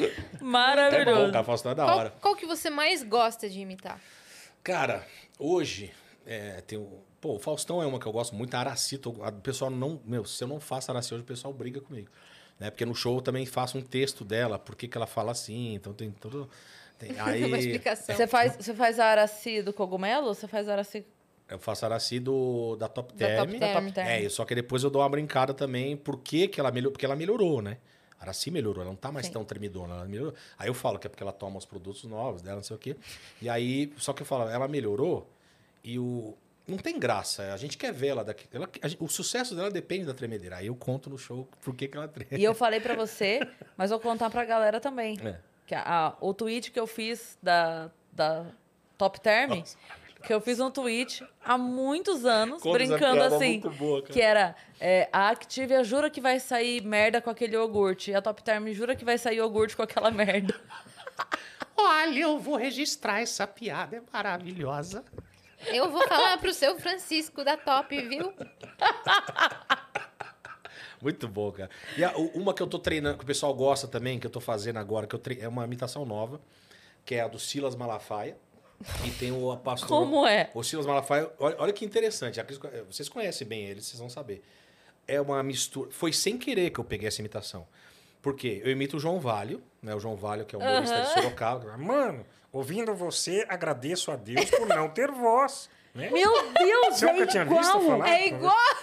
Speaker 3: Bom,
Speaker 1: Maravilhoso.
Speaker 3: cara, Faustão é da
Speaker 2: Qual,
Speaker 3: hora.
Speaker 2: qual que você mais gosta de imitar? [LAUGHS]
Speaker 3: Cara, hoje é, tem o. Pô, o Faustão é uma que eu gosto muito, a Araci. tô- a- O pessoal não. Meu, se eu não faço Araci hoje, o pessoal briga comigo. Né? Porque no show eu também faço um texto dela, por que que ela fala assim. Então tem todo. tem-
Speaker 2: [LAUGHS] Uma
Speaker 3: aí
Speaker 2: explicação.
Speaker 1: Você faz, você faz a Araci do cogumelo ou você faz a Araci
Speaker 3: eu faço Araci do, da Top Term.
Speaker 2: Top
Speaker 1: da
Speaker 2: Term.
Speaker 1: Top Term?
Speaker 3: É, só que depois eu dou uma brincada também, por que que ela melhorou? Porque ela melhorou, né? A Araci melhorou, ela não tá mais
Speaker 1: Sim.
Speaker 3: tão tremidona, ela melhorou. Aí eu falo que é porque ela toma os produtos novos dela, não sei o quê. E aí, só que eu falo, ela melhorou e o. Não tem graça, a gente quer ver ela daqui. ela- a gente- o sucesso dela depende da tremedeira. Aí eu conto no show por que que ela treme.
Speaker 1: E eu falei pra você, mas vou contar pra galera também.
Speaker 3: É.
Speaker 1: Que a- a- o tweet que eu fiz da, da Top Term, que eu fiz um tweet há muitos anos,
Speaker 3: Conta essa
Speaker 1: brincando
Speaker 3: piada,
Speaker 1: assim.
Speaker 3: muito boa, cara.
Speaker 1: Que era é, a Activia jura que vai sair merda com aquele iogurte. E a Top Term jura que vai sair iogurte com aquela merda.
Speaker 9: Olha, eu vou registrar Ah, essa piada, é maravilhosa.
Speaker 2: Eu vou falar pro seu Francisco da Top, viu?
Speaker 3: Muito bom, cara. E a- u- uma que eu tô treinando, que o pessoal gosta também, que eu tô fazendo agora, que eu tre- é uma imitação nova, que é a do Silas Malafaia. E tem o a pastor.
Speaker 1: Como é?
Speaker 3: O Silas Malafaia, olha, olha que interessante. a Cris- eh, Vocês conhecem bem ele, vocês vão saber. É uma mistura. Foi sem querer que eu peguei essa imitação. Porque eu imito o João Valho, né? O João Valho, que é um humorista de Sorocaba. que fala, Mano,
Speaker 10: Ouvindo você, agradeço a Deus por não ter voz. Né?
Speaker 1: Meu Deus,
Speaker 10: Você nunca
Speaker 1: é
Speaker 10: tinha visto
Speaker 1: igual!
Speaker 10: falar?
Speaker 1: É igual!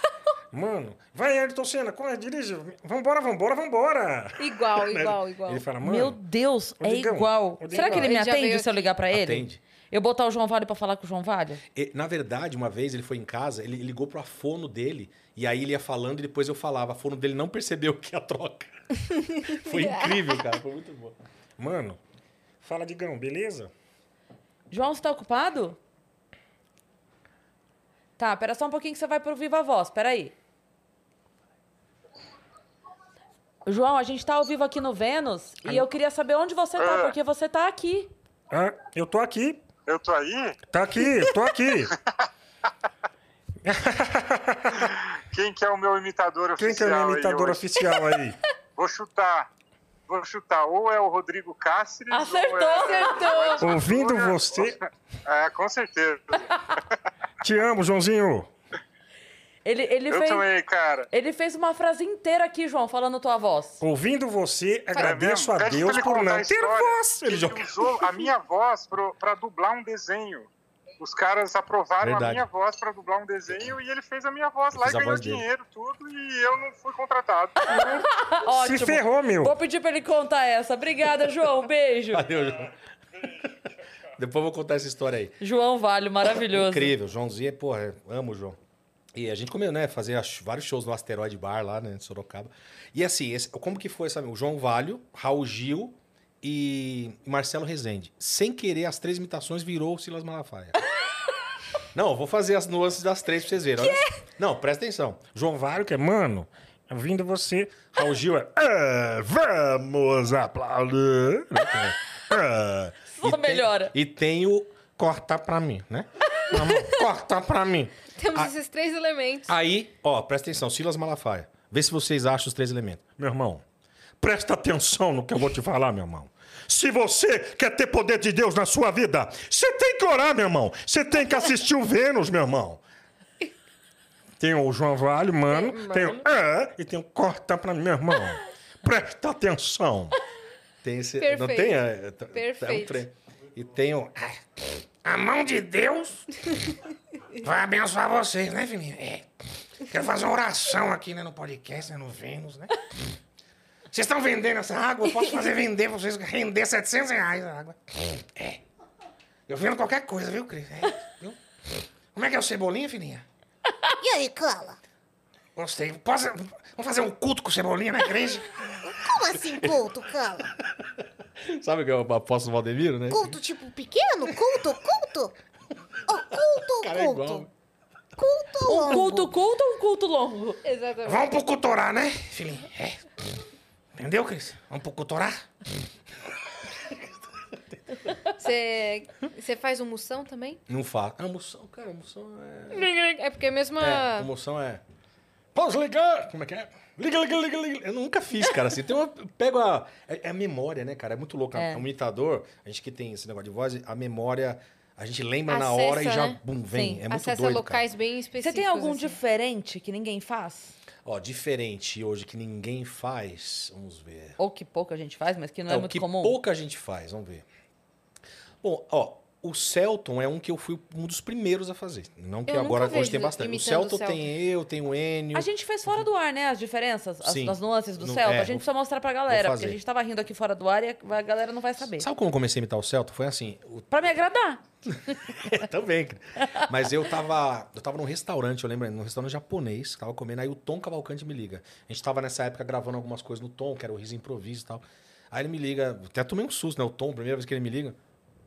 Speaker 10: Mano, vai Ayrton Senna, corre, dirige. Vambora, vambora, vambora.
Speaker 2: Igual, igual, igual.
Speaker 10: Ele fala, mano,
Speaker 1: Meu Deus,
Speaker 10: Ô,
Speaker 1: é
Speaker 10: Digão,
Speaker 1: igual.
Speaker 10: ô,
Speaker 1: Será que ele me
Speaker 2: Digão. Ele já
Speaker 1: atende
Speaker 2: veio
Speaker 1: se eu ligar pra ele?
Speaker 3: Atende.
Speaker 1: Eu botar o João Vale pra falar com o João Vale?
Speaker 3: E, Na verdade, uma vez ele foi em casa, ele ligou pro afono dele, e aí ele ia falando e depois eu falava. O afono dele não percebeu que a troca. [LAUGHS] foi incrível, cara. Foi muito bom.
Speaker 10: mano, fala Digão, beleza?
Speaker 1: João, você tá ocupado? Tá, pera só um pouquinho que você vai pro Viva Voz, peraí. João, a gente tá ao vivo aqui no Vênus e eu queria saber onde você tá,
Speaker 11: Ah.
Speaker 1: porque você tá aqui.
Speaker 10: Ah, eu tô aqui,
Speaker 11: Eu tô aí?
Speaker 10: tá aqui, tô
Speaker 11: [LAUGHS]
Speaker 10: aqui.
Speaker 11: Quem que é o meu imitador
Speaker 10: Quem
Speaker 11: oficial?
Speaker 10: que é o
Speaker 11: aí
Speaker 10: imitador
Speaker 11: hoje?
Speaker 10: oficial aí?
Speaker 11: Vou chutar. Vou chutar. Ou é o Rodrigo Cáceres.
Speaker 1: Acertou,
Speaker 11: Ou é...
Speaker 1: acertou!
Speaker 10: Ouvindo
Speaker 11: Olha,
Speaker 10: você,
Speaker 11: É, com certeza.
Speaker 10: te amo, Joãozinho.
Speaker 1: Ele, ele,
Speaker 11: Eu
Speaker 1: fez,
Speaker 11: também, cara.
Speaker 1: ele fez uma frase inteira aqui, João, falando tua voz.
Speaker 10: Ouvindo você,
Speaker 11: É
Speaker 10: agradeço
Speaker 11: mesmo?
Speaker 10: a
Speaker 11: Pede pra
Speaker 10: Deus
Speaker 11: ele
Speaker 10: por
Speaker 11: contar
Speaker 10: não
Speaker 11: a
Speaker 10: ter
Speaker 11: história.
Speaker 10: voz. Ele
Speaker 11: Ele
Speaker 10: joga.
Speaker 11: usou a minha voz pro, pra dublar um desenho. Os caras aprovaram
Speaker 3: Verdade.
Speaker 11: a minha voz pra dublar um desenho e ele fez a minha voz lá e
Speaker 3: Fez a
Speaker 11: ganhou
Speaker 3: voz dele.
Speaker 11: dinheiro, tudo, e eu não fui contratado.
Speaker 1: Ah, ótimo.
Speaker 10: Se ferrou, meu.
Speaker 1: Vou pedir pra ele contar essa. Obrigada, João. Um
Speaker 3: [LAUGHS]
Speaker 1: Beijo.
Speaker 3: Valeu, João. Depois eu vou contar essa história aí.
Speaker 1: João Vale, maravilhoso.
Speaker 3: Incrível, Joãozinho, é, porra, amo o João. E a gente comeu, né? Fazer as- vários shows no Asteroide Bar lá, né? Em Sorocaba. E assim, esse- como que foi, sabe? O João Valho, Raul Gil e Marcelo Rezende. Sem querer, as três imitações virou o Silas
Speaker 1: [LAUGHS]
Speaker 3: Malafaia. Não, eu vou fazer as nuances das três pra vocês verem. olha. Não, presta atenção.
Speaker 10: João Vário, que é, mano,
Speaker 11: tá Vindo você. Raul Gil é. "Ah, vamos aplaudir. né, cara? Ah.
Speaker 1: Só
Speaker 11: E tem-
Speaker 1: melhora.
Speaker 11: e tem o corta pra mim, né? Vamos, corta pra mim.
Speaker 3: Ah.
Speaker 2: Temos esses três elementos.
Speaker 3: Aí, ó, presta atenção, Silas Malafaia. Vê se vocês acham os três elementos.
Speaker 11: Meu irmão, presta atenção no que eu vou te falar, meu irmão. Se você quer ter poder de Deus na sua vida, você tem que orar, meu irmão. Você tem que assistir o Vênus, meu irmão. Tem o João Vale, mano. Tem o. É, e tem o Corta pra mim, meu irmão. Presta atenção.
Speaker 3: Tem esse,
Speaker 2: Perfeito.
Speaker 3: não tem? É, é, t- É um
Speaker 2: Perfeito.
Speaker 3: trem. E tem o...
Speaker 4: A mão de Deus [LAUGHS] vai abençoar vocês, né, Fininho? É. Quero fazer uma oração aqui, né, no podcast, né, no Vênus, né? Vocês estão vendendo essa água? Eu posso fazer vender vocês, render 700 reais a água. É. Eu vendo qualquer coisa, viu, Cris? É, viu? Como é que é o Cebolinha, Fininha?
Speaker 12: E aí, Carla?
Speaker 4: Gostei. Posso, vamos fazer um culto com o Cebolinha na igreja?
Speaker 12: Como assim culto, Carla?
Speaker 3: Sabe o que é o apóstolo Valdemiro, né?
Speaker 12: Culto tipo pequeno? Culto, culto? Oh, culto,
Speaker 3: Cara, é
Speaker 12: culto.
Speaker 3: igual.
Speaker 12: Culto
Speaker 1: Um
Speaker 12: longo.
Speaker 1: culto culto ou um culto longo?
Speaker 2: Exatamente.
Speaker 4: Vamos pro cultorar, né, Fininha? É. Entendeu, Cris? Vamos pro cultorar?
Speaker 2: Você você faz um moção também?
Speaker 3: Não fala. Ah, moção, cara, moção é...
Speaker 2: É porque mesmo a...
Speaker 3: É, moção é... Posso ligar? Como é que é? Liga, liga, liga, liga. Eu nunca fiz, cara, assim. Tem uma... Pego a... É, é a memória, né, cara? É muito louco.
Speaker 1: É.
Speaker 3: O imitador, a gente que tem esse negócio de voz, a memória... A gente lembra na
Speaker 2: Acessa,
Speaker 3: hora e já,
Speaker 2: né?
Speaker 3: bum, vem.
Speaker 2: Sim,
Speaker 3: É muito
Speaker 2: Acessa
Speaker 3: doido, cara.
Speaker 2: locais bem
Speaker 1: Você
Speaker 2: específicos.
Speaker 1: tem algum
Speaker 2: assim.
Speaker 1: diferente que ninguém faz?
Speaker 3: Ó, diferente hoje que ninguém faz, vamos ver.
Speaker 1: Ou que pouca gente faz, mas que não é,
Speaker 3: o
Speaker 1: muito
Speaker 3: que
Speaker 1: comum?
Speaker 3: pouca gente faz, vamos ver. Bom, ó, o Celton é um que eu fui um dos primeiros a fazer. Não que
Speaker 2: Eu
Speaker 3: agora
Speaker 2: nunca
Speaker 3: hoje tem
Speaker 2: vejo
Speaker 3: bastante. O
Speaker 2: imitando o
Speaker 3: Celton
Speaker 2: Celton.
Speaker 3: tem eu, tem o Enio.
Speaker 1: A gente fez fora do ar, né? As diferenças, as,
Speaker 3: Sim.
Speaker 1: as nuances do
Speaker 3: Não-
Speaker 1: Celta.
Speaker 3: é,
Speaker 1: a gente
Speaker 3: vou-
Speaker 1: precisa mostrar pra galera,
Speaker 3: vou
Speaker 1: porque a
Speaker 3: fazer.
Speaker 1: gente tava rindo aqui fora do ar e a a galera não vai saber.
Speaker 3: Sabe Hum? como eu comecei a imitar o Celton? Foi assim. o- [LAUGHS]
Speaker 1: Pra me agradar.
Speaker 3: Também, cara. Mas eu tava. Eu tava num restaurante, eu lembro, num restaurante japonês, tava comendo, aí o Tom Cavalcante me liga. A gente tava nessa época gravando algumas coisas no Tom, que era o riso improviso e tal. Aí ele me liga, até tomei um susto, né? O Tom, primeira vez que ele me liga.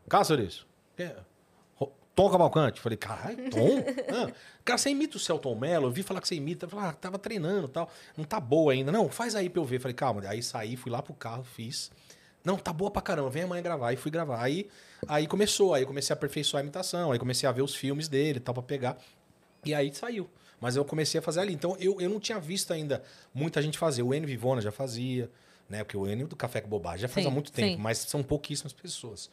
Speaker 3: Cáceres, quem é? Ro- Tom Cavalcante. Falei, caralho, Tom? [LAUGHS] Ah, cara, você imita o Celton Mello? Eu vi falar que você imita. Eu falei, ah, tava treinando e tal. Não tá boa ainda. Não, faz aí pra eu ver. Falei, calma. Aí saí, fui lá pro carro, fiz. Não, tá boa pra caramba, vem amanhã gravar. E fui gravar. Aí, aí começou, aí eu comecei a aperfeiçoar a imitação, aí comecei a ver os filmes dele e tal, pra pegar. E aí saiu. Mas eu comecei a fazer ali. Então eu, eu não tinha visto ainda muita gente fazer. O Enio Vivona já fazia, né? Porque o Enio do Café com Bobagem já faz
Speaker 1: Sim,
Speaker 3: há muito tempo,
Speaker 1: sim.
Speaker 3: mas são pouquíssimas pessoas.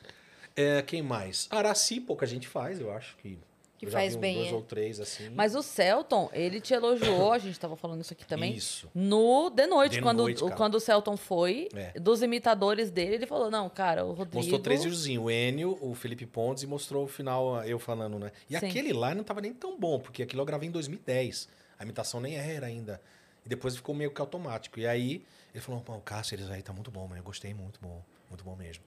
Speaker 3: É, quem mais? Araci, pouca gente faz, eu acho que.
Speaker 2: Que
Speaker 3: eu já
Speaker 2: faz
Speaker 3: vi uns
Speaker 2: bem,
Speaker 3: Dois
Speaker 2: é.
Speaker 3: ou três, assim.
Speaker 1: Mas o Celton, ele te elogiou, a gente tava falando isso aqui também.
Speaker 3: Isso.
Speaker 1: No The Noite,
Speaker 3: The
Speaker 1: quando,
Speaker 3: Noite,
Speaker 1: o-
Speaker 3: cara.
Speaker 1: quando o Celton foi,
Speaker 3: É.
Speaker 1: dos imitadores dele, ele falou: Não, cara, o Rodrigo.
Speaker 3: Mostrou três videozinhos, o Enio, o Felipe Pontes e mostrou o final eu falando, né? E
Speaker 1: Sim.
Speaker 3: aquele lá não tava nem tão bom, porque aquilo eu gravei em 2010. A imitação nem era ainda. E depois ficou meio que automático. E aí ele falou: Pô, o Cáceres aí tá muito bom, mano. Eu gostei muito bom. Muito bom mesmo.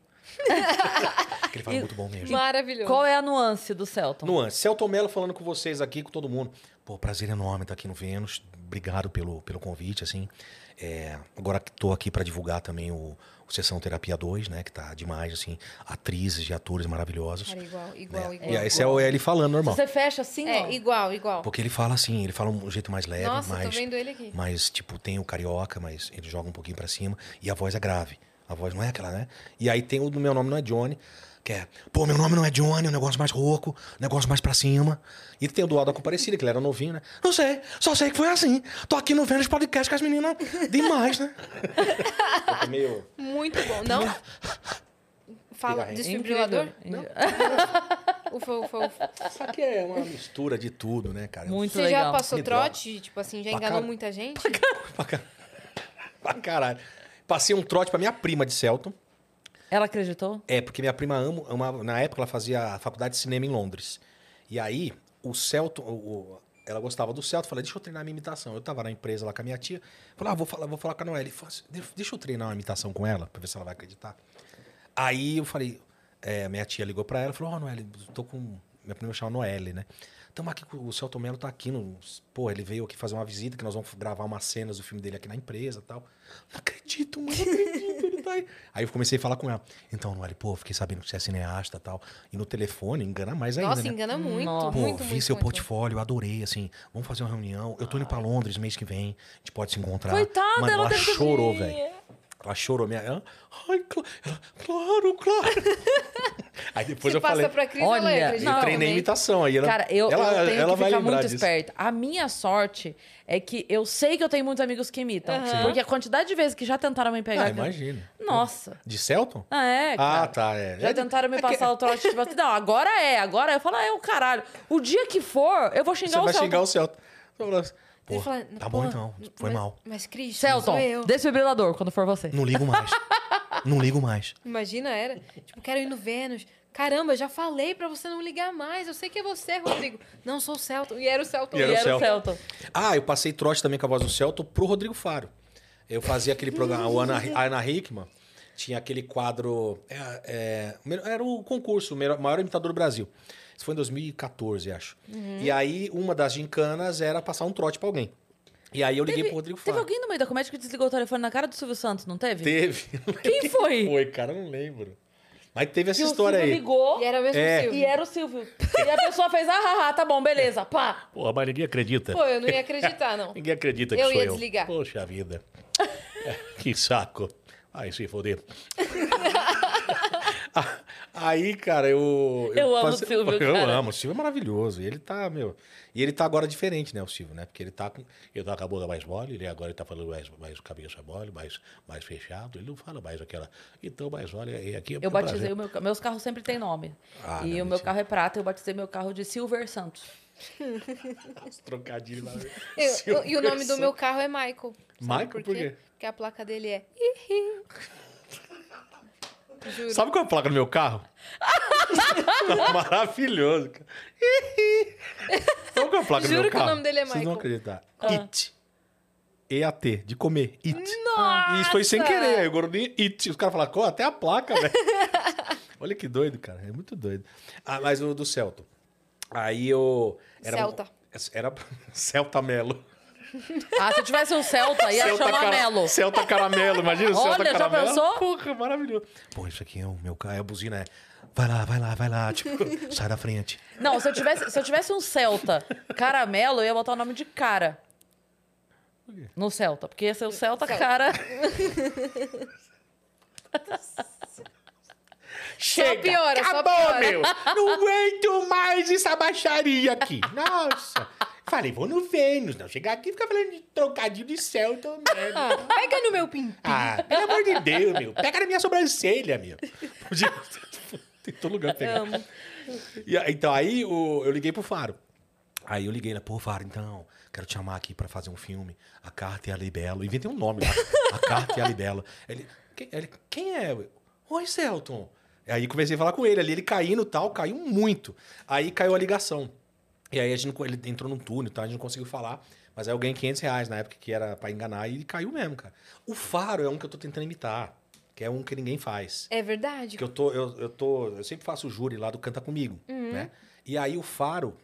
Speaker 3: que ele fala
Speaker 1: E-
Speaker 3: muito bom mesmo.
Speaker 2: Maravilhoso.
Speaker 1: Qual é a nuance do Celton?
Speaker 3: Nuance, Celton Mello falando com vocês aqui, com todo mundo. Pô, prazer enorme estar aqui no Vênus. Obrigado pelo, pelo convite, assim. É, agora que tô aqui para divulgar também o, o Sessão Terapia 2, né? Que tá demais, assim. Atrizes e atores maravilhosos.
Speaker 2: Cara, igual, igual,
Speaker 3: É,
Speaker 2: igual.
Speaker 3: E aí, esse é o- é ele falando, normal.
Speaker 1: Você fecha assim, ó.
Speaker 2: É, igual, igual.
Speaker 3: Porque ele fala assim, ele fala um jeito mais leve,
Speaker 2: Nossa, tô
Speaker 3: mais,
Speaker 2: vendo ele aqui.
Speaker 3: mais, tipo, tem o carioca, mas ele joga um pouquinho pra cima e a voz é grave. A voz não é aquela, né? E aí tem o do meu nome não é Johnny, que é, pô, meu nome não é Johnny, é um negócio mais rouco, um negócio mais pra cima. E tem o do Alda Comparecida, que ele era novinho, né? Não sei, só sei que foi assim. Tô aqui no Vênus Podcast com as meninas demais, né? é meio...
Speaker 2: Muito bom. Não? Fala,
Speaker 3: Fica
Speaker 2: desfibrilador?
Speaker 1: é Incrível.
Speaker 2: Ufa, ufa, ufa.
Speaker 3: Só que é uma mistura de tudo, né, cara?
Speaker 1: Muito
Speaker 2: Você
Speaker 1: legal.
Speaker 2: já passou
Speaker 3: Me droga.
Speaker 2: trote? Tipo assim, já
Speaker 3: Pra
Speaker 2: enganou
Speaker 3: car-
Speaker 2: muita gente?
Speaker 3: Pra, car- pra caralho. Passei um trote pra minha prima de Celton.
Speaker 1: Ela acreditou?
Speaker 3: É, porque minha prima ama, amava- na época ela fazia a faculdade de cinema em Londres. E aí, o Celto, o- o- ela gostava do Celto, falei, deixa eu treinar minha imitação. Eu tava na empresa lá com a minha tia, falei, ah, vou falar, vou falar com a Noelle. Falei assim, "Deixa- Deixa eu treinar uma imitação com ela, pra ver se ela vai acreditar. Aí eu falei, é, minha tia ligou pra ela e falou, ó, Noelle, tô com... Minha prima chama Noelle, né? Tamo aqui, com- o Celto Melo tá aqui, no, pô, ele veio aqui fazer uma visita, que nós vamos gravar umas cenas do filme dele aqui na empresa e tal. Não acredito, mano, não acredito, ele tá aí. [LAUGHS] Aí eu comecei a falar com ela. Então, Noelle, pô, fiquei sabendo que você é cineasta e tal. E no telefone engana mais ainda.
Speaker 2: Nossa,
Speaker 3: né?
Speaker 2: engana muito,
Speaker 3: Pô,
Speaker 2: muito,
Speaker 3: vi
Speaker 2: muito,
Speaker 3: seu
Speaker 2: muito.
Speaker 3: portfólio, adorei, assim. Vamos fazer uma reunião. Eu tô indo pra Londres mês que vem. A gente pode se encontrar.
Speaker 7: Coitada,
Speaker 3: Mano,
Speaker 7: ela
Speaker 3: ela
Speaker 7: teve que
Speaker 3: chorou,
Speaker 7: vir.
Speaker 3: velho. Ela chorou. Minha... ela-
Speaker 7: Ai, cla- ela, claro, claro.
Speaker 3: Aí depois
Speaker 7: Você
Speaker 3: eu falei...
Speaker 7: passa pra Cris
Speaker 1: Olha, Alegre,
Speaker 3: eu
Speaker 1: não,
Speaker 3: treinei
Speaker 1: né?
Speaker 3: imitação. Aí ela,
Speaker 1: Cara, eu,
Speaker 3: ela,
Speaker 1: eu tenho
Speaker 3: ela
Speaker 1: que
Speaker 3: vai
Speaker 1: ficar
Speaker 3: lembrar
Speaker 1: muito
Speaker 3: disso.
Speaker 1: esperta. A minha sorte é que eu sei que eu tenho muitos amigos que imitam.
Speaker 3: Aham. Sim.
Speaker 1: Porque a quantidade de vezes que já tentaram me pegar...
Speaker 3: Ah,
Speaker 1: cara-
Speaker 3: imagina.
Speaker 1: Nossa.
Speaker 3: De Celton?
Speaker 1: Ah, é,
Speaker 3: Ah,
Speaker 1: cara.
Speaker 3: tá, é.
Speaker 1: Já
Speaker 3: É,
Speaker 1: tentaram me passar o trote, tipo assim, não, agora é, agora é. Eu falo, ah, é o caralho. O dia que for, eu vou xingar
Speaker 3: Você
Speaker 1: o
Speaker 3: vai
Speaker 1: Celton.
Speaker 3: xingar o Celton. Você fala assim,
Speaker 2: Ele
Speaker 3: Pô,
Speaker 2: fala,
Speaker 3: tá
Speaker 2: "Pô,
Speaker 3: bom então, foi
Speaker 2: mas-
Speaker 3: mal.
Speaker 2: Mas, Cris,
Speaker 1: Celton,
Speaker 2: sou eu.
Speaker 1: desfibrilador, quando for você.
Speaker 3: Não ligo mais. Não ligo mais.
Speaker 2: Imagina, era. Tipo, quero ir no Vênus. Caramba, eu já falei pra você não ligar mais. Eu sei que é você, Rodrigo. Não, sou o Celton. E era o Celton.
Speaker 3: Ah, eu passei trote também com a voz do Celton pro Rodrigo Faro. Eu fazia aquele programa, o Ana, a Ana Hickman tinha aquele quadro. é, é, o melhor- era o concurso, o melhor- maior imitador do Brasil. Isso foi em 2014, acho.
Speaker 1: Uhum.
Speaker 3: E aí, uma das gincanas era passar um trote pra alguém. E aí eu liguei pro Rodrigo
Speaker 1: Teve
Speaker 3: Faro.
Speaker 1: alguém no meio da comédia que desligou o telefone na cara do Silvio Santos, não teve?
Speaker 3: Teve.
Speaker 1: Quem um
Speaker 3: [LAUGHS]
Speaker 1: foi?
Speaker 3: Foi, cara, eu não lembro. Mas teve essa
Speaker 1: Que o
Speaker 3: história
Speaker 1: Silvio
Speaker 3: aí.
Speaker 1: ligou. E era
Speaker 3: mesmo É. Silvio.
Speaker 1: E era o Silvio. E a pessoa fez, ah, ah, ah, tá bom, beleza, pá.
Speaker 7: Pô, a maioria acredita.
Speaker 2: Pô, eu não ia
Speaker 3: [LAUGHS]
Speaker 2: acreditar, não.
Speaker 7: Ninguém acredita que
Speaker 2: Eu
Speaker 7: sou
Speaker 2: ia
Speaker 7: eu.
Speaker 2: desligar.
Speaker 7: Poxa vida. [LAUGHS] É, que saco. Ai, se
Speaker 2: [LAUGHS]
Speaker 7: foder. Ah,
Speaker 3: Aí, cara, eu.
Speaker 7: Eu amo o Silvio,
Speaker 3: Eu
Speaker 7: cara.
Speaker 3: amo. O Silvio é maravilhoso. E ele tá, meu. E ele tá agora diferente, né, o Silvio, né? Porque ele tá com.
Speaker 7: Ele tá com a boca mais mole, ele agora tá falando mais, mais cabeça mole, mais, mais fechado. Ele não fala mais aquela. Então, mas olha, e aqui é
Speaker 1: Eu
Speaker 7: um
Speaker 1: batizei
Speaker 7: prazer.
Speaker 1: o meu carro. Meus carros sempre têm nome.
Speaker 7: Ah,
Speaker 1: e
Speaker 7: não,
Speaker 1: o meu carro é prata, eu batizei meu carro de Silver Santos.
Speaker 2: [LAUGHS]
Speaker 3: Trocadilho lá.
Speaker 2: Eu- eu- e o nome do meu carro é Michael. Sabe
Speaker 3: Michael? Por quê?
Speaker 2: Porque a placa dele é. Ihi. Juro.
Speaker 3: Sabe qual é a placa do meu
Speaker 2: [LAUGHS]
Speaker 3: carro? Maravilhoso, cara. Sabe qual é a placa do
Speaker 2: Juro
Speaker 3: meu
Speaker 2: que
Speaker 3: carro?
Speaker 2: o nome dele é
Speaker 3: Vocês vão
Speaker 2: Michael.
Speaker 3: acreditar.
Speaker 2: Ah.
Speaker 3: It. EAT, de comer. It.
Speaker 2: Nossa!
Speaker 3: E isso foi sem querer. Aí o gordinho, it. Os caras falaram, "Cô, até a placa,
Speaker 2: [LAUGHS]
Speaker 3: velho. Olha que doido, cara. É muito doido. Ah, mas o do Celto. Aí eu. Era, um,
Speaker 2: Celta.
Speaker 3: Era [LAUGHS] Celta Melo.
Speaker 1: Ah, se eu tivesse um Celta, ia
Speaker 3: Celta
Speaker 1: chamar
Speaker 3: cara-
Speaker 1: Melo.
Speaker 3: Celta Caramelo, imagina o Celta
Speaker 1: Olha, já
Speaker 3: Caramelo.
Speaker 1: pensou?
Speaker 3: Porra, maravilhoso. Pô, isso aqui é o meu carro. Aí a buzina é. Vai lá, vai lá, vai lá.
Speaker 2: [LAUGHS]
Speaker 3: Tipo, sai da frente.
Speaker 1: Não, se eu, tivesse, se eu tivesse um Celta caramelo, eu ia botar o nome de cara. No Celta, porque ia ser o Celta,
Speaker 2: Celta.
Speaker 1: cara.
Speaker 2: Só piora, só
Speaker 6: Acabou,
Speaker 2: piora.
Speaker 6: meu! Não aguento mais essa baixaria aqui. Nossa! Falei, vou no Vênus. Não, chegar aqui e ficar falando de trocadilho de céu também.
Speaker 2: Ah, pega no meu pinto.
Speaker 6: Ah, pelo amor de Deus, meu. Pega na minha sobrancelha, meu.
Speaker 3: Podia- [LAUGHS] Tem todo lugar pegar.
Speaker 6: Amo.
Speaker 3: E a- então, aí o- eu liguei pro Faro. Aí eu liguei, né? Pô, Faro, então, quero te chamar aqui pra fazer um filme. A Carta e a Libelo. Inventei um nome lá. A Carta e a Libelo. Ele, quem, ele, quem é? Oi, Celton. Aí comecei a falar com ele ali. Ele caindo e tal, caiu muito. Aí caiu a ligação. E aí a gente, não- ele entrou num túnel, tá? a gente não conseguiu falar. Mas aí eu ganhei 500 reais na época que era pra enganar e ele caiu mesmo, cara. O Faro é um que eu tô tentando imitar. Que é um que ninguém faz.
Speaker 2: É verdade.
Speaker 3: Que eu tô, eu, eu tô, eu sempre faço o júri lá do Canta Comigo,
Speaker 2: Uhum.
Speaker 3: né? E aí o Faro,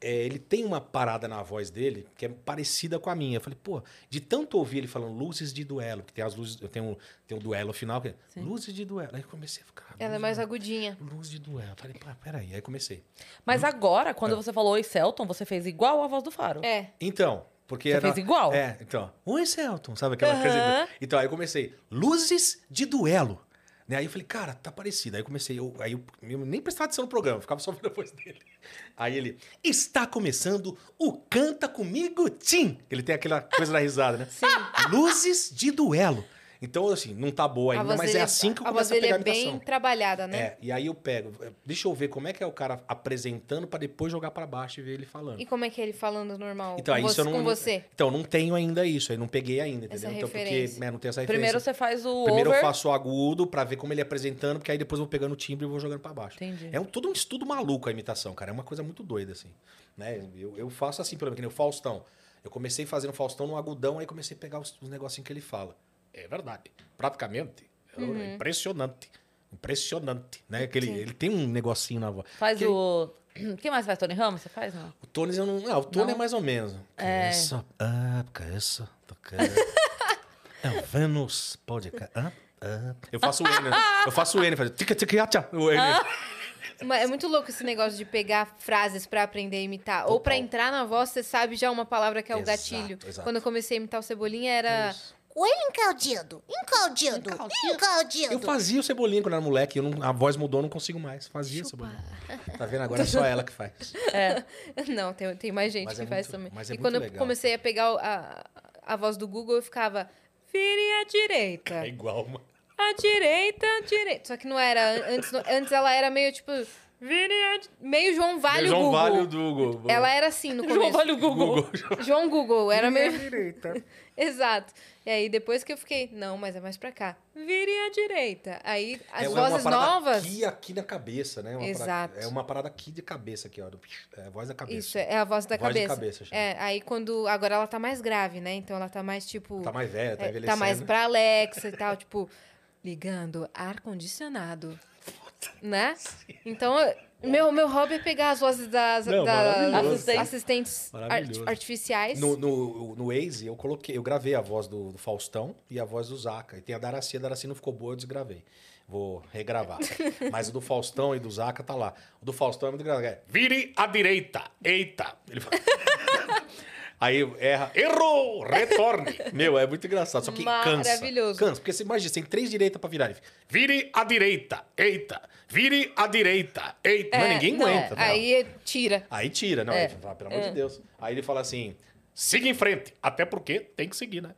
Speaker 3: é, ele tem uma parada na voz dele que é parecida com a minha. Eu falei, pô, de tanto ouvir ele falando luzes de duelo, que tem as luzes, eu tenho, tenho um duelo final, que é luzes de duelo. Aí eu comecei a ficar,
Speaker 2: Ela é mais agudinha.
Speaker 3: Luz de duelo. Falei, pá, peraí. Aí comecei.
Speaker 1: Mas agora, quando você falou Oi Celton, você fez igual a voz do Faro.
Speaker 2: É.
Speaker 3: Então, porque
Speaker 1: Você
Speaker 3: era...
Speaker 1: fez igual?
Speaker 3: É, então. Oi, Celton, sabe aquela
Speaker 1: Aham.
Speaker 3: coisa? Então, aí eu comecei, luzes de duelo. Né? Aí eu falei, cara, tá parecido. Aí eu comecei, eu, aí eu, eu nem prestava atenção no programa, eu ficava só ouvindo a voz dele. Aí ele, está começando o Canta Comigo Tim. Ele tem aquela coisa da risada, né? Sim. Luzes de duelo. Então, assim, não tá boa
Speaker 2: A
Speaker 3: ainda,
Speaker 2: voz
Speaker 3: mas
Speaker 2: dele
Speaker 3: é
Speaker 2: é-
Speaker 3: assim que eu
Speaker 2: a voz
Speaker 3: começo a
Speaker 2: dele
Speaker 3: pegar a
Speaker 2: é
Speaker 3: imitação.
Speaker 2: bem trabalhada, né?
Speaker 3: É, e aí eu pego, deixa eu ver como é que é o cara apresentando pra depois jogar pra baixo e ver ele falando.
Speaker 2: E como é que é ele falando normal
Speaker 3: Então,
Speaker 2: com,
Speaker 3: isso
Speaker 2: você,
Speaker 3: eu não,
Speaker 2: com você?
Speaker 3: Então, não tenho ainda isso, aí não peguei ainda,
Speaker 2: Essa
Speaker 3: entendeu? Então, porque
Speaker 2: referência. é
Speaker 3: né, não tem essa referência.
Speaker 1: Primeiro você faz o
Speaker 3: Primeiro
Speaker 1: over.
Speaker 3: eu faço o agudo pra ver como ele é apresentando, porque aí depois eu vou pegando o timbre e vou jogando pra baixo.
Speaker 1: Entendi.
Speaker 3: É um, todo um estudo maluco a imitação, cara. É uma coisa muito doida, assim. Né? Eu, eu faço assim, pelo menos, que nem o Faustão. Eu comecei fazendo Faustão no agudão, aí comecei a pegar os, os negocinhos que ele fala. É verdade. Praticamente. é
Speaker 1: Uhum.
Speaker 3: Impressionante. Impressionante, né? Aquele, ele tem um negocinho na voz.
Speaker 1: Faz
Speaker 3: Aquele-
Speaker 1: o. [CLEARS THROAT] Quem mais faz Tony Ramos? Você faz, não?
Speaker 3: O Tony eu não. Ah, o Tony
Speaker 1: Não?
Speaker 3: é mais ou menos.
Speaker 1: É.
Speaker 3: é
Speaker 2: [LAUGHS]
Speaker 3: Essa. Ah, porque essa. Toca. é o Vênus. É Pode. ca- Ah, ah. Eu faço o N. né? Eu faço o N. Faz... tica, tica, ia, tchá, o N.
Speaker 2: Ah, Mas é muito louco esse negócio de pegar frases pra aprender a imitar. Ou pra entrar na voz, você sabe já uma palavra que é o
Speaker 7: Exato,
Speaker 2: gatilho.
Speaker 7: exato.
Speaker 2: Quando eu comecei a imitar o Cebolinha,
Speaker 3: É
Speaker 2: era...
Speaker 7: Coelho encaldido, encaldido, encaldido.
Speaker 3: Eu fazia o Cebolinha quando era moleque. eu não- a voz mudou, eu não consigo mais. Fazia o Cebolinha. Tá vendo? Agora é só ela que faz.
Speaker 2: [LAUGHS] Não, tem, tem mais gente
Speaker 3: Mas
Speaker 2: que
Speaker 3: é
Speaker 2: faz
Speaker 3: muito-
Speaker 2: também.
Speaker 3: mas é
Speaker 2: e
Speaker 3: muito
Speaker 2: quando eu
Speaker 3: legal.
Speaker 2: comecei a pegar o- a, a voz do Google, eu ficava... Vire à direita.
Speaker 3: É igual, mano.
Speaker 2: À direita, à direita. Só que não era. an- Antes, não- antes ela era meio tipo. vire à di- Meio João Vale o
Speaker 3: João
Speaker 2: Google.
Speaker 3: Vale o Google.
Speaker 2: Ela era assim no começo.
Speaker 1: João Vale o Google.
Speaker 2: João Google. Era
Speaker 1: Vire à
Speaker 2: meio. Exato. E aí depois que eu fiquei, não, mas é mais pra cá. Vire à direita. Aí as
Speaker 3: É uma
Speaker 2: vozes
Speaker 3: parada é
Speaker 2: novas.
Speaker 3: Aqui, aqui na cabeça, né? Uma parada-
Speaker 2: Exato.
Speaker 3: é uma parada aqui de cabeça, aqui, ó. do- É a voz da cabeça.
Speaker 2: Isso, é a voz da
Speaker 3: Voz de
Speaker 2: cabeça.
Speaker 3: cabeça, chama.
Speaker 2: é, aí quando. Agora ela tá mais grave, né? Então ela tá mais tipo.
Speaker 3: Tá mais velha, tá
Speaker 2: é, Tá
Speaker 3: envelhecendo.
Speaker 2: mais pra Alexa e tal, [LAUGHS] tipo, ligando ar-condicionado. Né? Então, meu, meu hobby é pegar as vozes das,
Speaker 3: Não,
Speaker 2: das
Speaker 3: maravilhoso.
Speaker 2: assistentes, assistentes ar-
Speaker 3: Maravilhoso.
Speaker 2: artificiais.
Speaker 3: No, no, no Waze, eu coloquei, eu gravei a voz do, do Faustão e a voz do Zaca. E tem a Daraci, a Daraci não ficou boa, eu desgravei. Vou
Speaker 2: [LAUGHS]
Speaker 3: regravar. Mas o do Faustão e do Zaca tá lá. O do Faustão é muito grave. É, Vire à direita. Eita! Ele fala. [LAUGHS] Aí erra, errou,
Speaker 2: [LAUGHS]
Speaker 3: retorne. Meu, é muito engraçado, só que cansa.
Speaker 2: Maravilhoso.
Speaker 3: Cansa, porque você imagina, você tem três direitas pra virar. ele fica, Vire à direita, eita. Vire à direita, eita. Mas
Speaker 2: É,
Speaker 3: ninguém
Speaker 2: não,
Speaker 3: aguenta. tá?
Speaker 2: Aí tira.
Speaker 3: Aí tira, não.
Speaker 2: É.
Speaker 3: Aí, fala, pelo amor
Speaker 2: É.
Speaker 3: de Deus. Aí ele fala assim: siga em frente. Até porque tem que seguir,
Speaker 2: [LAUGHS]
Speaker 3: né?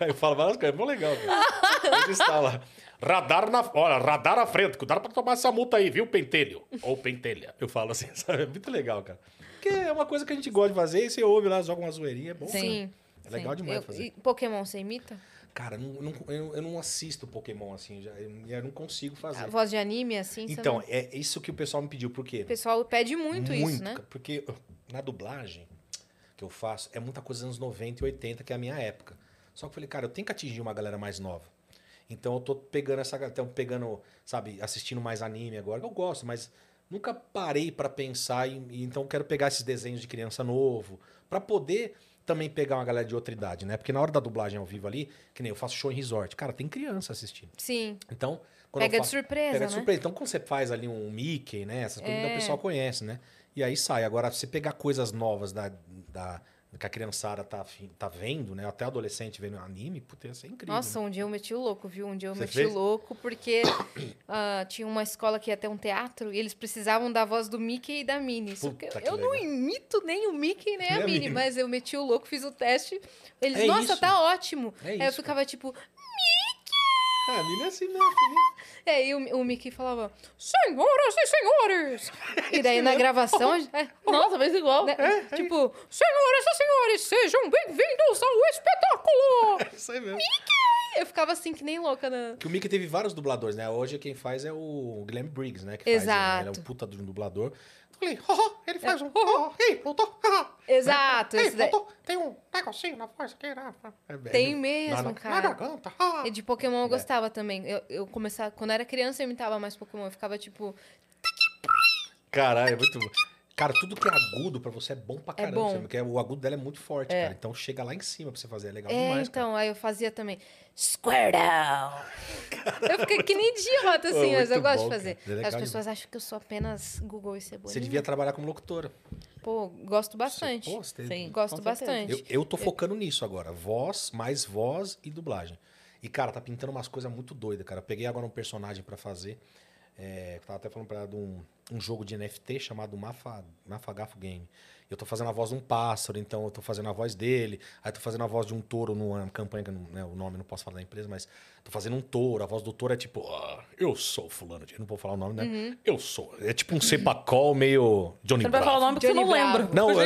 Speaker 3: Aí eu falo várias coisas, é mó legal, cara. Ele instala. Radar na. Olha, radar à frente. Cuidado pra tomar essa multa aí, viu, pentelho? Ou pentelha. Eu falo assim, [LAUGHS] sabe? É muito legal, cara. Porque é uma coisa que a gente gosta de fazer e você ouve lá, joga uma zoeirinha, é bom.
Speaker 2: Sim.
Speaker 3: É legal
Speaker 2: sim.
Speaker 3: demais
Speaker 2: Eu-
Speaker 3: fazer.
Speaker 2: e Pokémon você imita?
Speaker 3: Cara, não- não- eu, eu não assisto Pokémon assim, já- eu, eu não consigo fazer.
Speaker 2: A voz de anime, assim? você
Speaker 3: Então,
Speaker 2: não-
Speaker 3: é isso que o pessoal me pediu, por quê?
Speaker 2: O pessoal pede muito, isso, né?
Speaker 3: cara, Porque ah, na dublagem que eu faço, é muita coisa dos anos 90 e 80, que é a minha época. Só que eu falei, cara, eu tenho que atingir uma galera mais nova. Então eu tô pegando essa galera, então pegando, sabe, assistindo mais anime agora, que eu gosto, mas nunca parei pra pensar em- e então eu quero pegar esses desenhos de criança novo, pra poder também pegar uma galera de outra idade, né? Porque na hora da dublagem ao vivo ali, que nem eu faço show em resort, cara, tem criança assistindo.
Speaker 2: Sim.
Speaker 3: Então,
Speaker 2: Pega
Speaker 3: eu
Speaker 2: de surpresa,
Speaker 3: Pega de
Speaker 2: né?
Speaker 3: surpresa. Então, quando você faz ali um Mickey, né? Essas coisas, então
Speaker 2: É.
Speaker 3: o pessoal conhece, né? E aí sai. Agora, você pegar coisas novas da, da, que a criançada tá, afim- tá vendo, né? Até adolescente vendo anime, puta, ia ser incrível.
Speaker 2: Nossa,
Speaker 3: né?
Speaker 2: um dia eu meti o louco, viu? Um dia eu
Speaker 3: Você
Speaker 2: meti
Speaker 3: fez?
Speaker 2: o louco porque [COUGHS] ah, tinha uma escola que ia ter um teatro e eles precisavam da voz do Mickey e da Minnie. Só que eu,
Speaker 3: Puta que
Speaker 2: eu não imito nem o Mickey nem a Minnie, mas eu meti o louco, fiz o teste. Eles,
Speaker 3: É
Speaker 2: nossa,
Speaker 3: isso.
Speaker 2: tá ótimo.
Speaker 3: É
Speaker 2: Aí eu
Speaker 3: isso.
Speaker 2: ficava tipo,
Speaker 3: Ah, a menina é assim mesmo, né?
Speaker 2: é, e o, o Mickey falava, senhoras e senhores! E daí na [LAUGHS] gravação. é,
Speaker 1: Nossa, mas igual.
Speaker 3: É,
Speaker 2: né? tipo, senhoras e senhores, sejam bem-vindos ao espetáculo!
Speaker 3: É Isso aí mesmo.
Speaker 2: Eu ficava assim, que nem louca na.
Speaker 3: Que o Mickey teve vários dubladores, né? Hoje quem faz é o Guilherme Briggs, né? Que faz, né? Ele é
Speaker 2: Exato.
Speaker 3: um puta de um dublador.
Speaker 5: Falei, oh, oh, ele faz um. Oh, oh, ei, voltou. ah,
Speaker 2: Exato,
Speaker 5: ei,
Speaker 2: esse Então, daí-
Speaker 5: voltou. Tem um negocinho na voz aqui, né?
Speaker 3: [LAUGHS] É,
Speaker 2: Tem
Speaker 3: é-
Speaker 2: mesmo,
Speaker 3: na- na-
Speaker 2: cara.
Speaker 5: Na garganta. ah.
Speaker 2: E de Pokémon
Speaker 3: É.
Speaker 2: eu gostava também. Eu, eu começava, quando eu era criança, eu imitava mais Pokémon. Eu ficava tipo,
Speaker 3: Caralho, é muito bom. Cara, tudo que é agudo pra você é bom pra caramba.
Speaker 2: bom.
Speaker 3: sabe? Porque o agudo dela é muito forte, cara. Então chega lá em cima pra você fazer. É legal
Speaker 2: é,
Speaker 3: demais,
Speaker 2: então. Aí eu fazia também, Squirtle! eu fiquei que nem idiota, assim,
Speaker 3: [LAUGHS] Pô,
Speaker 2: mas eu
Speaker 3: muito
Speaker 2: gosto
Speaker 3: bom,
Speaker 2: de fazer.
Speaker 3: cara. É legal
Speaker 2: As pessoas acham que eu sou apenas Google e Cebolinha.
Speaker 3: Você devia trabalhar como locutora.
Speaker 2: Pô, gosto bastante.
Speaker 3: Pô, você tem-
Speaker 1: Sim,
Speaker 2: gosto
Speaker 1: com certeza.
Speaker 2: bastante.
Speaker 3: Eu, eu
Speaker 1: é
Speaker 3: tô focando nisso agora. Voz, mais voz e dublagem. E, cara, tá pintando umas coisas muito doidas, cara. Eu peguei agora um personagem pra fazer. É, eu tava até falando pra ela de um, um jogo de NFT chamado Mafa, Mafagafo Game. Eu tô fazendo a voz de um pássaro, então eu tô fazendo a voz dele. Aí tô fazendo a voz de um touro numa campanha, que eu não- né, o nome eu não posso falar da empresa, mas tô fazendo um touro. A voz do touro é tipo, "Ah, eu sou fulano de... Não vou falar o nome, né?
Speaker 2: Uhum.
Speaker 3: Eu sou. É tipo um sepacol meio Johnny
Speaker 1: Você não vai falar o
Speaker 3: Bravo.
Speaker 1: nome porque você não
Speaker 2: Johnny Bravo.
Speaker 1: lembra.
Speaker 3: Não, eu, não,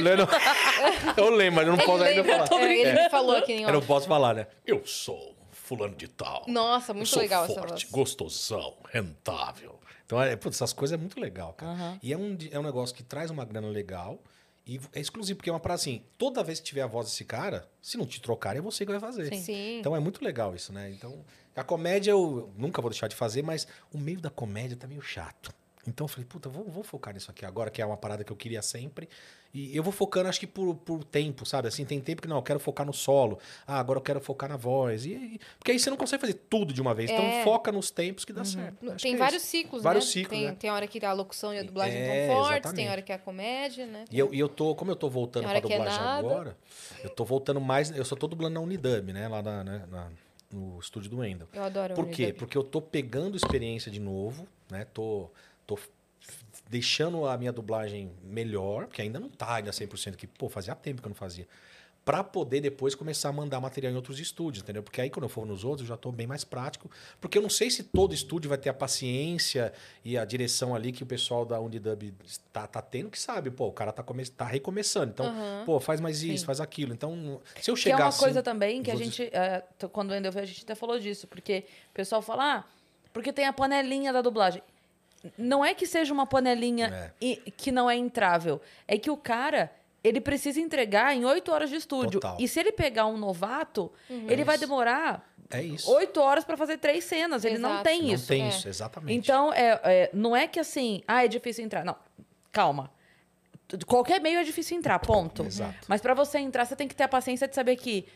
Speaker 3: eu lembro, mas eu não
Speaker 2: tá.
Speaker 3: posso ainda
Speaker 2: Ele lembra,
Speaker 3: falar.
Speaker 2: tô brincando.
Speaker 3: É.
Speaker 2: Ele falou aqui em
Speaker 3: Eu não
Speaker 2: off.
Speaker 3: posso falar, né? Eu sou fulano de tal.
Speaker 2: Nossa, é muito
Speaker 3: eu sou
Speaker 2: legal essa
Speaker 3: forte,
Speaker 2: voz.
Speaker 3: gostosão, rentável. Então, é, putz, essas coisas é muito legal, cara.
Speaker 1: Aham.
Speaker 3: E é um, di- é um negócio que traz uma grana legal e é exclusivo, porque é uma parada assim, toda vez que tiver a voz desse cara, se não te trocarem, é você que vai fazer.
Speaker 2: Sim. Sim.
Speaker 3: Então é muito legal isso, né? Então, a comédia eu nunca vou deixar de fazer, mas o meio da comédia tá meio chato. Então eu falei, puta, vou, vou focar nisso aqui agora, que é uma parada que eu queria sempre. E eu vou focando, acho que por, por tempo, sabe? Assim, tem tempo que não, eu quero focar no solo. Ah, agora eu quero focar na voz. E, e- porque aí você não consegue fazer tudo de uma vez.
Speaker 2: É. Uhum.
Speaker 3: Então foca nos tempos que dá certo. Acho que
Speaker 2: Tem
Speaker 3: é
Speaker 2: vários
Speaker 3: isso.
Speaker 2: ciclos,
Speaker 3: Vários
Speaker 2: né?
Speaker 3: ciclos,
Speaker 2: tem,
Speaker 3: né?
Speaker 2: tem hora que a locução e a dublagem
Speaker 3: É,
Speaker 2: estão fortes, tem
Speaker 3: exatamente.
Speaker 2: hora que é a comédia, né?
Speaker 3: E eu, e eu tô, como eu tô voltando
Speaker 2: Tem
Speaker 3: pra
Speaker 2: hora que é
Speaker 3: dublagem
Speaker 2: nada.
Speaker 3: agora, eu tô voltando mais. Eu só tô dublando na Unidub, né? Lá na, né, na- no estúdio do Endel.
Speaker 2: Eu adoro a
Speaker 3: Por quê?
Speaker 2: Unidub.
Speaker 3: Porque eu tô pegando experiência de novo, né? Tô, tô f- deixando a minha dublagem melhor, porque ainda não tá ainda 100%, que, pô, fazia tempo que eu não fazia. Pra poder depois começar a mandar material em outros estúdios, entendeu? Porque aí quando eu for nos outros, eu já tô bem mais prático. Porque eu não sei se todo estúdio vai ter a paciência e a direção ali que o pessoal da Unidub tá, tá tendo, que sabe, pô, o cara tá, come- tá recomeçando. Então,
Speaker 1: Aham.
Speaker 3: pô, faz mais isso,
Speaker 1: Sim.
Speaker 3: faz aquilo. Então, se eu
Speaker 1: Que é
Speaker 3: chegar
Speaker 1: uma
Speaker 3: assim,
Speaker 1: coisa também que a
Speaker 3: vou
Speaker 1: gente, é, t- quando ainda eu vi, a gente até falou disso, porque o pessoal fala, ah, porque tem a panelinha da dublagem. Não é que seja uma panelinha e- que não é entrável, é que o cara, ele precisa entregar em oito horas de estúdio.
Speaker 3: Total.
Speaker 1: E se ele pegar um novato,
Speaker 3: Uhum.
Speaker 1: ele
Speaker 3: É
Speaker 1: vai
Speaker 3: isso.
Speaker 1: demorar
Speaker 3: É isso.
Speaker 1: oito horas pra fazer três cenas. Ele não
Speaker 3: Exato.
Speaker 1: tem
Speaker 3: Não
Speaker 1: isso.
Speaker 3: tem É. isso, exatamente.
Speaker 1: Então, é, é, não é que assim, ah, é difícil entrar. Não, calma. Tudo- Qualquer meio é difícil entrar, ponto.
Speaker 3: Uhum. Exato.
Speaker 1: Mas pra você entrar, você tem que ter a paciência de saber que,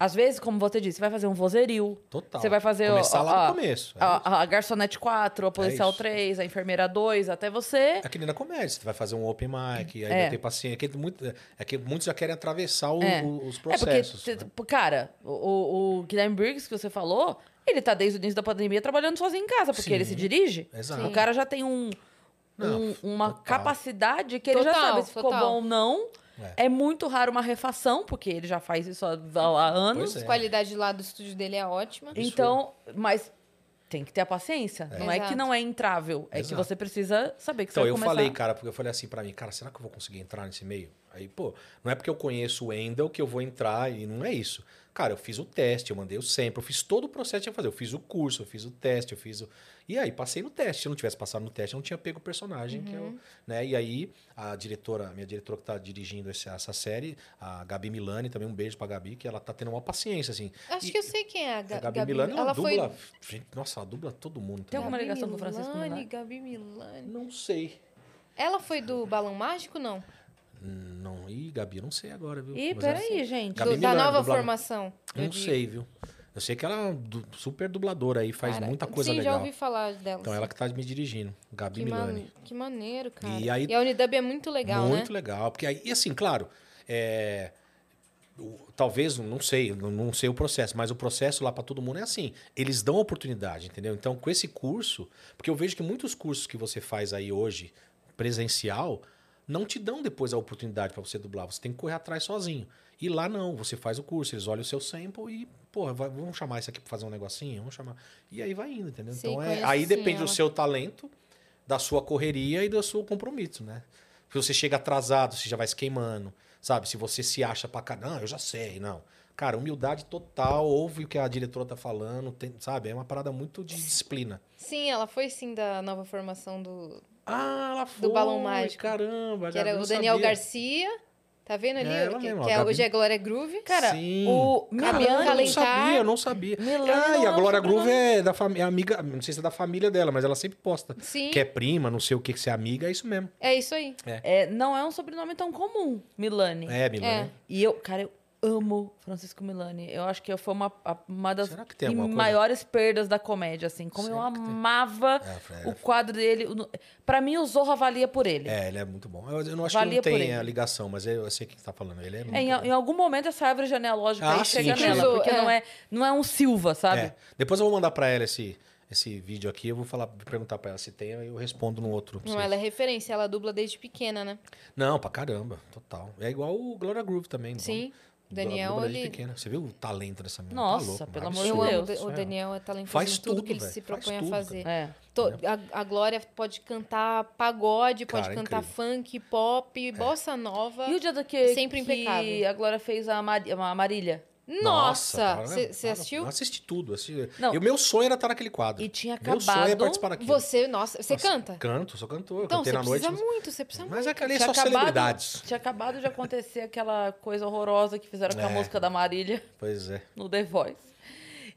Speaker 1: às vezes, como você disse, você vai fazer um vozerio.
Speaker 3: Total.
Speaker 1: Você vai fazer
Speaker 3: Começar
Speaker 1: ó,
Speaker 3: lá no
Speaker 1: ó,
Speaker 3: começo, é
Speaker 1: A, a garçonete 4, a policial
Speaker 3: isso.
Speaker 1: 3, a enfermeira 2, até você.
Speaker 3: É que nem na comédia, você vai fazer um open mic, aí
Speaker 1: É.
Speaker 3: vai ter paciência. É que, muito- é que muitos já querem atravessar o-
Speaker 1: É.
Speaker 3: o- os
Speaker 1: É
Speaker 3: processos. né?
Speaker 1: porque, t- t- cara, o- o, o Guilherme Briggs que você falou, ele tá desde o início da pandemia trabalhando sozinho em casa, porque
Speaker 3: Sim.
Speaker 1: ele se dirige.
Speaker 3: Exato.
Speaker 1: O cara já tem um,
Speaker 3: Não,
Speaker 1: um- uma capacidade que ele já
Speaker 2: Total,
Speaker 1: sabe se ficou
Speaker 2: total.
Speaker 1: bom ou não. É. muito raro uma refação, porque ele já faz isso há,
Speaker 3: é,
Speaker 1: há anos.
Speaker 2: A qualidade lá do estúdio dele é ótima.
Speaker 1: Então, mas tem que ter a paciência.
Speaker 3: É.
Speaker 1: Não é que
Speaker 2: Exato.
Speaker 1: não é entrável, é que
Speaker 3: Exato.
Speaker 1: você precisa saber que
Speaker 3: Então,
Speaker 1: você vai
Speaker 3: eu
Speaker 1: começar.
Speaker 3: falei, cara, porque eu falei assim pra mim, cara, será que eu vou conseguir entrar nesse meio? Aí, pô, não é porque eu conheço o Endel que eu vou entrar e não é isso. Cara, eu fiz o teste, eu mandei o sempre, eu fiz todo o processo que tinha que fazer. Eu fiz o curso, eu fiz o teste, eu fiz o. E aí, passei no teste. Se eu não tivesse passado no teste, eu não tinha pego o personagem que eu.
Speaker 2: Uhum.
Speaker 3: Né? E aí, a diretora, a minha diretora que tá dirigindo esse- essa série, a Gabi Milani, também um beijo pra Gabi, que ela tá tendo uma paciência, assim.
Speaker 2: Acho
Speaker 3: E-
Speaker 2: que eu sei quem é a, Ga
Speaker 3: a Gabi,
Speaker 2: Gabi
Speaker 3: Milani, ela,
Speaker 2: Ela foi
Speaker 3: dubla. gente, Nossa, ela dubla todo mundo.
Speaker 2: Tem
Speaker 3: também.
Speaker 2: alguma ligação com
Speaker 1: o Francisco
Speaker 2: Milani,
Speaker 1: Milani?
Speaker 2: Gabi Milani.
Speaker 3: Não sei.
Speaker 2: Ela foi do Balão Mágico, não?
Speaker 3: Não, ih, Gabi, eu não sei agora, viu?
Speaker 2: Ih,
Speaker 3: Mas ela-
Speaker 2: peraí, gente.
Speaker 3: Gabi
Speaker 2: Do- da
Speaker 3: Milani,
Speaker 2: nova
Speaker 3: dublada-
Speaker 2: formação, eu
Speaker 3: Não
Speaker 2: digo.
Speaker 3: sei, viu? Eu sei que ela é du- super dubladora aí, faz
Speaker 2: Cara,
Speaker 3: muita coisa
Speaker 2: Sim,
Speaker 3: legal.
Speaker 2: já ouvi falar dela.
Speaker 3: Então ela que tá me dirigindo, Gabi
Speaker 2: que,
Speaker 3: Milani.
Speaker 2: mane- que maneiro, cara.
Speaker 3: E aí-
Speaker 2: a Unidub é muito legal, né?
Speaker 3: Muito legal. Porque aí, e assim, claro, é, o- talvez, não sei, não- não sei o processo, mas o processo lá para todo mundo é assim. Eles dão oportunidade, entendeu? Então, com esse curso, porque eu vejo que muitos cursos que você faz aí hoje, presencial, não te dão depois a oportunidade para você dublar. Você tem que correr atrás sozinho. E lá não, você faz o curso, eles olham o seu sample e, porra, vai- vamos chamar isso aqui para fazer um negocinho, vamos chamar. E aí vai indo, entendeu?
Speaker 2: Sim, assim,
Speaker 3: então é-
Speaker 2: conheço
Speaker 3: aí
Speaker 2: sim
Speaker 3: depende
Speaker 2: ela.
Speaker 3: do seu talento, da sua correria e do seu compromisso, né? Se você chega atrasado, você já vai se queimando, sabe? Se você se acha pra caramba, não, eu já sei, não. Cara, humildade total, ouve o que a diretora tá falando, tem- sabe? É uma parada muito de disciplina.
Speaker 2: Sim, ela foi sim da nova formação do,
Speaker 3: Ah, ela
Speaker 2: do Balão
Speaker 3: foi,
Speaker 2: Mágico.
Speaker 3: Caramba,
Speaker 2: Que
Speaker 3: já- eu
Speaker 2: era
Speaker 3: não
Speaker 2: o Daniel
Speaker 3: sabia.
Speaker 2: Garcia. Tá vendo ali?
Speaker 3: É, ela
Speaker 2: que
Speaker 3: mesma,
Speaker 2: que
Speaker 3: a
Speaker 2: é-
Speaker 3: Gabi.
Speaker 2: hoje é Glória Groove.
Speaker 1: Cara,
Speaker 3: Sim.
Speaker 1: o
Speaker 3: Caramba,
Speaker 1: Milani
Speaker 3: eu não sabia, eu
Speaker 1: Alencar...
Speaker 3: não sabia.
Speaker 1: Milani
Speaker 3: ah,
Speaker 1: não
Speaker 3: e
Speaker 1: é
Speaker 3: a
Speaker 1: o
Speaker 3: Glória
Speaker 1: sobrenome.
Speaker 3: Groove é da família, amiga, não sei se é da família dela, mas ela sempre posta.
Speaker 2: Sim.
Speaker 3: Que é prima, não sei o que, que se é amiga, é isso mesmo.
Speaker 2: É isso aí.
Speaker 1: É, não é um sobrenome tão comum, Milani.
Speaker 3: É, Milani.
Speaker 1: E eu, cara, eu amo Francisco Milani. Eu acho que foi uma, a- uma das
Speaker 3: tem alguma coisa?
Speaker 1: maiores perdas da comédia, assim. Como eu amava
Speaker 3: É,
Speaker 1: o quadro dele. O- Pra mim, o Zorro avalia por ele.
Speaker 3: É, ele é muito bom. Eu, eu não acho
Speaker 1: Valia
Speaker 3: que
Speaker 1: por
Speaker 3: não
Speaker 1: ele.
Speaker 3: tem a ligação, mas eu, eu sei o que você tá falando. Ele é muito
Speaker 1: É, em, em algum momento essa árvore genealógica
Speaker 3: Ah, sim,
Speaker 1: aí chega
Speaker 3: sim.
Speaker 1: nela,
Speaker 3: Cruzou,
Speaker 1: porque
Speaker 3: é.
Speaker 1: Não, é, não é um Silva, sabe?
Speaker 3: É. Depois eu vou mandar pra ela esse, esse vídeo aqui, eu vou falar, perguntar pra ela se tem, aí eu respondo no outro. pra
Speaker 2: Não,
Speaker 3: você.
Speaker 2: ela é referência, ela dubla desde pequena, né?
Speaker 3: Não, pra caramba, total. É igual o Gloria Groove também. não? é?
Speaker 2: Sim.
Speaker 3: Do-
Speaker 2: Daniel,
Speaker 3: do- desde
Speaker 2: ele-
Speaker 3: pequena. Você viu o talento dessa menina?
Speaker 1: Nossa,
Speaker 3: tá louco,
Speaker 1: pelo
Speaker 3: um
Speaker 1: amor de
Speaker 2: Eu
Speaker 3: absurdo.
Speaker 2: amo,
Speaker 1: Deus.
Speaker 2: o
Speaker 3: É.
Speaker 2: Daniel é talentoso
Speaker 3: Faz
Speaker 2: em tudo,
Speaker 3: tudo,
Speaker 2: que ele
Speaker 3: velho,
Speaker 2: se
Speaker 3: faz
Speaker 2: propõe
Speaker 3: tudo,
Speaker 2: a fazer.
Speaker 1: É.
Speaker 2: To- a, a Glória pode cantar pagode, pode
Speaker 3: Cara, é
Speaker 2: cantar
Speaker 3: incrível. É.
Speaker 2: funk, pop, bossa nova.
Speaker 1: E o dia do que,
Speaker 2: Sempre
Speaker 1: que
Speaker 2: impecável.
Speaker 1: a Glória fez a, Mari- a Marília?
Speaker 2: Nossa!
Speaker 3: cara, né?
Speaker 2: Você você
Speaker 3: cara,
Speaker 2: assistiu?
Speaker 3: Eu assisti tudo. Assisti...
Speaker 1: Não.
Speaker 3: E o meu sonho era estar naquele quadro.
Speaker 1: E tinha
Speaker 3: Meu sonho é
Speaker 1: acabado-
Speaker 3: participar daquilo.
Speaker 2: Você, nossa, você
Speaker 3: Nossa,
Speaker 2: canta?
Speaker 3: Canto, sou cantor.
Speaker 2: Então,
Speaker 3: cantei
Speaker 2: você
Speaker 3: na noite.
Speaker 2: precisa
Speaker 3: mas-
Speaker 2: muito, você precisa muito.
Speaker 3: Mas é que ali é só celebridades.
Speaker 1: tinha acabado de acontecer aquela coisa horrorosa que fizeram com a
Speaker 3: É.
Speaker 1: música da Marília
Speaker 3: Pois é.
Speaker 1: no The Voice.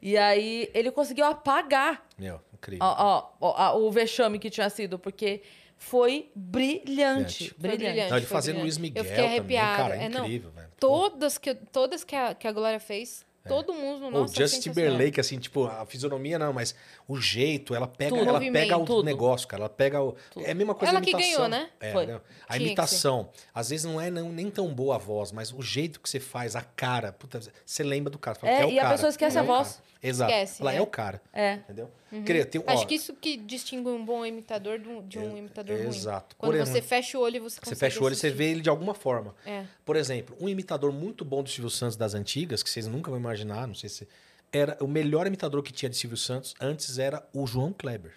Speaker 1: E aí ele conseguiu apagar
Speaker 3: Meu, incrível.
Speaker 1: ó, ó, ó, a- o vexame que tinha sido, porque foi brilhante.
Speaker 3: Brilhante. Foi
Speaker 1: Brilhante.
Speaker 3: brilhante, Não, ele foi fazendo brilhante. Luiz Miguel
Speaker 2: é, Eu fiquei
Speaker 3: também,
Speaker 2: arrepiada.
Speaker 3: cara, é
Speaker 2: é, não,
Speaker 3: incrível, velho.
Speaker 2: Todas, que, eu- todas que, a, que a Glória fez, todo mundo no
Speaker 3: O
Speaker 2: nosso.
Speaker 3: É.
Speaker 2: é
Speaker 3: Justin Timberlake, assim, tipo, a fisionomia não, mas o jeito, ela pega,
Speaker 2: Tudo.
Speaker 3: ela
Speaker 2: Movimento,
Speaker 3: pega o
Speaker 2: tudo.
Speaker 3: negócio, cara. Ela pega o. É a mesma coisa
Speaker 2: Ela
Speaker 3: da
Speaker 2: que
Speaker 3: imitação.
Speaker 2: ganhou, né?
Speaker 3: É,
Speaker 2: Foi.
Speaker 3: né? A
Speaker 2: Tinha que
Speaker 3: imitação. Às vezes não é não, nem tão boa a voz, mas o jeito que você faz, a cara, puta, você lembra do cara. Fala,
Speaker 1: É,
Speaker 3: o
Speaker 1: e a
Speaker 3: cara,
Speaker 1: pessoa esquece
Speaker 3: é
Speaker 1: a
Speaker 3: o
Speaker 1: voz.
Speaker 3: cara." Exato.
Speaker 2: Esquece,
Speaker 3: Fala,
Speaker 2: né?
Speaker 3: é o cara.
Speaker 1: É.
Speaker 3: Entendeu?
Speaker 2: Uhum.
Speaker 3: Queria ter um.
Speaker 2: Acho
Speaker 3: ó,
Speaker 2: que isso que distingue um bom imitador de um, de um imitador ruim.
Speaker 3: exato.
Speaker 2: Quando
Speaker 3: Por
Speaker 2: você
Speaker 3: exemplo,
Speaker 2: fecha o olho, e você
Speaker 3: Você
Speaker 2: consegue
Speaker 3: fecha o olho e você
Speaker 2: assistir.
Speaker 3: vê ele de alguma forma.
Speaker 2: É.
Speaker 3: Por exemplo, um imitador muito bom do Silvio Santos das antigas, que vocês nunca vão imaginar, não sei se. Era o melhor imitador que tinha de Silvio Santos antes era o João Kleber.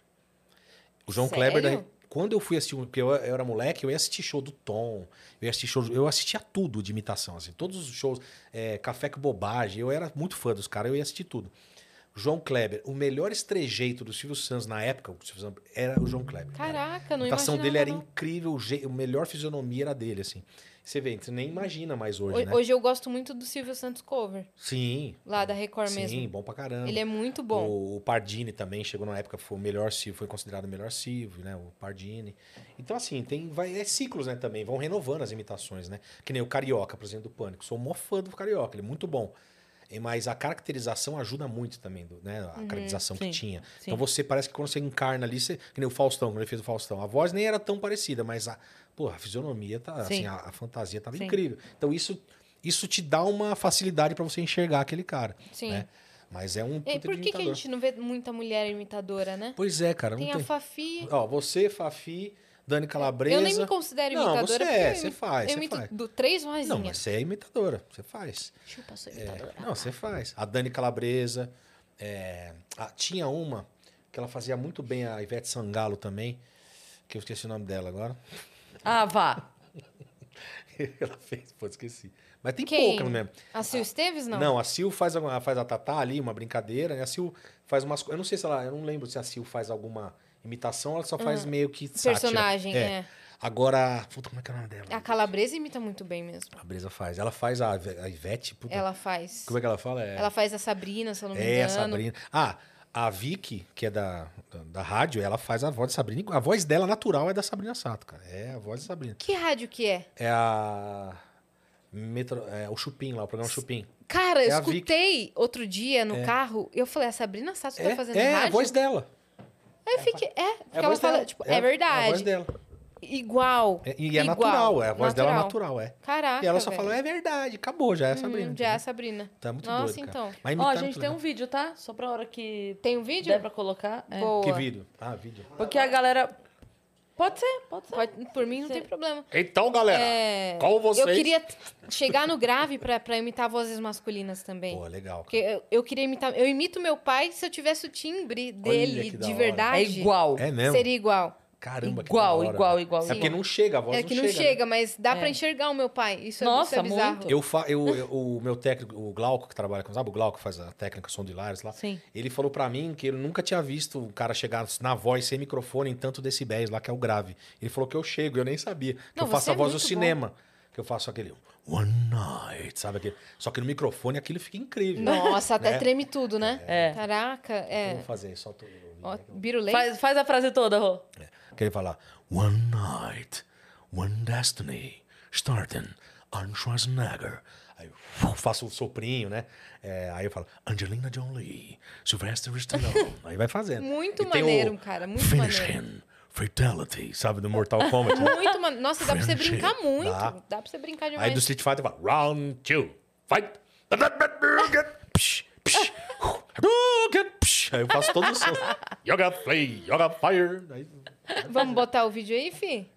Speaker 3: O João
Speaker 2: Sério?
Speaker 3: Kleber, da- quando eu fui assistir, um- porque eu, eu era moleque, eu ia assistir show do Tom, eu ia assistir show, eu assistia tudo de imitação, assim, todos os shows, é, Café com Bobagem, eu era muito fã dos caras, eu ia assistir tudo. João Kleber, o melhor estrejeito do Silvio Santos na época, o Silvio Santos, era o João Kleber.
Speaker 2: Caraca, não
Speaker 3: A imitação
Speaker 2: imaginava.
Speaker 3: dele era
Speaker 2: não.
Speaker 3: incrível, o, je- o melhor fisionomia era dele, assim. Você vê, você nem imagina mais hoje,
Speaker 2: Hoje,
Speaker 3: né?
Speaker 2: hoje eu gosto muito do Silvio Santos cover,
Speaker 3: Sim.
Speaker 2: lá da Record
Speaker 3: Sim,
Speaker 2: mesmo.
Speaker 3: bom pra caramba.
Speaker 2: Ele é muito bom.
Speaker 3: O, o Pardini também chegou na época, foi o melhor Silvio, foi considerado o melhor Silvio, né? O Pardini. Então, assim, tem vai, é ciclos, né, também. Vão renovando as imitações, né? Que nem o Carioca, por exemplo, do Pânico. Sou mó fã do Carioca, ele é muito bom. E- Mas a caracterização ajuda muito também, do- né? A
Speaker 11: Uhum,
Speaker 3: caracterização
Speaker 11: sim,
Speaker 3: que tinha.
Speaker 11: sim.
Speaker 3: Então você parece que quando você encarna ali, você, que nem o Faustão, quando ele fez o Faustão, a voz nem era tão parecida, mas a, pô, a fisionomia tá,
Speaker 11: Sim.
Speaker 3: assim, a, a fantasia tava
Speaker 11: Sim.
Speaker 3: incrível. Então isso isso te dá uma facilidade pra você enxergar aquele cara,
Speaker 2: Sim.
Speaker 3: né? Mas é um
Speaker 2: E
Speaker 3: puta
Speaker 2: por que, que a
Speaker 3: imitador.
Speaker 2: gente não vê muita mulher imitadora, né?
Speaker 3: Pois é, cara, não
Speaker 2: tem,
Speaker 3: tem.
Speaker 2: a Fafi.
Speaker 3: Ó, você, Fafi, Dani Calabresa.
Speaker 2: Eu nem me considero
Speaker 3: não,
Speaker 2: imitadora.
Speaker 3: Você
Speaker 2: porque
Speaker 3: é,
Speaker 2: eu
Speaker 3: você
Speaker 2: imi-
Speaker 3: faz,
Speaker 2: Eu
Speaker 3: você
Speaker 2: imito
Speaker 3: faz.
Speaker 2: do três
Speaker 3: Não, mas
Speaker 2: vozinhas.
Speaker 3: você é imitadora, você faz.
Speaker 2: Chupa, sou
Speaker 3: É,
Speaker 2: imitadora.
Speaker 3: não, você faz. A Dani Calabresa. é, a- tinha uma que ela fazia muito bem, a Ivete Sangalo também, que eu esqueci o nome dela agora. [LAUGHS]
Speaker 1: Ah, vá.
Speaker 3: ela fez, pô, esqueci. Mas tem
Speaker 2: Quem?
Speaker 3: pouca mesmo.
Speaker 2: A Sil Esteves, não?
Speaker 3: Não, a Sil faz, alguma- faz a Tatá ali, uma brincadeira, né? A Sil faz umas coisas. Eu não sei se ela. Eu não lembro se a Sil faz alguma imitação, ela só faz
Speaker 2: Uhum.
Speaker 3: meio que. Sátira.
Speaker 2: Personagem, é.
Speaker 3: Agora. Puta, como é que é o nome dela?
Speaker 2: A Calabresa imita muito bem mesmo.
Speaker 3: A Brisa faz. Ela faz a, a Ivete. Puta,
Speaker 2: Ela faz.
Speaker 3: Como é que ela fala? É,
Speaker 2: Ela faz a Sabrina, se eu não me
Speaker 3: é a
Speaker 2: engano.
Speaker 3: Sabrina. Ah, a Vicky, que é da, da, da rádio, ela faz a voz de Sabrina. A voz dela natural é da Sabrina Sato, cara. É a voz de Sabrina.
Speaker 2: Que rádio que é?
Speaker 3: É a. Metro, é o Chupim lá, o programa Chupim.
Speaker 2: Cara, eu
Speaker 3: É a Vicky.
Speaker 2: escutei outro dia no
Speaker 3: É.
Speaker 2: carro, eu falei, a Sabrina Sato
Speaker 3: É,
Speaker 2: tá fazendo
Speaker 3: é
Speaker 2: rádio?
Speaker 3: a voz dela.
Speaker 2: Aí eu fiquei, é, porque
Speaker 3: É a
Speaker 2: ela
Speaker 3: voz
Speaker 2: fala,
Speaker 3: dela.
Speaker 2: tipo,
Speaker 3: É a-
Speaker 2: é,
Speaker 3: é a
Speaker 2: verdade.
Speaker 3: voz dela.
Speaker 2: Igual.
Speaker 3: É- e é
Speaker 2: igual, Ah,
Speaker 3: natural, é a voz dela natural, é.
Speaker 2: Caraca,
Speaker 3: E ela só
Speaker 2: velho.
Speaker 3: fala, é verdade, acabou, já é a
Speaker 2: Uhum,
Speaker 3: Sabrina.
Speaker 2: já é a Sabrina.
Speaker 3: Tá muito
Speaker 2: Nossa,
Speaker 3: doido, cara.
Speaker 2: então.
Speaker 3: Mas
Speaker 1: Ó,
Speaker 3: imitar
Speaker 1: a
Speaker 3: é
Speaker 1: gente
Speaker 3: muito
Speaker 1: tem
Speaker 3: legal.
Speaker 1: um vídeo, tá? Só pra hora que.
Speaker 2: Tem um vídeo?
Speaker 1: Der pra colocar. É.
Speaker 2: um Boa.
Speaker 3: Que vídeo? Ah, vídeo.
Speaker 1: Porque a galera. Pode ser, pode ser.
Speaker 2: por mim não tem problema.
Speaker 7: Então, galera,
Speaker 2: É,
Speaker 7: com vocês.
Speaker 2: Eu queria t- chegar no grave pra, pra imitar vozes masculinas também.
Speaker 3: Pô, legal.
Speaker 2: Porque eu, eu queria imitar. Eu imito meu pai se eu tivesse o timbre dele
Speaker 3: que da
Speaker 2: de
Speaker 3: hora.
Speaker 2: verdade.
Speaker 3: É igual. É mesmo?
Speaker 2: Seria igual.
Speaker 3: Caramba,
Speaker 1: Igual,
Speaker 3: que da hora.
Speaker 1: igual, igual,
Speaker 3: É
Speaker 1: igual.
Speaker 3: porque não chega, a voz
Speaker 2: é
Speaker 3: não
Speaker 2: que
Speaker 3: chega.
Speaker 2: não
Speaker 3: né?
Speaker 2: chega, mas dá
Speaker 1: É.
Speaker 2: pra enxergar o meu pai. Isso, é-
Speaker 1: Nossa,
Speaker 2: isso é bizarro.
Speaker 1: muito.
Speaker 3: Eu fa... eu, eu- o meu técnico, o Glauco, que trabalha com. Sabe o Glauco que faz a técnica som de Hilários lá?
Speaker 1: Sim.
Speaker 3: Ele falou pra mim que ele nunca tinha visto o cara chegar na voz sem microfone em tanto decibéis lá, que é o grave. Ele falou que eu chego, eu nem sabia. Que
Speaker 11: Não,
Speaker 3: eu faço
Speaker 11: você
Speaker 3: a
Speaker 11: é
Speaker 3: voz do
Speaker 11: muito bom.
Speaker 3: cinema. Que eu faço aquele One Night, sabe? Aquele... Só que no microfone aquilo fica incrível.
Speaker 2: Nossa, até
Speaker 3: né? Então,
Speaker 2: treme tudo, né?
Speaker 3: É.
Speaker 2: Caraca, é.
Speaker 3: Vamos fazer, solta o.
Speaker 2: Ó, Birulei.
Speaker 1: Faz, faz a frase toda, Rô.
Speaker 3: Que ele fala É. One Night, One Destiny, starting Arnold Schwarzenegger. Aí eu [LAUGHS] fu, faço o soprinho, né? É, aí eu falo Angelina Jolie, Sylvester
Speaker 2: [LAUGHS]
Speaker 3: Stallone. aí vai fazendo.
Speaker 2: Muito
Speaker 3: E tem o
Speaker 2: maneiro, cara. Muito
Speaker 3: Finish
Speaker 2: maneiro.
Speaker 3: him, Fatality, sabe? Do
Speaker 2: [LAUGHS]
Speaker 3: Mortal Kombat. né?
Speaker 2: Muito maneiro. Nossa, dá pra você
Speaker 3: Finish
Speaker 2: brincar
Speaker 3: him.
Speaker 2: muito.
Speaker 3: Dá.
Speaker 2: Dá, pra você brincar demais.
Speaker 3: Aí do Street Fighter fala Round two,
Speaker 2: [LAUGHS]
Speaker 3: fight! Psh, psh, Hadouken, psh. [LAUGHS] Aí eu faço todos os
Speaker 2: [LAUGHS]
Speaker 3: sons. Yoga Play, Yoga Fire. Aí
Speaker 2: Vamos botar o vídeo aí, fi?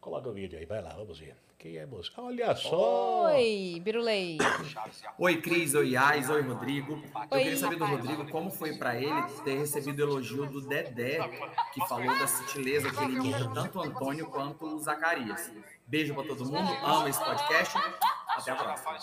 Speaker 3: Coloca o vídeo aí, vai lá, vamos ver. Quem é você? Olha só!
Speaker 2: Oi, Birulei.
Speaker 13: Oi, Cris, oi, Ais, oi, Rodrigo. Eu
Speaker 2: Oi,
Speaker 13: queria saber do Rodrigo como foi pra ele ter recebido o elogio do Dedé, que falou da sutileza que ele imita tanto o Antônio quanto o Zacarias. Beijo pra todo mundo, amo esse podcast. Até a próxima.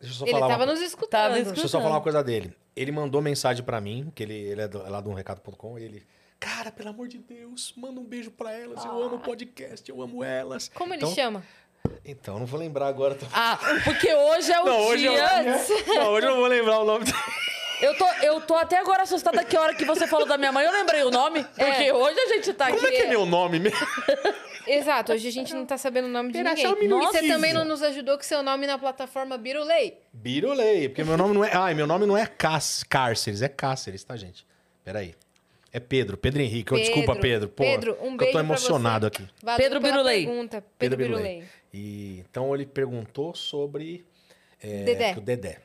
Speaker 3: Deixa eu só
Speaker 2: Ele
Speaker 3: falar uma
Speaker 2: tava
Speaker 3: coisa.
Speaker 2: nos escutando. Tava
Speaker 3: Deixa eu só
Speaker 2: escutando.
Speaker 3: falar uma coisa dele. Ele mandou mensagem pra mim, que ele, ele é do- lá do umrecado.com, e ele... Cara, pelo amor de Deus, manda um beijo pra elas. Eu amo o podcast, eu amo elas.
Speaker 2: Ah. Como ele
Speaker 3: Então,
Speaker 2: chama?
Speaker 3: Então, não vou lembrar agora.
Speaker 1: Ah, porque hoje é o
Speaker 3: Não, hoje eu-
Speaker 1: dia.
Speaker 3: [LAUGHS] Não, hoje eu não vou lembrar o nome dele.
Speaker 2: [LAUGHS]
Speaker 1: Eu tô, eu tô até agora assustada que hora que você falou da minha mãe. Eu lembrei o nome, porque hoje a gente tá
Speaker 3: Como é
Speaker 1: aqui.
Speaker 3: que é meu nome mesmo?
Speaker 2: Exato, hoje a gente não tá sabendo o nome de
Speaker 1: Pera,
Speaker 2: ninguém.
Speaker 1: só um minutinho.
Speaker 2: e você também não nos ajudou com seu nome na plataforma Birulei.
Speaker 3: Birulei, porque meu nome não é. Ai, meu nome não é Cás, Cárceres, é Cáceres, tá, gente? Peraí. É Pedro, Pedro Henrique. Ô, Desculpa, Pedro. Pô, é
Speaker 2: Pedro, um
Speaker 3: que
Speaker 2: beijo
Speaker 3: Eu tô
Speaker 2: pra
Speaker 3: emocionado
Speaker 2: você.
Speaker 3: aqui.
Speaker 2: Valeu
Speaker 1: Pedro
Speaker 2: pela
Speaker 1: Birulei.
Speaker 2: pergunta, Pedro, Birulei.
Speaker 3: E, então ele perguntou sobre é,
Speaker 2: Dedé.
Speaker 3: que O Dedé.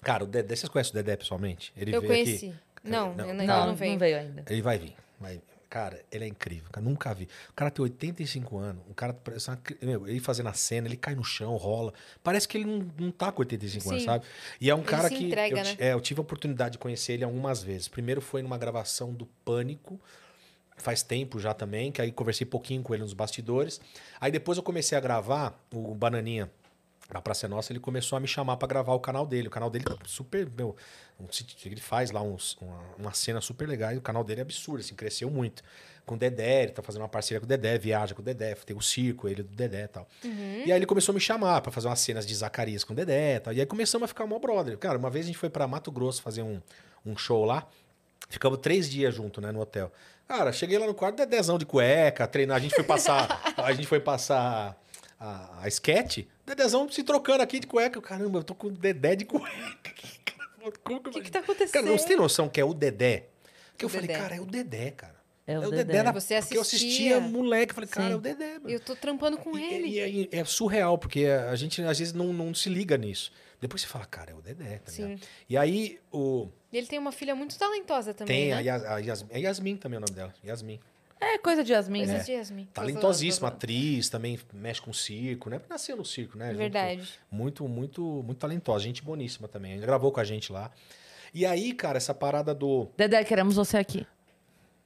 Speaker 3: Cara, o Dedé, vocês conhecem o Dedé pessoalmente? Ele
Speaker 2: Eu
Speaker 3: veio
Speaker 2: conheci.
Speaker 3: aqui.
Speaker 2: Não,
Speaker 3: Não,
Speaker 2: eu
Speaker 3: não.
Speaker 2: ainda não,
Speaker 3: Não
Speaker 2: veio.
Speaker 1: veio ainda.
Speaker 3: Ele vai vir. vai vir. Cara, ele é incrível. Cara, nunca vi. O cara tem 85 anos. O cara parece uma cri- meu, ele fazendo a cena, ele cai no chão, rola. Parece que ele não, não tá com 85 anos,
Speaker 7: Sim.
Speaker 3: sabe? E é um
Speaker 7: Ele
Speaker 3: cara
Speaker 7: se
Speaker 3: que.
Speaker 7: entrega,
Speaker 3: eu, ti-
Speaker 7: né?
Speaker 3: é, eu tive a oportunidade de conhecer ele algumas vezes. Primeiro foi numa gravação do Pânico. Faz tempo já também, que aí conversei pouquinho com ele nos bastidores. Aí depois eu comecei a gravar o Bananinha na Praça é Nossa, ele começou a me chamar pra gravar o canal dele. O canal dele é super. Meu, um- ele faz lá uns- uma, uma cena super legal e o canal dele é absurdo, assim, cresceu muito. Com o Dedé, ele tá fazendo uma parceria com o Dedé, viaja com o Dedé, tem o circo, ele é do Dedé e tal. E aí ele começou a me chamar pra fazer umas cenas de Zacarias com o Dedé e tal. E aí começamos a ficar mó brother. Cara, uma vez a gente foi pra Mato Grosso fazer um, um show lá. Ficamos três dias junto, né, no hotel. Cara, cheguei lá no quarto, Dedézão de cueca, treinar. A gente foi
Speaker 2: [LAUGHS]
Speaker 3: passar. a gente foi passar a, a sketch. Dedézão se trocando aqui de cueca. Eu, Caramba, eu tô com o Dedé de cueca. [LAUGHS] O que,
Speaker 2: tá acontecendo?
Speaker 3: Cara, não, você tem noção que é o Dedé? Que eu
Speaker 2: O
Speaker 3: falei,
Speaker 2: Dedé.
Speaker 3: cara, é o Dedé, cara.
Speaker 1: É
Speaker 3: o Dedé. na-
Speaker 2: Você
Speaker 3: porque eu
Speaker 2: assistia.
Speaker 3: assistia moleque, falei, cara,
Speaker 2: Sim.
Speaker 3: é o Dedé. mano.
Speaker 2: Eu tô trampando com ele.
Speaker 3: E aí é surreal, porque a gente às vezes não, não se liga nisso. Depois você fala, cara, é o Dedé, tá ligado?
Speaker 2: Sim.
Speaker 3: E aí o.
Speaker 2: E ele tem uma filha muito talentosa
Speaker 3: Tem
Speaker 2: também, né?
Speaker 3: a, Yas- a Yasmin, é Yasmin também o nome dela. Yasmin.
Speaker 1: É coisa de Yasmin,
Speaker 2: Coisas
Speaker 1: né?
Speaker 2: de Yasmin.
Speaker 3: Talentosíssima atriz, também mexe com circo, né? Porque nasceu no circo, né? Junto-
Speaker 2: É Verdade.
Speaker 3: muito, muito, muito talentosa. Gente boníssima também. Ainda gravou com a gente lá. E aí, cara, essa parada do.
Speaker 1: Dedé, queremos você aqui.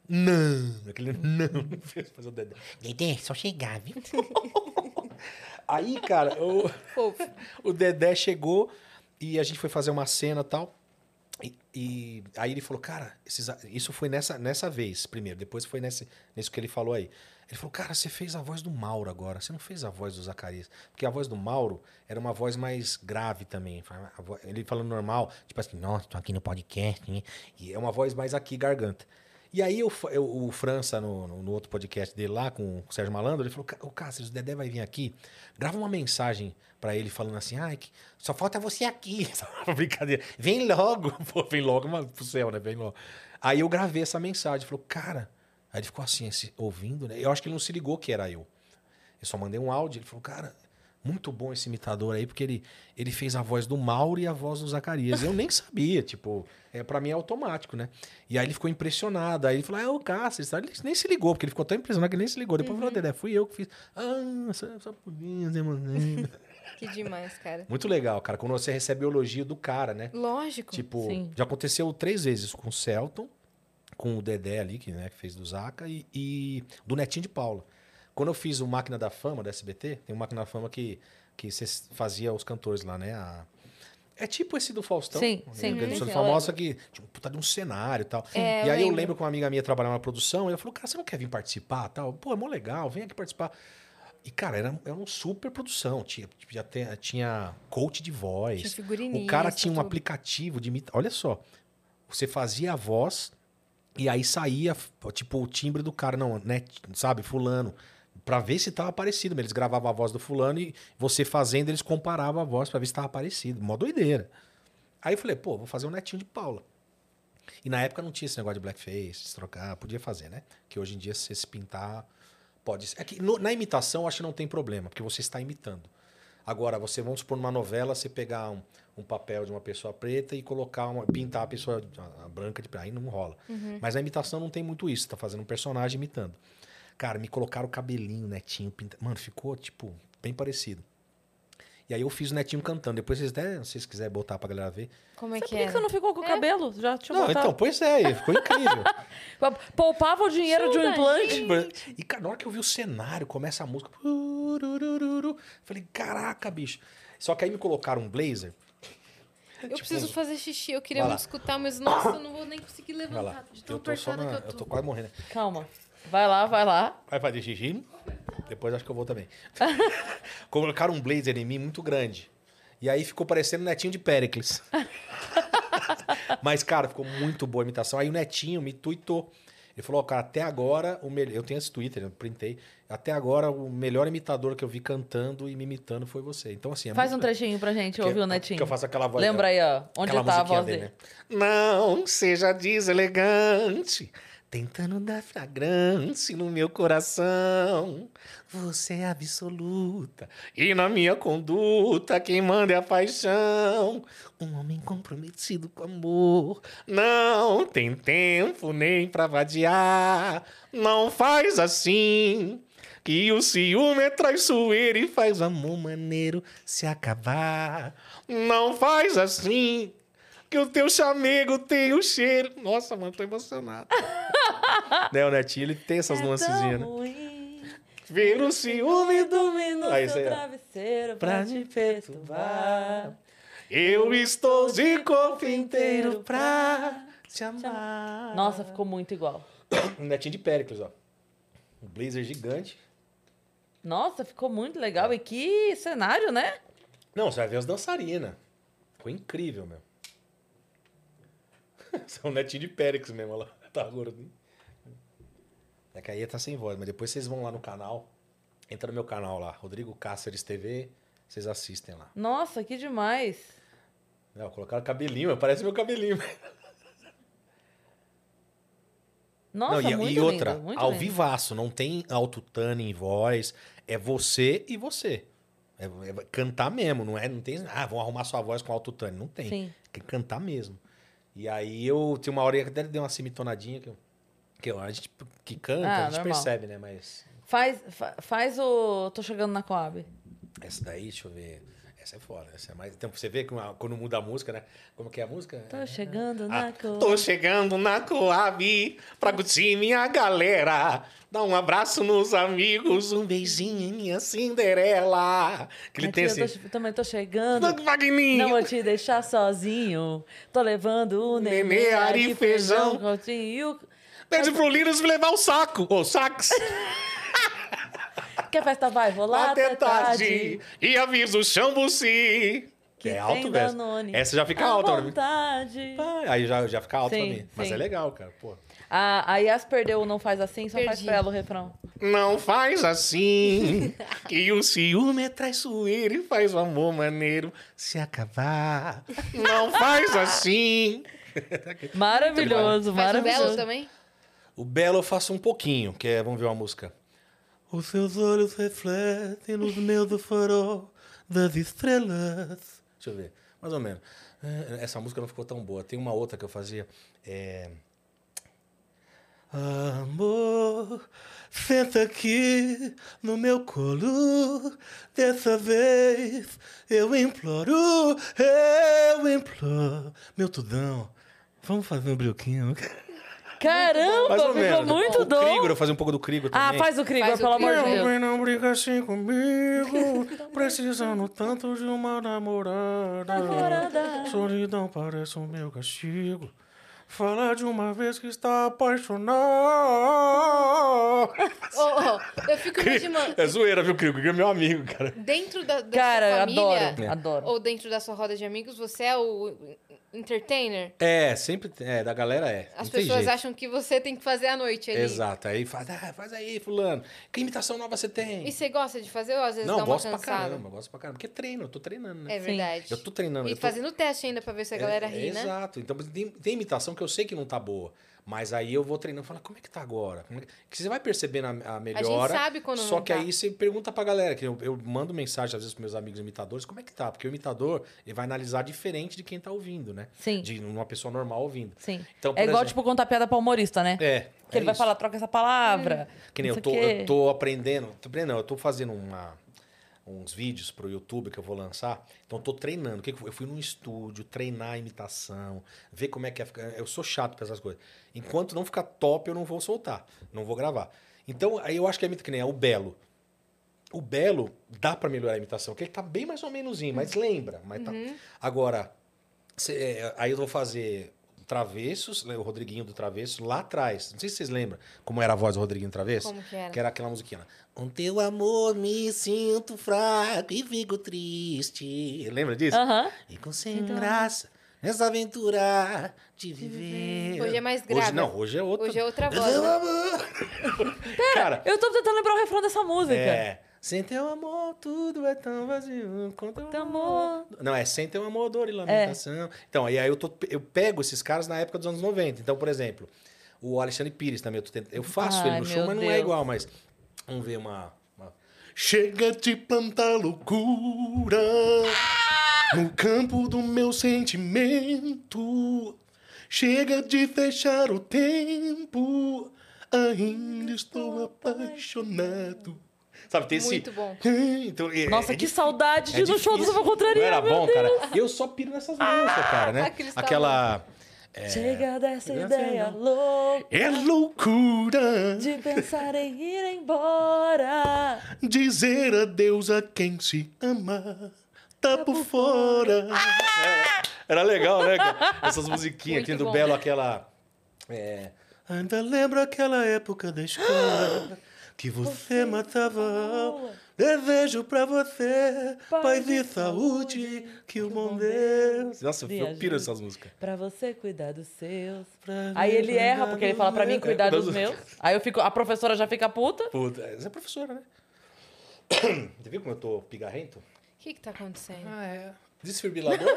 Speaker 3: Não! Aquele [LAUGHS] não, não fez fazer o Dedé. Dedé, só chegar, viu? Aí, cara, o, o Dedé chegou e a gente foi fazer uma cena e tal. E, e aí ele falou, cara, esses a- isso foi nessa, nessa vez primeiro, depois foi nesse, nisso que ele falou aí. Ele falou, cara, você fez a voz do Mauro agora, você não fez a voz do Zacarias. Porque a voz do Mauro era uma voz mais grave também. A vo- Ele falando normal, tipo assim, nossa, tô aqui no podcast, né? E é uma voz mais aqui, garganta. E aí eu, fa- eu- o França, no, no- no outro podcast dele lá, com o Sérgio Malandro, ele falou, "Ca- ô Cáceres, o Dedé vai vir aqui, grava uma mensagem pra ele falando assim, ai, que só falta você aqui. [LAUGHS] Brincadeira. Vem logo. [LAUGHS] Pô, vem logo, mas pro céu, né? Vem logo. Aí eu gravei essa mensagem, falou, cara... Aí ele ficou assim, assim, ouvindo, né? Eu acho que ele não se ligou que era eu. Eu só mandei um áudio, ele falou, cara... Muito bom esse imitador aí, porque ele, ele fez a voz do Mauro e a voz do Zacarias. Eu nem sabia, tipo, é, para mim é automático, né? E aí ele ficou impressionado. Aí ele falou, ah, é o Cássio. sabe? Ele nem se ligou, porque ele ficou tão impressionado que ele nem se ligou. Depois falou, Dedé, fui eu que fiz. Ah, só, só por mim, né, mano?
Speaker 2: Que demais, cara.
Speaker 3: Muito legal, cara, quando você recebe o elogio do cara, né?
Speaker 2: Lógico.
Speaker 3: Tipo,
Speaker 2: Sim.
Speaker 3: já aconteceu três vezes com o Celton, com o Dedé ali, que, né, que fez do Zaca, e, e do Netinho de Paula. Quando eu fiz o Máquina da Fama, da SBT, tem o Máquina da Fama que, que você fazia os cantores lá, né? A- É tipo esse do Faustão.
Speaker 1: Sim,
Speaker 3: né,
Speaker 1: sim,
Speaker 3: do Faustão
Speaker 1: sim, eu
Speaker 3: Famosa que, tipo, puta de um cenário e tal.
Speaker 1: Sim. É,
Speaker 3: e
Speaker 1: eu
Speaker 3: aí eu
Speaker 1: lembro.
Speaker 3: lembro que uma amiga minha trabalhava na produção, e ela falou, cara, você não quer vir participar tal? Pô, é mó legal, vem aqui participar. E, cara, era, era uma super produção. Tinha, já te- tinha coach de voz.
Speaker 2: Tinha figurinista,
Speaker 3: é o cara tinha um
Speaker 2: tudo.
Speaker 3: aplicativo de imita... Olha só. Você fazia a voz e aí saía, tipo, o timbre do cara. Não, né? Sabe? Fulano. Pra ver se tava parecido. Eles gravavam a voz do fulano e você fazendo, eles comparavam a voz pra ver se tava parecido. Mó doideira. Aí eu falei, pô, vou fazer um netinho de Paula. E na época não tinha esse negócio de blackface, se trocar, podia fazer, né? Que hoje em dia, se você se pintar, pode. ser. É que no- na imitação, eu acho que não tem problema, porque você está imitando. Agora, você, vamos supor, numa novela, você pegar um, um papel de uma pessoa preta e colocar uma, pintar a pessoa a- a branca de preta, aí não rola.
Speaker 7: Uhum.
Speaker 3: Mas na imitação não tem muito isso, tá fazendo um personagem imitando. Cara, me colocaram o cabelinho, netinho, pinta... mano, ficou, tipo, bem parecido. E aí eu fiz o netinho cantando. Depois vocês até, se vocês quiserem botar pra galera ver.
Speaker 2: Como é
Speaker 1: Sabe
Speaker 2: que
Speaker 1: por que
Speaker 2: era?
Speaker 1: você não ficou com o cabelo? Já tinha
Speaker 3: Não,
Speaker 1: botado.
Speaker 3: então, pois é, e ficou incrível.
Speaker 1: Poupava o dinheiro de um implante.
Speaker 3: E, cara, na hora que eu vi o cenário, começa a música. pururururu, Falei, caraca, bicho. Só que aí me colocaram um blazer.
Speaker 2: Eu preciso fazer xixi, eu queria
Speaker 3: tipo, Vai lá.
Speaker 2: muito escutar, mas nossa, eu não vou nem conseguir
Speaker 3: Vai
Speaker 2: levantar.
Speaker 3: lá.
Speaker 2: tá, de tão
Speaker 3: Eu tô só
Speaker 2: apertada
Speaker 3: na-
Speaker 2: que eu
Speaker 3: Eu
Speaker 2: tô.
Speaker 3: tô quase morrendo.
Speaker 1: Calma. Vai lá, vai lá.
Speaker 3: Vai fazer xixi. Depois acho que eu vou
Speaker 1: [LAUGHS]
Speaker 3: também. Colocaram um blazer em mim muito grande. E aí ficou parecendo o netinho de
Speaker 1: [LAUGHS]
Speaker 3: Péricles. Mas, cara, ficou muito boa a imitação. Aí o netinho me tuitou. Ele falou, ó, cara, até agora, o melhor. Eu tenho esse Twitter, eu printei. Até agora, o melhor imitador que eu vi cantando e me imitando foi você. Então, assim. é
Speaker 1: Faz um
Speaker 3: muito-
Speaker 1: trechinho pra gente
Speaker 3: Porque-
Speaker 1: ouvir o Netinho.
Speaker 3: porque eu faço aquela voz-
Speaker 1: Lembra aí, ó. Onde
Speaker 3: aquela
Speaker 1: tá
Speaker 3: musiquinha
Speaker 1: a voz dele.
Speaker 3: dele, né? Não seja deselegante, tentando dar flagrante no meu coração. Você é absoluta, e na minha conduta, quem manda é a paixão. Um homem comprometido com amor. Não tem tempo nem pra vadiar. Não faz assim. Que o ciúme é traiçoeiro e faz o amor maneiro se acabar. Não faz assim. Que o teu chamego tem o cheiro. Nossa, mano, tô [LAUGHS] emocionado. né, o Netinho, ele tem
Speaker 1: É
Speaker 3: essas nuancezinhas, né? Ver o ciúme do menino. Aí, isso aí, ó.
Speaker 1: travesseiro
Speaker 3: pra
Speaker 1: te perturbar.
Speaker 3: Eu estou de corpo inteiro pra te
Speaker 1: amar. Nossa, ficou muito igual.
Speaker 3: Um netinho de Péricles, ó. Um blazer gigante.
Speaker 1: Nossa, ficou muito legal. E que cenário, né?
Speaker 3: Não, você vai ver as dançarinas. Ficou incrível, meu. [LAUGHS] São um netinho de Péricles mesmo, olha lá. [LAUGHS] Tá gordinho. É que aí tá sem voz, mas depois vocês vão lá no canal. Entra no meu canal lá, Rodrigo Cáceres TV. Vocês assistem lá.
Speaker 1: Nossa, que demais.
Speaker 3: Não, colocaram cabelinho, meu, parece meu cabelinho.
Speaker 1: Nossa,
Speaker 3: não, e,
Speaker 1: muito
Speaker 3: e outra,
Speaker 1: lindo, muito
Speaker 3: ao
Speaker 1: lindo.
Speaker 3: vivaço, não tem autotune em voz, é você e você. É, é cantar mesmo, não é? Não tem, ah, vão arrumar sua voz com autotune, não tem.
Speaker 1: Sim.
Speaker 3: Tem que cantar mesmo. E aí eu tinha uma hora que até dei uma semitonadinha que, eu- que eu- a gente que canta,
Speaker 1: Ah,
Speaker 3: a gente
Speaker 1: normal.
Speaker 3: percebe, né, mas
Speaker 1: Faz, fa- faz o. Tô chegando na Coab.
Speaker 3: essa daí, deixa eu ver. Essa é foda, essa é mais. Então, você vê que uma- quando muda a música, né? Como que é a música?
Speaker 1: Tô chegando
Speaker 3: Ah,
Speaker 1: na Coab.
Speaker 3: Tô chegando na Coab pra curtir minha galera. Dá um abraço nos amigos, um beijinho em minha Cinderela. Que ele
Speaker 1: Aqui
Speaker 3: tem
Speaker 1: eu
Speaker 3: assim.
Speaker 1: tô che- também tô chegando.
Speaker 3: Magninho.
Speaker 1: Não vou te deixar sozinho. Tô levando o nenê,
Speaker 3: Nenê, ari e feijão.
Speaker 1: Coutinho e o-
Speaker 3: Pede pro Linus me levar o saco, ou sax.
Speaker 1: Quer festa vai rolar
Speaker 3: Até
Speaker 1: até tarde.
Speaker 3: tarde. E avisa o chambuci. Que é alto,
Speaker 1: tem
Speaker 3: velho.
Speaker 1: Danone. Ah,
Speaker 3: Essa já fica
Speaker 1: À
Speaker 3: alta, né?
Speaker 1: vontade.
Speaker 3: Aí já, já fica alto pra
Speaker 1: Sim,
Speaker 3: mim. Mas
Speaker 1: sim.
Speaker 3: é legal, cara. Pô.
Speaker 1: A, a Yas perdeu o Não Faz Assim, só faz pra ela o refrão.
Speaker 3: Não faz
Speaker 1: [LAUGHS]
Speaker 3: assim, que o ciúme é traiçoeiro e faz o amor maneiro se acabar. Não faz assim.
Speaker 1: Maravilhoso,
Speaker 2: Faz o Belo
Speaker 1: maravilhoso.
Speaker 2: também?
Speaker 3: O Belo eu faço um pouquinho, que é, vamos ver uma música.
Speaker 5: Os seus olhos refletem nos meus do farol das estrelas.
Speaker 3: Deixa eu ver, mais ou menos. Eh, Essa música não ficou tão boa. Tem uma outra que eu fazia. É...
Speaker 5: Amor, senta aqui no meu colo. Dessa vez eu imploro, eu imploro. Meu tudão, vamos fazer um brioquinho?
Speaker 1: Caramba,
Speaker 5: Mais ou
Speaker 1: ficou
Speaker 5: menos.
Speaker 1: muito
Speaker 5: O
Speaker 1: dom.
Speaker 5: Krieger,
Speaker 3: eu fazia um pouco do Krieger
Speaker 1: Ah,
Speaker 5: também.
Speaker 1: faz o Krieger, Faz o pelo amor de Krieger. Deus.
Speaker 5: Minha mãe não briga assim comigo, precisando tanto de uma namorada.
Speaker 1: Namorada.
Speaker 5: Solidão parece o meu castigo. Falar de uma vez que está apaixonado.
Speaker 2: Ô, ô,
Speaker 3: [LAUGHS]
Speaker 2: eu fico imaginando.
Speaker 3: É zoeira, viu, Crico? Que é meu amigo, cara.
Speaker 2: Dentro da, da
Speaker 1: Cara,
Speaker 2: sua
Speaker 1: eu
Speaker 2: família,
Speaker 3: adoro, É. adoro.
Speaker 2: ou dentro da sua roda de amigos, você é o entertainer?
Speaker 3: É, sempre. tem- É, da galera é.
Speaker 2: As
Speaker 3: Não tem
Speaker 2: pessoas
Speaker 3: jeito.
Speaker 2: acham que você tem que fazer à noite ali.
Speaker 3: Exato. Aí faz, ah, faz aí, fulano. Que imitação nova você tem?
Speaker 2: E você gosta de fazer ou às vezes
Speaker 3: Não,
Speaker 2: dá uma
Speaker 3: gosto pra
Speaker 2: cansada?
Speaker 3: caramba, gosto pra caramba. Porque treino, eu tô treinando, né?
Speaker 2: É verdade.
Speaker 3: Eu tô treinando.
Speaker 2: E
Speaker 3: eu tô-
Speaker 2: fazendo teste ainda pra ver se a galera
Speaker 3: é,
Speaker 2: ri,
Speaker 3: é
Speaker 2: né?
Speaker 3: Exato. Então tem, tem imitação que eu sei que não tá boa. Mas aí eu vou treinando e falo, como é que tá agora? Como é que... que você vai percebendo a, a melhora.
Speaker 2: sabe quando
Speaker 3: Só
Speaker 2: não
Speaker 3: que
Speaker 2: tá.
Speaker 3: aí você pergunta pra galera, que eu, eu mando mensagem às vezes pros meus amigos imitadores, como é que tá? Porque o imitador ele vai analisar diferente de quem tá ouvindo, né?
Speaker 1: Sim.
Speaker 3: De uma pessoa normal ouvindo.
Speaker 1: Sim.
Speaker 3: Então, por
Speaker 1: é igual,
Speaker 3: exemplo-
Speaker 1: tipo, contar piada pra humorista, né?
Speaker 3: É.
Speaker 1: Que
Speaker 3: é
Speaker 1: ele vai
Speaker 3: isso.
Speaker 1: falar, troca essa palavra.
Speaker 3: Que nem
Speaker 1: não
Speaker 3: eu tô,
Speaker 1: sei o quê.
Speaker 3: eu tô aprendendo. Tô aprendendo, não, eu tô fazendo uma- uns vídeos pro YouTube que eu vou lançar. Então eu tô treinando. O que que eu fui num estúdio, treinar a imitação, ver como é que é. ficar- Eu sou chato pra essas coisas. Enquanto não ficar top, eu não vou soltar. Não vou gravar. Então, aí eu acho que é muito que nem é o Belo. O Belo dá pra melhorar a imitação, porque ele tá bem
Speaker 2: Uhum.
Speaker 3: mais ou menos, mas lembra. Mas tá... Agora, cê- é, aí eu vou fazer Travessos, né, o Rodriguinho do Travesso, lá atrás. Não sei se vocês lembram como era a voz do Rodriguinho do Travesso.
Speaker 4: Como que era?
Speaker 3: Que era aquela musiquinha. lá.
Speaker 4: Com teu amor me sinto fraco e fico triste.
Speaker 3: Lembra disso?
Speaker 2: Ah.
Speaker 4: Aham.
Speaker 3: E com
Speaker 4: Sem
Speaker 2: Então.
Speaker 4: graça nessa aventura de viver.
Speaker 2: Hoje é mais grave.
Speaker 3: Hoje não, hoje é outra.
Speaker 2: Hoje é outra voz.
Speaker 4: Teu
Speaker 2: né?
Speaker 4: amor.
Speaker 3: Cara,
Speaker 1: Eu tô tentando lembrar o refrão dessa música.
Speaker 3: É. Sem teu amor, tudo é tão vazio. Com teu amor. Não, é sem ter um amor, dor e
Speaker 5: É.
Speaker 3: lamentação. Então, e aí eu, tô, eu pego esses caras na época dos anos 90. Então, por exemplo, o Alexandre Pires também, eu, tô tentando- eu faço
Speaker 5: Ai,
Speaker 3: ele no show,
Speaker 5: meu
Speaker 3: mas não é
Speaker 5: Deus.
Speaker 3: igual, mas. Vamos ver uma. uma-
Speaker 5: Chega de plantar loucura no campo do meu sentimento. Chega de fechar o tempo. Ainda estou apaixonado.
Speaker 3: Sabe, tem esse.
Speaker 5: Muito
Speaker 2: bom.
Speaker 3: [LAUGHS] Então, é-
Speaker 1: Nossa,
Speaker 3: é
Speaker 1: que
Speaker 3: dif-
Speaker 1: saudade de ir no show do
Speaker 3: difícil.
Speaker 1: Samba Contraria.
Speaker 3: Não era
Speaker 1: meu
Speaker 3: bom, cara.
Speaker 1: Deus.
Speaker 3: Eu só piro nessas
Speaker 5: Ah,
Speaker 3: músicas, cara,
Speaker 5: tá,
Speaker 3: né?
Speaker 1: Aqueles
Speaker 3: Aquela. é,
Speaker 1: Chega dessa
Speaker 3: eu não sei
Speaker 1: ideia
Speaker 3: não.
Speaker 1: louca
Speaker 5: É loucura
Speaker 1: de pensar em ir embora.
Speaker 5: dizer adeus a quem se ama. Tá por fora.
Speaker 3: É, Era legal, né, cara?
Speaker 5: [LAUGHS]
Speaker 3: Essas musiquinhas
Speaker 5: Muito
Speaker 3: aqui do
Speaker 5: bom. né?
Speaker 3: Belo, aquela. É.
Speaker 5: Ainda lembro aquela época da escola que você tá matava. aula. Desejo pra você paz e saúde que o bom Deus.
Speaker 3: Nossa, eu
Speaker 1: Viajando.
Speaker 3: piro nessas músicas.
Speaker 1: Pra você cuidar dos seus.
Speaker 5: mim
Speaker 1: Aí ele
Speaker 5: cuidar
Speaker 1: erra, porque ele
Speaker 5: dos
Speaker 1: fala pra mim
Speaker 5: meus.
Speaker 1: cuidar dos
Speaker 3: Dos-
Speaker 1: meus. Aí eu fico, a professora já fica puta.
Speaker 3: é Puta, você é professora, né? [COUGHS] Você viu como eu tô pigarrento?
Speaker 2: O que que tá acontecendo?
Speaker 3: Ah, é.
Speaker 1: [LAUGHS]
Speaker 3: Desfibrilador?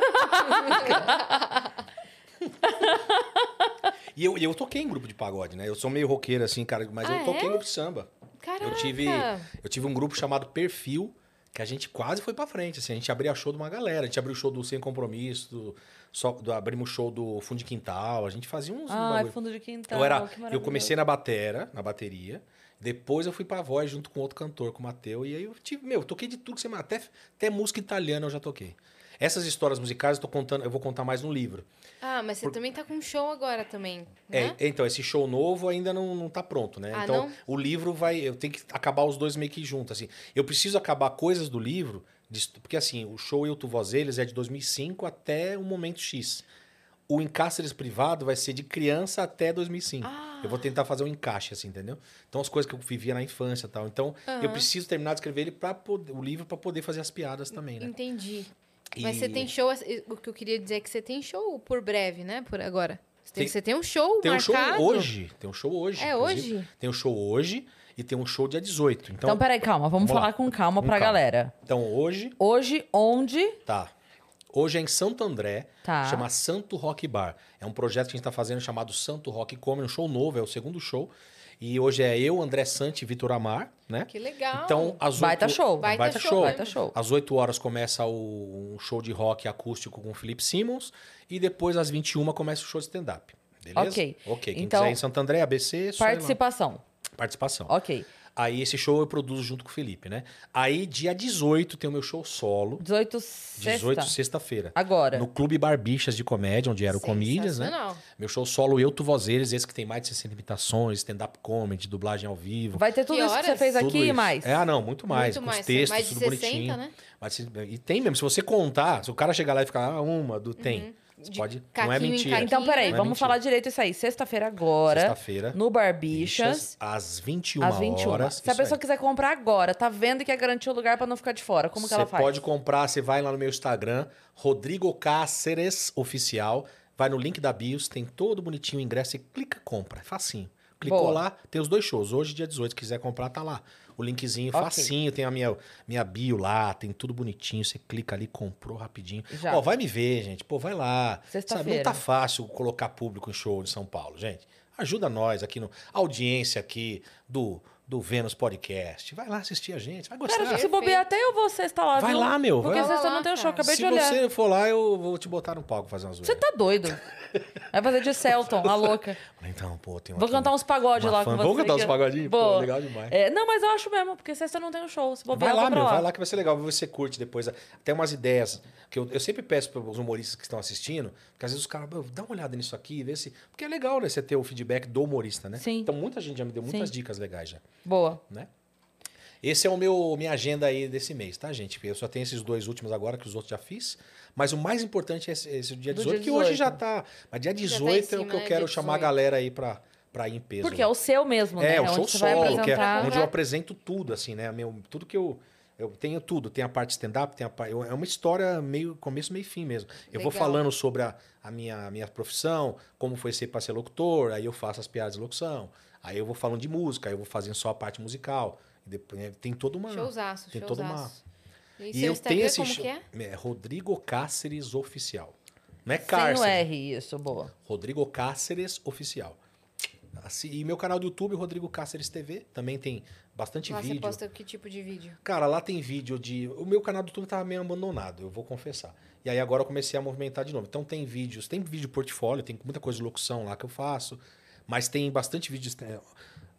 Speaker 3: E eu, e eu toquei em grupo de pagode, né? Eu sou meio roqueiro, assim, cara, mas
Speaker 2: Ah,
Speaker 3: eu toquei
Speaker 2: é?
Speaker 3: em grupo de samba.
Speaker 2: Caraca.
Speaker 3: Eu tive, eu tive um grupo chamado Perfil, que a gente quase foi pra frente, assim. A gente abria show de uma galera. A gente abriu show do Sem Compromisso, do, só, do, abrimos show do Fundo de Quintal. A gente fazia uns
Speaker 1: Ai,
Speaker 3: bagulho.
Speaker 1: Ah, é fundo de quintal.
Speaker 3: eu, era,
Speaker 1: Então, que
Speaker 3: eu
Speaker 1: maravilhoso.
Speaker 3: comecei na batera, na bateria. Depois eu fui pra voz junto com outro cantor, com o Mateu. E aí eu tive, meu, eu toquei de tudo que você ima- até, até música italiana eu já toquei. Essas histórias musicais eu tô contando, eu vou contar mais no livro.
Speaker 2: Ah, mas você
Speaker 3: Por-
Speaker 2: também tá com um show agora também,
Speaker 3: É,
Speaker 2: né?
Speaker 3: então, esse show novo ainda não, não tá pronto, né?
Speaker 2: Ah,
Speaker 3: então,
Speaker 2: não?
Speaker 3: o livro vai. Eu tenho que acabar os dois meio que juntos. Assim. Eu preciso acabar coisas do livro, de- porque assim, o show Eu Tu Voz Eles é de 2005 até o momento X. O Encáceres Privado vai ser de criança até 2005. Eu
Speaker 2: Ah.
Speaker 3: vou tentar fazer um encaixe, assim, entendeu? Então, as coisas que eu vivia na infância e tal. Então, eu
Speaker 2: Aham.
Speaker 3: preciso terminar de escrever ele pra poder, o livro para poder fazer as piadas também, né?
Speaker 2: Entendi. Mas
Speaker 3: E-
Speaker 2: você tem show, o que eu queria dizer é que você tem show por breve, né? Por agora. Você tem,
Speaker 3: Tem-
Speaker 2: você tem um show
Speaker 3: Tem um show
Speaker 2: marcado.
Speaker 3: hoje. Tem um show hoje.
Speaker 2: É
Speaker 3: inclusive.
Speaker 2: hoje?
Speaker 3: Tem um show hoje e tem um show dia 18. Então,
Speaker 1: Então, peraí, calma. Vamos,
Speaker 3: lá.
Speaker 1: falar com calma
Speaker 3: Com
Speaker 1: pra
Speaker 3: calma.
Speaker 1: galera.
Speaker 3: Então, hoje.
Speaker 1: Hoje, onde?
Speaker 3: Tá. Hoje é em Santo André,
Speaker 1: Tá.
Speaker 3: chama Santo Rock Bar. É um projeto que a gente está fazendo chamado Santo Rock Comedy, um show novo, é o segundo show. E hoje é eu, André Sante e Vitor Amar, né?
Speaker 2: Que legal.
Speaker 3: Então, às
Speaker 1: Baita
Speaker 3: oito-
Speaker 1: show.
Speaker 3: Baita,
Speaker 1: Baita show,
Speaker 3: show.
Speaker 1: baita show.
Speaker 3: Às 8 horas começa o um show de rock acústico com o Felipe Simmons. E depois, às 21, começa o show de stand-up. Beleza?
Speaker 1: Ok.
Speaker 3: Ok. Quem
Speaker 1: Então,
Speaker 3: quiser ir em Santo André, ABC, só ir lá.
Speaker 1: Participação.
Speaker 3: Participação.
Speaker 1: Ok.
Speaker 3: Aí esse show eu produzo junto com o Felipe, né? Aí, dia 18, tem o meu show solo.
Speaker 1: 18 sexta.
Speaker 3: 18, sexta-feira.
Speaker 1: Agora.
Speaker 3: No Clube Barbixas de Comédia, onde era o Comídias, né?
Speaker 1: É. Sensacional.
Speaker 3: Meu show solo Eu Tu Voz Eles, esse que tem mais de 60 imitações, stand-up comedy, dublagem ao vivo.
Speaker 1: Vai ter tudo
Speaker 2: Que
Speaker 1: isso que você
Speaker 2: horas?
Speaker 1: fez
Speaker 3: Tudo
Speaker 1: aqui e
Speaker 3: isso.
Speaker 1: mais.
Speaker 3: É, ah, não, muito mais.
Speaker 2: Muito
Speaker 3: com
Speaker 2: mais,
Speaker 3: os textos,
Speaker 2: mais de
Speaker 3: tudo
Speaker 2: 60,
Speaker 3: bonitinho.
Speaker 2: né?
Speaker 3: Mas se- e tem mesmo, se você contar, se o cara chegar lá e ficar, ah, uma,
Speaker 1: Uhum.
Speaker 3: do tem. Você pode. Não é mentira.
Speaker 1: Então, peraí,
Speaker 3: Não é
Speaker 1: vamos
Speaker 3: mentira.
Speaker 1: falar direito isso aí. Sexta-feira agora.
Speaker 3: Sexta-feira.
Speaker 1: No Barbixas.
Speaker 3: Às 21
Speaker 1: às 21.
Speaker 3: horas.
Speaker 1: Se a
Speaker 3: isso aí.
Speaker 1: pessoa quiser comprar agora, tá vendo que é garantir o lugar pra não ficar de fora. Como que ela faz?
Speaker 3: pode comprar, você vai lá no meu Instagram, Rodrigo Cáceres Oficial, vai no link da bios, tem todo bonitinho o ingresso e clica compra, é facinho. Clicou
Speaker 1: Boa.
Speaker 3: lá, tem os dois shows. Hoje, dia 18, quiser comprar, tá lá. O linkzinho
Speaker 1: Ok.
Speaker 3: facinho, tem a minha, minha bio lá, tem tudo bonitinho. Você clica ali, comprou rapidinho.
Speaker 1: Já.
Speaker 3: Ó, vai me ver, gente. Pô, vai lá. Sabe,
Speaker 1: Sexta-feira.
Speaker 3: não tá fácil colocar público em show de São Paulo, gente. Ajuda nós aqui no a audiência aqui do do Vênus Podcast. Vai lá assistir a gente, vai gostar.
Speaker 1: Cara, se bobear até eu vou sexta lá,
Speaker 3: Vai
Speaker 1: viu?
Speaker 3: lá, meu,
Speaker 1: Porque
Speaker 3: vai lá.
Speaker 1: sexta não tem o show, acabei
Speaker 3: Se
Speaker 1: de olhar.
Speaker 3: você for lá, eu vou te botar no palco fazer umas
Speaker 1: Você tá doido. Vai fazer de Celton, a louca.
Speaker 3: Então, pô, tem
Speaker 1: Vou cantar um uns pagodes
Speaker 3: uma
Speaker 1: lá
Speaker 3: fã.
Speaker 1: com você.
Speaker 3: Vamos cantar uns
Speaker 1: que-
Speaker 3: pagodinhos? Pô,
Speaker 1: Boa.
Speaker 3: legal demais.
Speaker 1: É, não, mas eu acho mesmo, porque sexta não tem o show. Se bobear,
Speaker 3: Vai
Speaker 1: eu
Speaker 3: lá,
Speaker 1: vou pra
Speaker 3: meu,
Speaker 1: lá.
Speaker 3: vai lá que vai ser legal. Vai ver se você curte depois. Tem umas ideias que eu, eu sempre peço para os humoristas que estão assistindo, porque às vezes os caras, "Meu, dá uma olhada nisso aqui, vê se. Porque é legal, né? Você ter o feedback do humorista, né? Sim. Então muita gente já me deu muitas
Speaker 1: Sim.
Speaker 3: dicas legais já,
Speaker 1: Boa.
Speaker 3: né? Esse é o meu minha agenda aí desse mês, tá, gente? Eu só tenho esses dois últimos agora, que os outros já fiz. Mas o mais importante é esse, esse dia
Speaker 1: Do
Speaker 3: 18,
Speaker 1: dia
Speaker 3: que hoje
Speaker 1: 18.
Speaker 3: já tá. Mas dia
Speaker 1: Já tá em
Speaker 3: 18 é o
Speaker 1: cima,
Speaker 3: que eu
Speaker 1: né?
Speaker 3: quero
Speaker 1: Dia
Speaker 3: chamar a
Speaker 1: 18.
Speaker 3: galera aí pra, pra ir em peso.
Speaker 1: Porque é o seu mesmo, né?
Speaker 3: É, o
Speaker 1: onde
Speaker 3: show
Speaker 1: você vai
Speaker 3: solo, que é
Speaker 1: apresentar.
Speaker 3: onde eu apresento tudo, assim, né? Meu, tudo que eu. Eu tenho tudo, tem a parte stand-up, tem a parte. É uma história meio começo, meio fim mesmo. Eu vou
Speaker 6: Legal.
Speaker 3: falando sobre a, a minha, a minha profissão, como foi ser para ser locutor, aí eu faço as piadas de locução, aí eu vou falando de música, aí eu vou fazendo só a parte musical. E depois, né, tem toda uma.
Speaker 2: Showzaço,
Speaker 3: Tem toda uma.
Speaker 2: showzaço. E, seu Instagram, como
Speaker 3: show-
Speaker 2: que é?
Speaker 3: é Rodrigo Cáceres Oficial. Não é
Speaker 1: Sem o
Speaker 3: Cáceres.
Speaker 1: R, isso, boa.
Speaker 3: Rodrigo Cáceres Oficial. Assim, e meu canal do YouTube, Rodrigo Cáceres TV, também tem bastante
Speaker 2: Lá você
Speaker 3: vídeo.
Speaker 2: posta que tipo de vídeo?
Speaker 3: Cara, lá tem vídeo de. O meu canal do YouTube tava meio abandonado, eu vou confessar. E aí agora eu comecei a movimentar de novo. Então tem vídeos, tem vídeo portfólio, tem muita coisa de locução lá que eu faço, mas tem bastante vídeo. de stand-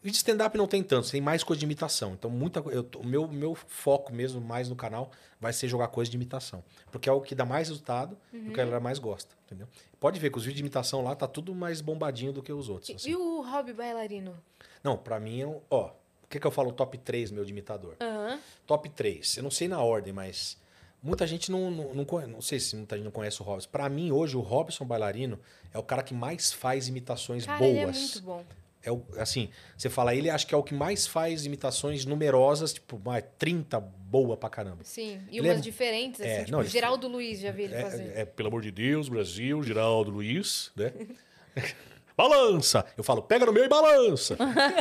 Speaker 3: Vídeo de stand-up não tem tanto, tem mais coisa de imitação. Então, muita co- eu tô- O meu, meu foco mesmo, mais no canal, vai ser jogar coisa de imitação. Porque é o que dá mais resultado e o
Speaker 2: Uhum.
Speaker 3: que a galera mais gosta, entendeu? Pode ver que os vídeos de imitação lá tá tudo mais bombadinho do que os outros.
Speaker 2: E,
Speaker 3: assim.
Speaker 2: e o hobby bailarino?
Speaker 3: Não, pra mim, eu- ó, o que, que eu falo top 3 meu de imitador?
Speaker 2: Aham.
Speaker 3: Top 3. Eu não sei na ordem, mas muita gente não, não, não conhece. Não sei se muita gente não conhece o Robson. Pra mim, hoje, o Robson Bailarino é o cara que mais faz imitações
Speaker 2: Cara,
Speaker 3: boas.
Speaker 2: ele é muito bom.
Speaker 3: É o, assim, você fala, ele acho que é o que mais faz imitações numerosas, tipo, mais 30 boa pra caramba.
Speaker 2: Sim, e
Speaker 3: Ele é-
Speaker 2: umas diferentes, assim,
Speaker 3: é,
Speaker 2: tipo
Speaker 3: não, ele-
Speaker 2: Geraldo Luiz, já vi ele fazer.
Speaker 7: É, pelo amor de Deus, Brasil, Geraldo Luiz, né? [LAUGHS]
Speaker 3: Balança! Eu falo, pega no meu e balança!
Speaker 2: [LAUGHS]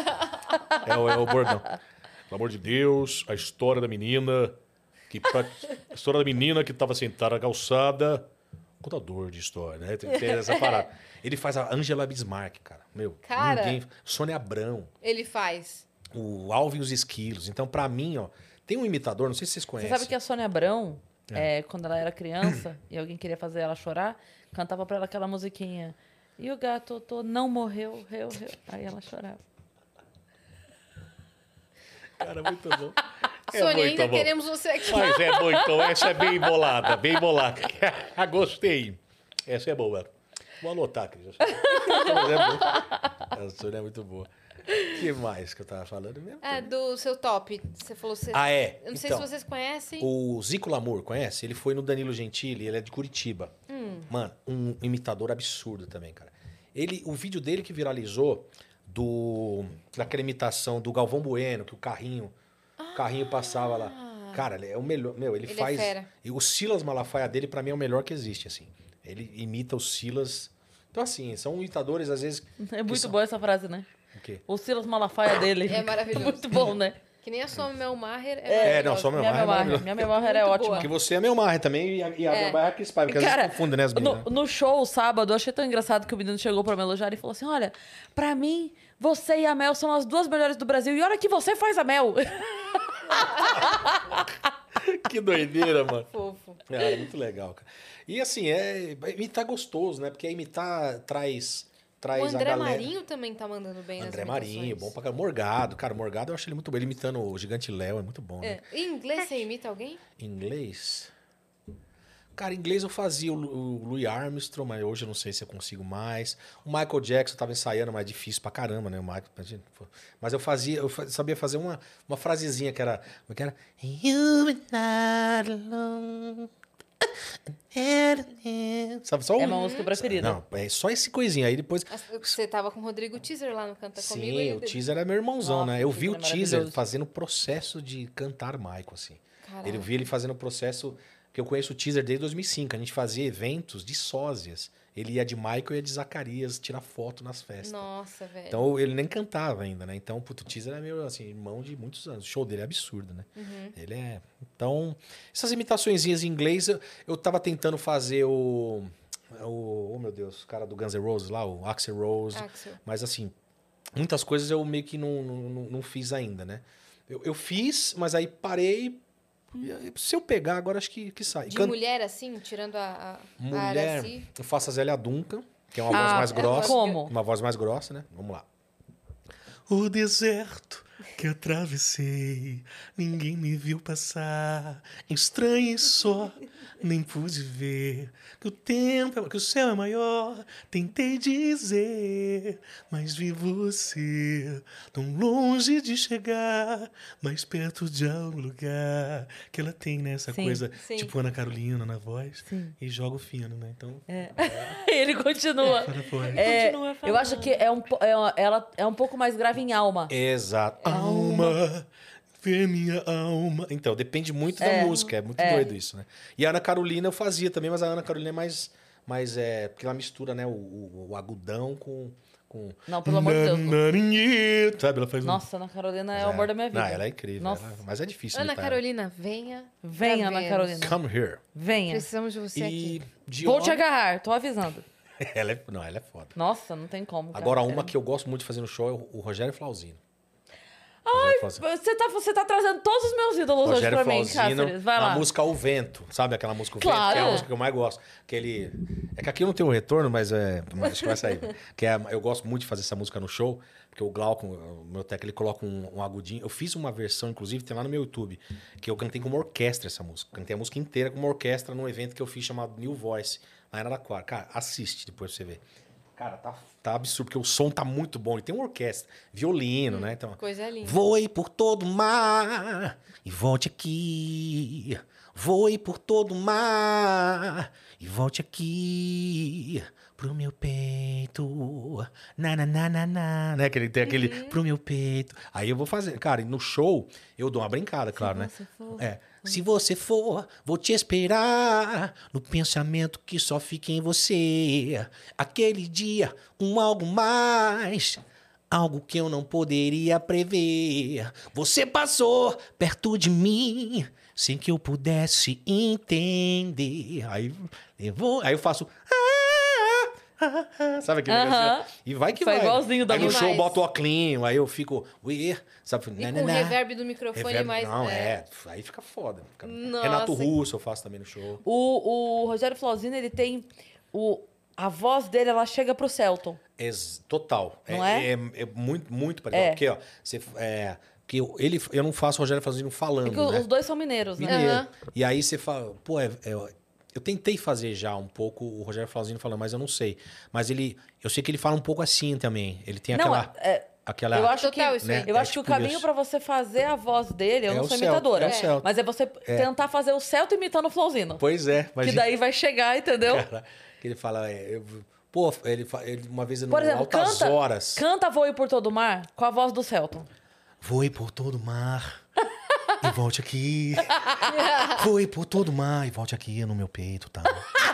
Speaker 7: É o, é o bordão. Pelo amor de Deus, a história da menina que pra- a história da menina que estava sentada na calçada. Contador de história, né? Tem, tem essa parada.
Speaker 3: Ele faz a Angela Bismarck, cara. Meu,
Speaker 2: Cara.
Speaker 3: ninguém. Sônia Abrão.
Speaker 2: Ele faz.
Speaker 3: o Alvin e os Esquilos. Então, pra mim, ó, tem um imitador, não sei se vocês
Speaker 1: Você
Speaker 3: conhecem.
Speaker 1: sabe que a Sônia Abrão, é, quando ela era criança e alguém queria fazer ela chorar, cantava pra ela aquela musiquinha. E o gato Totô não morreu, reu, reu. Aí ela chorava.
Speaker 3: Cara, muito
Speaker 2: [LAUGHS]
Speaker 3: bom.
Speaker 7: É
Speaker 2: Sônia,
Speaker 7: muito
Speaker 2: ainda
Speaker 7: bom.
Speaker 2: queremos você aqui.
Speaker 7: Mas é bom, então. Essa é bem bolada, bem bolada. [LAUGHS] Ah, Gostei. Essa é boa. Vou anotar, Cris. Essa
Speaker 3: A Sônia é muito boa. que mais que eu tava falando mesmo?
Speaker 2: [LAUGHS] É, do seu top. Você falou... Você...
Speaker 3: Ah, é.
Speaker 2: Eu não sei
Speaker 3: Então,
Speaker 2: se vocês conhecem.
Speaker 3: O Zico Lamour, conhece? Ele foi no Danilo Gentili, ele é de Curitiba.
Speaker 2: Hum.
Speaker 3: Mano, um imitador absurdo também, cara. Ele, o vídeo dele que viralizou do daquela imitação do Galvão Bueno, que o carrinho, o carrinho passava lá. Cara, ele é o melhor, meu, ele,
Speaker 2: Ah. Ele é
Speaker 3: faz
Speaker 2: fera.
Speaker 3: e o Silas Malafaia dele pra mim é o melhor que existe assim. Ele imita o Silas. Então assim, são imitadores às vezes
Speaker 1: É muito boa essa frase, né?
Speaker 3: o quê?
Speaker 1: O Silas Malafaia dele.
Speaker 2: É maravilhoso.
Speaker 1: Muito bom, né?
Speaker 2: Que nem a sua Mel Maher.
Speaker 3: É, não, só meu
Speaker 1: Minha Mel Maher,
Speaker 3: marra.
Speaker 1: minha Mel Maher é ótima.
Speaker 3: Porque você é meu marra também e a, e a
Speaker 1: É.
Speaker 3: minha marra é Cris Paiva, porque às
Speaker 1: Cara,
Speaker 3: vezes confunde, né, as meninas?
Speaker 1: No, no show, sábado, eu achei tão engraçado que o menino chegou pra me elogiar e falou assim: Olha, pra mim, você e a Mel são as duas melhores do Brasil. E olha que você faz a Mel.
Speaker 3: [LAUGHS] Que doideira, mano.
Speaker 2: Fofo.
Speaker 3: [LAUGHS] Cara, Ah, é muito legal, cara. E assim, é, imitar é gostoso, né? Porque imitar traz, traz
Speaker 2: O
Speaker 3: a
Speaker 2: André
Speaker 3: galera.
Speaker 2: Marinho também tá mandando bem nas
Speaker 3: André
Speaker 2: imitações.
Speaker 3: Marinho, bom pra caramba. Morgado, cara, Morgado eu acho ele muito bom. Ele imitando o Gigante Léo, é muito bom, né?
Speaker 2: É. Em inglês você imita alguém?
Speaker 3: Inglês. Cara, inglês eu fazia o Lu- o Louis Armstrong, mas hoje eu não sei se eu consigo mais. O Michael Jackson eu tava ensaiando, mas é difícil pra caramba, né? O Michael, imagina, pô. mas eu fazia, eu fa- sabia fazer uma, uma frasezinha que era, como é que era?
Speaker 5: You are not alone.
Speaker 3: Sabe só
Speaker 5: É
Speaker 3: um-
Speaker 5: uma música preferida.
Speaker 3: Não, é só esse coisinha aí depois.
Speaker 2: Você tava com o Rodrigo Teaser lá no Canta
Speaker 3: Sim,
Speaker 2: Tá Comigo.
Speaker 3: o teaser é meu irmãozão,
Speaker 2: Nossa,
Speaker 3: né? Eu
Speaker 2: o
Speaker 3: vi o
Speaker 2: teaser é
Speaker 3: teaser
Speaker 2: maravilhoso.
Speaker 3: fazendo o processo de cantar Michael, assim.
Speaker 2: Caraca.
Speaker 3: Ele vi ele fazendo o processo, que eu conheço o teaser desde 2005. A gente fazia eventos de sósias. Ele ia de Michael e ia de Zacarias tirar foto nas festas.
Speaker 2: Nossa, velho.
Speaker 3: Então ele nem cantava ainda, né? Então, puto, o teaser é meu assim, irmão de muitos anos. O show dele é absurdo, né?
Speaker 2: Uhum.
Speaker 3: Ele é. Então, essas imitaçõezinhas em inglês, eu, eu tava tentando fazer o. o oh, meu Deus, o cara do Guns N' Roses lá, o Axel Rose.
Speaker 2: Axl.
Speaker 3: Mas assim, muitas coisas eu meio que não, não, não- não fiz ainda, né? Eu, eu fiz, mas aí parei. e- Se eu pegar agora, acho que, que sai.
Speaker 2: De
Speaker 3: Can-
Speaker 2: mulher, assim, tirando a, a, a
Speaker 3: mulher,
Speaker 1: assim?
Speaker 2: Araci.
Speaker 3: eu faço a Zélia Duncan, que é uma
Speaker 2: Ah,
Speaker 3: voz mais
Speaker 2: é
Speaker 3: grossa.
Speaker 2: como?
Speaker 3: Uma voz mais grossa, né? Vamos lá.
Speaker 5: O deserto que atravessei, ninguém me viu passar. Estranho e só, nem pude ver que o tempo, é- que o céu é maior. Tentei dizer, mas vi você tão longe de chegar, mais perto de algum lugar que ela tem nessa
Speaker 1: Sim,
Speaker 5: coisa,
Speaker 1: sim.
Speaker 5: tipo Ana Carolina na voz
Speaker 1: Sim.
Speaker 5: e joga o fino, né? Então,
Speaker 1: É. [LAUGHS] Ele continua.
Speaker 5: Fala, pô.
Speaker 1: É, eu acho que é um, po- é, uma- ela é um pouco mais grave em alma.
Speaker 3: Exato. Alma, vê minha alma. Então, depende muito da
Speaker 1: É.
Speaker 3: música. É muito
Speaker 1: É.
Speaker 3: doido isso, né? E a Ana Carolina eu fazia também, mas a Ana Carolina é mais. mais é, porque ela mistura, né? O, o- o agudão com. com...
Speaker 1: Não, pelo amor de Deus, não.
Speaker 3: Nananinhito, Sabe? Ela faz um-
Speaker 1: Nossa, Ana Carolina é, o amor da minha vida.
Speaker 3: Não, ela é incrível.
Speaker 1: Nossa.
Speaker 3: ela- mas é difícil.
Speaker 2: Ana
Speaker 3: imitar ela.
Speaker 2: Carolina, venha.
Speaker 1: Venha,
Speaker 2: pra
Speaker 1: Ana
Speaker 2: Vênus.
Speaker 1: Carolina.
Speaker 3: Come here.
Speaker 1: Venha.
Speaker 2: Precisamos de você
Speaker 3: E
Speaker 2: aqui.
Speaker 3: de
Speaker 1: Vou
Speaker 3: homem-
Speaker 1: te agarrar, tô avisando.
Speaker 3: [LAUGHS] Ela é, não, ela é foda.
Speaker 1: Nossa, não tem como. cara. É.
Speaker 3: Agora, uma que eu gosto muito de fazer no show é o o Rogério Flauzino.
Speaker 1: Ai,
Speaker 3: Rogério Flauzino.
Speaker 1: você tá, você tá trazendo todos os meus ídolos hoje
Speaker 3: Rogério
Speaker 1: pra mim,
Speaker 3: Flauzino,
Speaker 1: Cáceres. Vai lá.
Speaker 3: a música O Vento, sabe aquela música O Vento?
Speaker 1: Claro.
Speaker 3: Que é a música que eu mais gosto. Aquele... É que aqui eu não tenho retorno, mas é... acho que vai
Speaker 1: [LAUGHS]
Speaker 3: sair. que é- eu gosto muito de fazer essa música no show, porque o Glauco, o meu técnico, ele coloca um, um agudinho. Eu fiz uma versão, inclusive, tem lá no meu YouTube, que eu cantei com uma orquestra essa música. Cantei a música inteira com uma orquestra num evento que eu fiz chamado New Voice, lá em Araraquara. Cara, assiste depois pra você ver. Cara, tá, tá absurdo, porque o som tá muito bom. E tem uma orquestra, violino, né? Então,
Speaker 2: Coisa linda.
Speaker 3: Voe por todo o mar e volte aqui. Voe por todo o mar e volte aqui pro meu peito. Na, na, na, na, na. Né? Que ele tem aquele pro meu peito. Aí eu vou fazer. Cara, e no show eu dou uma brincada,
Speaker 2: Uhum.
Speaker 3: claro, né? É. Se você for, vou te esperar no pensamento que só fica em você. Aquele dia, um algo mais. Algo que eu não poderia prever. Você passou perto de mim sem que eu pudesse entender. Aí, levou, aí eu faço. [LAUGHS] Sabe aquele
Speaker 1: Aham.
Speaker 3: negócio? né? E vai que
Speaker 1: Foi
Speaker 3: vai.
Speaker 1: igualzinho da
Speaker 3: aí no
Speaker 1: música.
Speaker 3: show eu boto o oclinho, aí eu fico. "Uê", Sabe?
Speaker 2: E com o reverb do microfone mais.
Speaker 3: né, Não, é. Aí fica foda. fica-
Speaker 2: Nossa.
Speaker 3: Renato Russo eu faço também no show.
Speaker 1: O, o Rogério Flauzino, ele tem. O, a voz dele, ela chega pro Celton.
Speaker 3: Ex- total.
Speaker 1: Não é?
Speaker 3: É, é muito, muito parecido.
Speaker 1: É.
Speaker 3: Porque, ó, você, é, porque eu, ele, eu não faço o Rogério Fazendo falando.
Speaker 1: Porque os-
Speaker 3: né?
Speaker 1: os dois são mineiros, né?
Speaker 3: Mineiro. E aí você fala, pô, é- é- eu tentei fazer já um pouco o Rogério Flauzino falando, mas eu não sei. Mas ele, eu sei que ele fala um pouco assim também. Ele tem
Speaker 1: Não,
Speaker 3: aquela,
Speaker 1: é-
Speaker 3: aquela.
Speaker 1: eu acho que,
Speaker 3: né?
Speaker 1: eu
Speaker 3: É
Speaker 1: acho que o
Speaker 3: tipo
Speaker 1: caminho
Speaker 3: isso.
Speaker 1: pra você fazer a voz dele, eu
Speaker 3: É
Speaker 1: não
Speaker 3: o
Speaker 1: sou
Speaker 3: Celton,
Speaker 1: imitadora,
Speaker 3: é o Celton.
Speaker 1: mas é você
Speaker 3: É.
Speaker 1: tentar fazer o Celto imitando o Flauzino.
Speaker 3: Pois é, mas
Speaker 1: que daí vai chegar, entendeu?
Speaker 3: cara, que ele fala, é, eu- pô, ele, fa- ele uma vez no
Speaker 1: Por exemplo,
Speaker 3: altas
Speaker 1: canta,
Speaker 3: horas.
Speaker 1: canta Voe por Todo o Mar com a voz do Celton.
Speaker 6: Voe por todo o mar e volte
Speaker 1: [LAUGHS]
Speaker 6: aqui. Voe por todo o mar e volte aqui no meu peito, tá?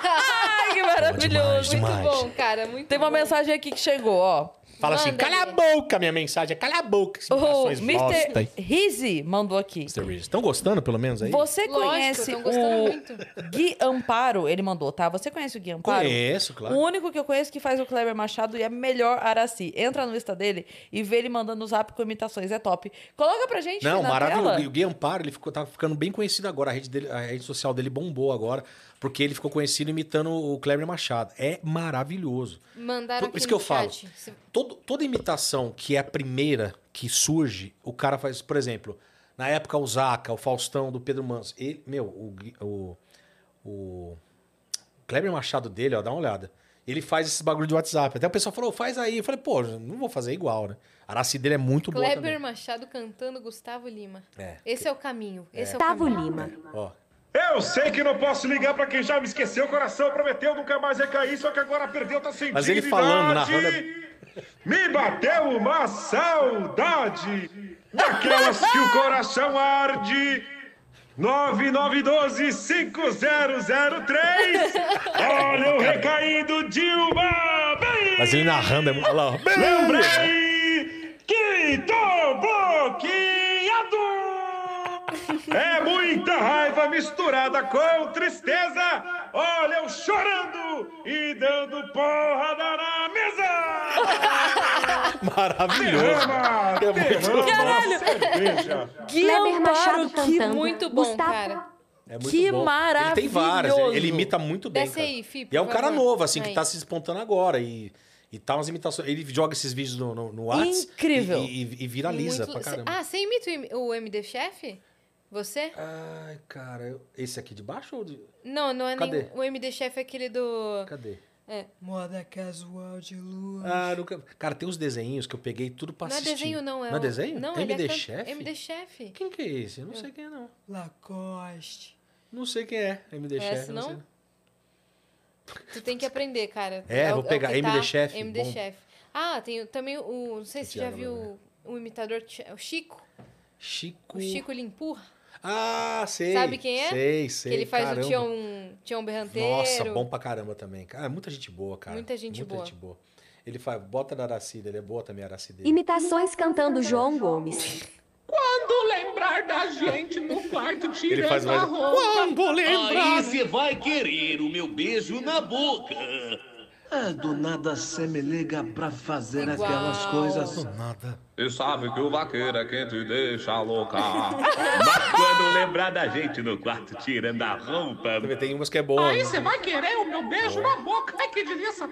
Speaker 1: Ai, que maravilhoso.
Speaker 6: Bom demais,
Speaker 1: Muito
Speaker 6: demais.
Speaker 1: bom, cara. Muito Tem uma mensagem aqui que chegou, ó.
Speaker 3: Fala assim, cala a boca, minha mensagem é cala a boca. essas
Speaker 1: O
Speaker 3: imitações bosta tá aí.
Speaker 1: Mr. Rizzi mandou aqui.
Speaker 3: Mr. Reeves, Estão gostando, pelo menos, aí?
Speaker 1: Você
Speaker 2: Lógico,
Speaker 1: conhece
Speaker 2: tão gostando muito.
Speaker 1: o Gui Amparo? Ele mandou, tá? Você conhece o Gui Amparo?
Speaker 3: Conheço, claro.
Speaker 1: O único que eu conheço que faz o Kleber Machado e é melhor Araci. Entra no Insta dele e vê ele mandando zap com imitações. É top. Coloca pra gente
Speaker 3: Não,
Speaker 1: na
Speaker 3: maravilhoso. E O
Speaker 1: tela.
Speaker 3: Gui Amparo, ele ficou, tá ficando bem conhecido agora. A rede, dele- a rede social dele bombou agora, porque ele ficou conhecido imitando o Kleber Machado. É maravilhoso.
Speaker 2: Mandaram
Speaker 3: Por
Speaker 2: aqui
Speaker 3: isso
Speaker 2: no
Speaker 3: que eu falo.
Speaker 2: chat. Se-
Speaker 3: Todo- toda imitação que é a primeira que surge, o cara faz, por exemplo, na época o Zaca, o Faustão, do Pedro Manso. Ele, meu, o, Gui- o, o Kleber Machado dele, ó, dá uma olhada. Ele faz esse bagulho de WhatsApp. Até o pessoal falou, faz aí. Eu falei, pô, não vou fazer igual, né? A Araci dele é muito boa
Speaker 2: Kleber
Speaker 3: também.
Speaker 2: Machado cantando Gustavo Lima.
Speaker 3: É.
Speaker 2: Esse é o caminho. Esse é.
Speaker 10: Gustavo
Speaker 2: o caminho.
Speaker 3: Ó.
Speaker 10: Eu sei que não posso ligar pra quem já me esqueceu, o coração prometeu nunca mais recair, só que agora perdeu, tá sem
Speaker 3: Mas ele
Speaker 10: dignidade.
Speaker 3: falando, narrando é
Speaker 10: Me bateu uma saudade daquelas que o coração arde. 9912-5003 Olha o recaído Dilma bem
Speaker 3: Mas ele narrando é muito. Olha lá, ó.
Speaker 10: Lembrei que tô bloqueado! É muita raiva misturada com tristeza! Olha eu chorando e dando porrada na mesa!
Speaker 3: Maravilhoso. É muito bom.
Speaker 10: Derrama cerveja.
Speaker 1: Gui
Speaker 2: Kleber
Speaker 1: Amparo,
Speaker 2: Machado
Speaker 1: que
Speaker 2: cantando.
Speaker 1: muito bom,
Speaker 2: Gustavo-
Speaker 1: cara.
Speaker 3: É muito
Speaker 1: que
Speaker 3: bom. Ele
Speaker 1: maravilhoso.
Speaker 3: tem várias, ele, ele imita muito bem.
Speaker 2: Desce
Speaker 3: cara.
Speaker 2: aí, Fi, por
Speaker 3: E é um cara
Speaker 2: favor.
Speaker 3: novo, assim,
Speaker 2: Aí.
Speaker 3: que tá se espontando agora. E, E tá umas imitações. Ele joga esses vídeos no, no, no Whats
Speaker 1: Incrível.
Speaker 3: E, e- e viraliza
Speaker 2: Muito-
Speaker 3: pra caramba.
Speaker 2: Ah, você imita o im- o MD Chef? Você?
Speaker 3: Ai, cara, eu- esse aqui de baixo ou de.
Speaker 2: Não, não é
Speaker 3: Cadê?
Speaker 2: nem. O MD Chef é aquele do.
Speaker 3: Cadê?
Speaker 2: É. Moda casual de luz.
Speaker 3: Ah, nunca... Cara, tem uns desenhinhos que eu peguei tudo pra
Speaker 2: não é
Speaker 3: assistir.
Speaker 2: desenho, não. É
Speaker 3: Não é
Speaker 2: o-
Speaker 3: desenho?
Speaker 2: Não, ele
Speaker 3: MD
Speaker 2: é can-
Speaker 3: Chef?
Speaker 2: MD Chef.
Speaker 3: Quem que é esse? Eu não sei quem é, não.
Speaker 2: Lacoste.
Speaker 3: Não sei quem é MD
Speaker 2: Conhece,
Speaker 3: Chef. eu Não? sei.
Speaker 2: não? Tu tem que aprender, cara.
Speaker 3: É,
Speaker 2: o-
Speaker 3: vou
Speaker 2: o
Speaker 3: pegar.
Speaker 2: que
Speaker 3: MD Chef,
Speaker 2: MD
Speaker 3: bom. é
Speaker 2: Chef. Ah, tem o- também o. Não sei se você já
Speaker 3: Thiago
Speaker 2: viu o imitador. Ch- O Chico.
Speaker 3: Chico.
Speaker 2: O Chico ele empurra.
Speaker 3: Ah, sei.
Speaker 2: Sabe quem é?
Speaker 3: Sei, sei.
Speaker 2: Que ele faz
Speaker 3: caramba.
Speaker 2: o Tião, tião Berranteiro.
Speaker 3: Nossa, bom pra caramba também. Cara, é muita gente boa, cara.
Speaker 2: Muita gente boa.
Speaker 3: Muita gente boa. Ele faz, bota na Aracida, ele é boa também a Aracida.
Speaker 14: Imitações cantando João Gomes.
Speaker 6: Quando lembrar da gente no quarto tirando
Speaker 3: Ele faz mais-
Speaker 6: a roupa. Quando
Speaker 5: Aí você vai querer o meu beijo na boca. Ah, do nada você me liga pra fazer
Speaker 6: Igual.
Speaker 5: aquelas coisas.
Speaker 3: nada.
Speaker 7: E sabe que o vaqueiro é quem te deixa louca. Mas quando lembrar da gente no quarto tirando a roupa.
Speaker 3: Tem umas que é boa.
Speaker 6: Aí você vai querer o meu beijo na boca. Ai, que delícia.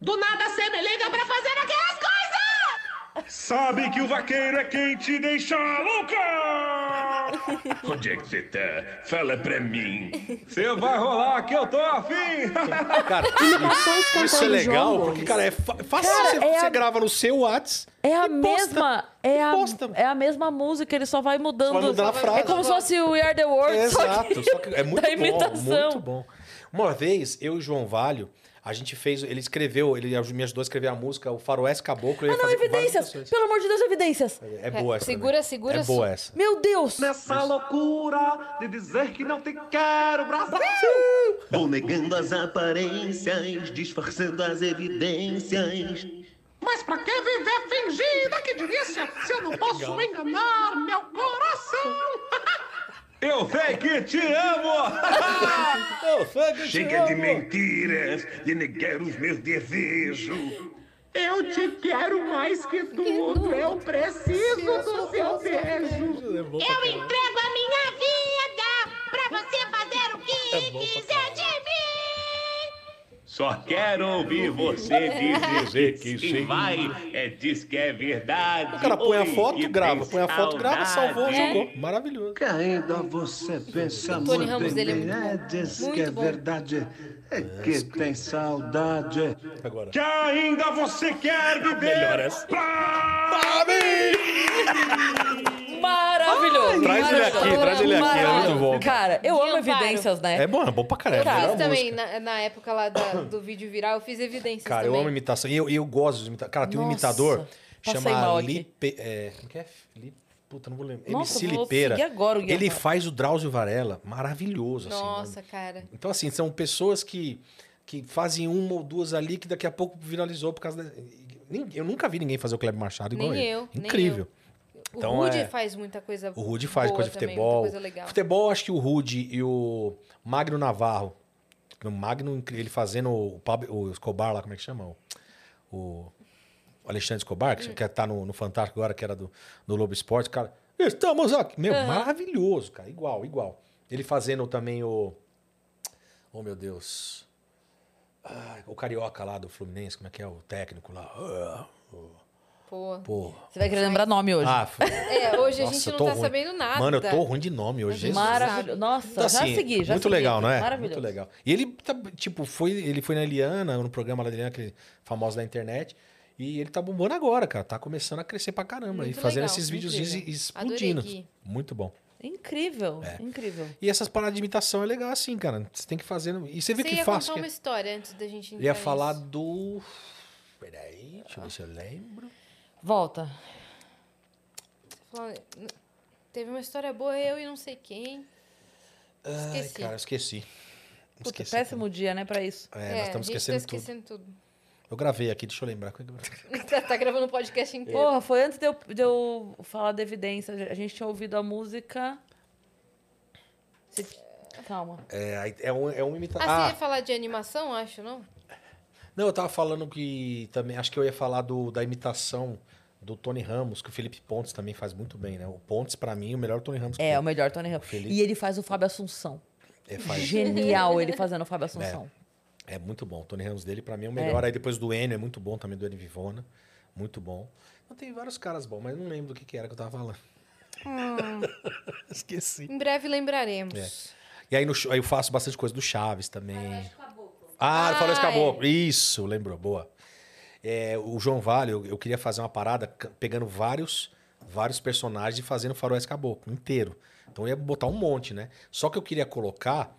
Speaker 6: Do nada você me liga pra fazer aquelas coisas.
Speaker 10: Sabe que o vaqueiro é quem te deixa louca!
Speaker 7: Onde é que você tá? Fala pra mim.
Speaker 10: Você vai rolar que eu tô afim!
Speaker 3: Cara,
Speaker 10: Imitações
Speaker 3: isso- isso é
Speaker 10: cantando
Speaker 3: legal,
Speaker 10: jogos.
Speaker 3: porque, cara, é fa- fácil.
Speaker 1: Cara,
Speaker 3: você
Speaker 1: é
Speaker 3: você
Speaker 1: a-
Speaker 3: grava no seu Whats.
Speaker 1: É a mesma. É a, é a mesma música, ele só vai mudando.
Speaker 3: Só vai mudando a frase.
Speaker 1: É como se fosse o We Are the World. só que-
Speaker 3: Exato, só
Speaker 1: [LAUGHS]
Speaker 3: que é muito
Speaker 1: da
Speaker 3: bom,
Speaker 1: imitação.
Speaker 3: muito bom. Uma vez, eu e o João Valho, a gente fez, ele escreveu, ele me ajudou a escrever a música, o Faroeste Caboclo. Ele ia
Speaker 1: Ah, não,
Speaker 3: fazer com várias
Speaker 1: evidências! Pelo amor de Deus, evidências!
Speaker 3: É boa essa.
Speaker 1: Segura,
Speaker 3: também.
Speaker 1: segura,
Speaker 3: É boa
Speaker 1: se-
Speaker 3: essa.
Speaker 1: Meu Deus!
Speaker 5: Nessa loucura de dizer que não te quero, Brasil! Vou negando as aparências, disfarçando as evidências.
Speaker 6: Mas pra que viver fingida? Que delícia. Se eu não posso
Speaker 5: Legal.
Speaker 6: enganar meu coração.
Speaker 7: Eu sei que te amo! Chega de mentiras, de negar os meus desejos.
Speaker 6: Eu te quero mais que tudo. Eu preciso do seu beijo.
Speaker 4: Eu entrego a minha vida pra você fazer o que
Speaker 7: É bom pra
Speaker 4: quiser de mim.
Speaker 7: Só quero ouvir você dizer que sim. vai, é, diz que é verdade.
Speaker 3: O cara põe a
Speaker 7: Oi,
Speaker 3: foto,
Speaker 7: que
Speaker 3: grava.
Speaker 7: tem
Speaker 3: Põe a foto, grava,
Speaker 7: saudade. né?
Speaker 3: salvou, jogou. Maravilhoso.
Speaker 5: Ainda você pensa
Speaker 7: O Tony
Speaker 5: muito
Speaker 7: Ramos,
Speaker 5: em
Speaker 7: ele é
Speaker 5: mim,
Speaker 7: muito
Speaker 5: é,
Speaker 7: bom.
Speaker 5: diz
Speaker 7: Muito
Speaker 5: que é
Speaker 7: bom.
Speaker 5: verdade, é que tem saudade.
Speaker 3: Agora.
Speaker 10: Que ainda você quer viver
Speaker 5: Melhor essa.
Speaker 10: pra mim!
Speaker 1: Maravilhoso!
Speaker 10: Traz ele
Speaker 1: maravilhoso.
Speaker 10: aqui, traz ele aqui, é muito
Speaker 1: Maravilhoso.
Speaker 10: bom.
Speaker 1: Cara, eu amo evidências, né?
Speaker 3: É bom, é bom pra
Speaker 2: Eu
Speaker 3: caramba.
Speaker 2: fiz
Speaker 3: Melhor
Speaker 2: também, né?
Speaker 3: música.
Speaker 2: na, na época lá da- do vídeo viral, eu fiz evidências
Speaker 3: Cara,
Speaker 2: também.
Speaker 3: eu amo imitação. E eu, e eu gosto de imitação. Cara, tem um
Speaker 2: Nossa,
Speaker 3: imitador
Speaker 2: passei
Speaker 3: chama
Speaker 2: mal aqui.
Speaker 3: Lipe. É, como que é? Li- Puta, não vou lembrar.
Speaker 2: Nossa,
Speaker 3: MC
Speaker 2: eu vou
Speaker 3: Lipeira.
Speaker 2: seguir agora o Guilherme.
Speaker 3: ele faz o Drauzio Varela maravilhoso, assim.
Speaker 2: Nossa, cara.
Speaker 3: Então, assim, são pessoas que, que fazem uma ou duas ali que daqui a pouco viralizou por causa da... Nem- Eu nunca vi ninguém fazer o Kleber Machado igual
Speaker 2: Nem
Speaker 3: ele.
Speaker 2: eu, nem
Speaker 3: Incrível.
Speaker 2: O
Speaker 3: Então,
Speaker 2: Rude
Speaker 3: é-
Speaker 2: faz muita coisa
Speaker 3: O Rude faz
Speaker 2: boa
Speaker 3: coisa de
Speaker 2: também,
Speaker 3: futebol.
Speaker 2: Muita coisa legal.
Speaker 3: Futebol, acho que o Rude e o Magno Navarro. O Magno, ele fazendo o, Pablo, o Escobar lá, como é que chama? O, o Alexandre Escobar,
Speaker 2: Hum.
Speaker 3: que, que tá no, no Fantástico agora, que era do, do Lobo Esporte. Cara, estamos aqui. Meu,
Speaker 15: Aham.
Speaker 3: maravilhoso, cara. Igual, igual. Ele fazendo também o... Oh, meu Deus. Ah, o Carioca lá do Fluminense, como é que é? O técnico lá. Ah,
Speaker 2: Pô.
Speaker 3: Pô.
Speaker 1: Você vai querer lembrar nome hoje.
Speaker 3: Ah, f-
Speaker 2: É, [LAUGHS] hoje a
Speaker 3: Nossa,
Speaker 2: gente
Speaker 3: eu
Speaker 2: não
Speaker 3: tô
Speaker 2: tá
Speaker 3: ruim.
Speaker 2: sabendo nada.
Speaker 3: Mano, eu tô ruim de nome hoje. Jesus.
Speaker 1: Maravilhoso. Nossa,
Speaker 3: Então,
Speaker 1: já
Speaker 3: assim,
Speaker 1: segui, já
Speaker 3: Muito
Speaker 1: segui
Speaker 3: legal,
Speaker 1: aqui.
Speaker 3: não é?
Speaker 1: Maravilhoso.
Speaker 3: Muito legal. E ele, tá, tipo, foi, ele foi na Eliana, no programa lá da Eliana, aquele famoso da internet. E ele tá bombando agora, cara. Tá começando a crescer pra caramba. e
Speaker 1: Muito
Speaker 3: fazendo
Speaker 1: legal,
Speaker 3: esses videozinhos
Speaker 1: incrível.
Speaker 3: e- e explodindo.
Speaker 1: Adorei, Gui.
Speaker 3: Muito bom.
Speaker 1: Incrível,
Speaker 3: É.
Speaker 1: incrível.
Speaker 3: E essas paradas de imitação é legal assim, cara. Você tem que fazer. no- E você vê
Speaker 2: Você
Speaker 3: que
Speaker 2: ia
Speaker 3: fácil.
Speaker 2: contar
Speaker 3: que
Speaker 2: uma
Speaker 3: é.
Speaker 2: história antes da gente
Speaker 3: Eu
Speaker 1: é
Speaker 2: entrar
Speaker 3: ia falar
Speaker 2: nisso.
Speaker 3: do. Peraí, deixa eu ver se eu lembro.
Speaker 1: Volta.
Speaker 2: Falando- Teve uma história boa, eu e não sei quem.
Speaker 3: Ai,
Speaker 2: Esqueci.
Speaker 3: cara, eu esqueci.
Speaker 1: Puta,
Speaker 3: Esqueci.
Speaker 1: péssimo dia, né, pra isso.
Speaker 3: É, nós estamos
Speaker 2: a gente
Speaker 3: esquecendo
Speaker 2: tá esquecendo tudo.
Speaker 3: Eu gravei aqui, deixa eu lembrar. [LAUGHS]
Speaker 2: [LAUGHS] tá, tá gravando um podcast
Speaker 3: É.
Speaker 2: inteiro.
Speaker 1: Porra, foi antes de eu, de eu falar da evidência. A gente tinha ouvido a música. Se- Calma.
Speaker 3: É, aí é um, é um imita-
Speaker 1: Assim,
Speaker 2: Ah, você
Speaker 3: Ah,
Speaker 2: ia falar de animação, acho, não?
Speaker 3: Não, eu tava falando que também. Acho que eu ia falar do, da imitação do Tony Ramos, que o Felipe Pontes também faz muito bem, né? O Pontes, pra mim, é o melhor Tony Ramos. que
Speaker 1: É,
Speaker 3: tem.
Speaker 1: o melhor Tony Ramos.
Speaker 3: Felipe-
Speaker 1: E ele faz o Fábio Assunção.
Speaker 3: É, faz.
Speaker 1: Genial ele fazendo o Fábio Assunção.
Speaker 3: É muito bom. O Tony Ramos dele, pra mim, é o melhor.
Speaker 6: É.
Speaker 3: Aí depois do Enio, é muito bom também, do Enio Vivona. Muito bom. Não, tem vários caras bons, mas não lembro do que, que era que eu tava falando.
Speaker 2: Hum,
Speaker 3: [LAUGHS] Esqueci.
Speaker 2: em breve lembraremos.
Speaker 3: É. E aí, no ch- aí eu faço bastante coisa do Chaves também. Ah, ah falou esse
Speaker 2: Ah,
Speaker 3: caboclo. Isso, lembrou. Boa. É, o João Vale, eu, eu queria fazer uma parada c- pegando vários vários personagens e fazendo faroeste caboclo inteiro. Então eu ia botar um monte, né? Só que eu queria colocar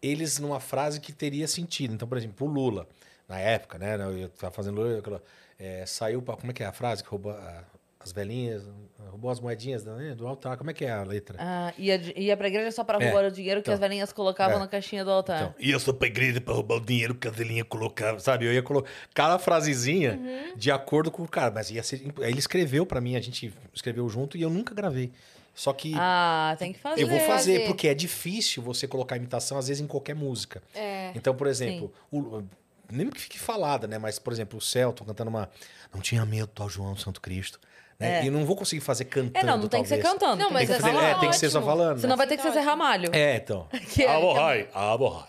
Speaker 3: eles numa frase que teria sentido. Então, por exemplo, o Lula, na época, né? Eu tava fazendo Lula, eu colo- é, saiu pra, Como é que é a frase que roubou a- as velhinhas, roubou as moedinhas né, do altar? Como é que é a letra?
Speaker 1: Ah, ia, de- ia pra igreja só pra
Speaker 3: É,
Speaker 1: roubar o dinheiro que
Speaker 3: então.
Speaker 1: as velhinhas colocavam
Speaker 3: É.
Speaker 1: na caixinha do altar.
Speaker 3: E eu sou pra igreja pra roubar o dinheiro que a velhinha colocava, sabe? Eu ia colocar cada frasezinha
Speaker 1: Uhum.
Speaker 3: de acordo com o cara, mas ia ser. imp- Aí ele escreveu pra mim, a gente escreveu junto e eu nunca gravei. Só que
Speaker 1: ah, tem que fazer.
Speaker 3: eu vou fazer, porque é difícil você colocar imitação, às vezes, em qualquer música.
Speaker 1: É.
Speaker 3: Então, por exemplo, o- nem que fique falada, né? Mas, por exemplo, o Celton cantando uma. Não tinha medo do João do Santo Cristo. Né?
Speaker 1: É.
Speaker 3: E eu não vou conseguir fazer cantando.
Speaker 1: É, não, não tem que ser
Speaker 3: talvez.
Speaker 1: cantando.
Speaker 3: Tem que fazer- é, tem que ser só falando. né?
Speaker 1: Senão vai ter que ser Zé Ramalho.
Speaker 3: É, então.
Speaker 1: [LAUGHS] Que é-
Speaker 3: Aborrai, aborrai.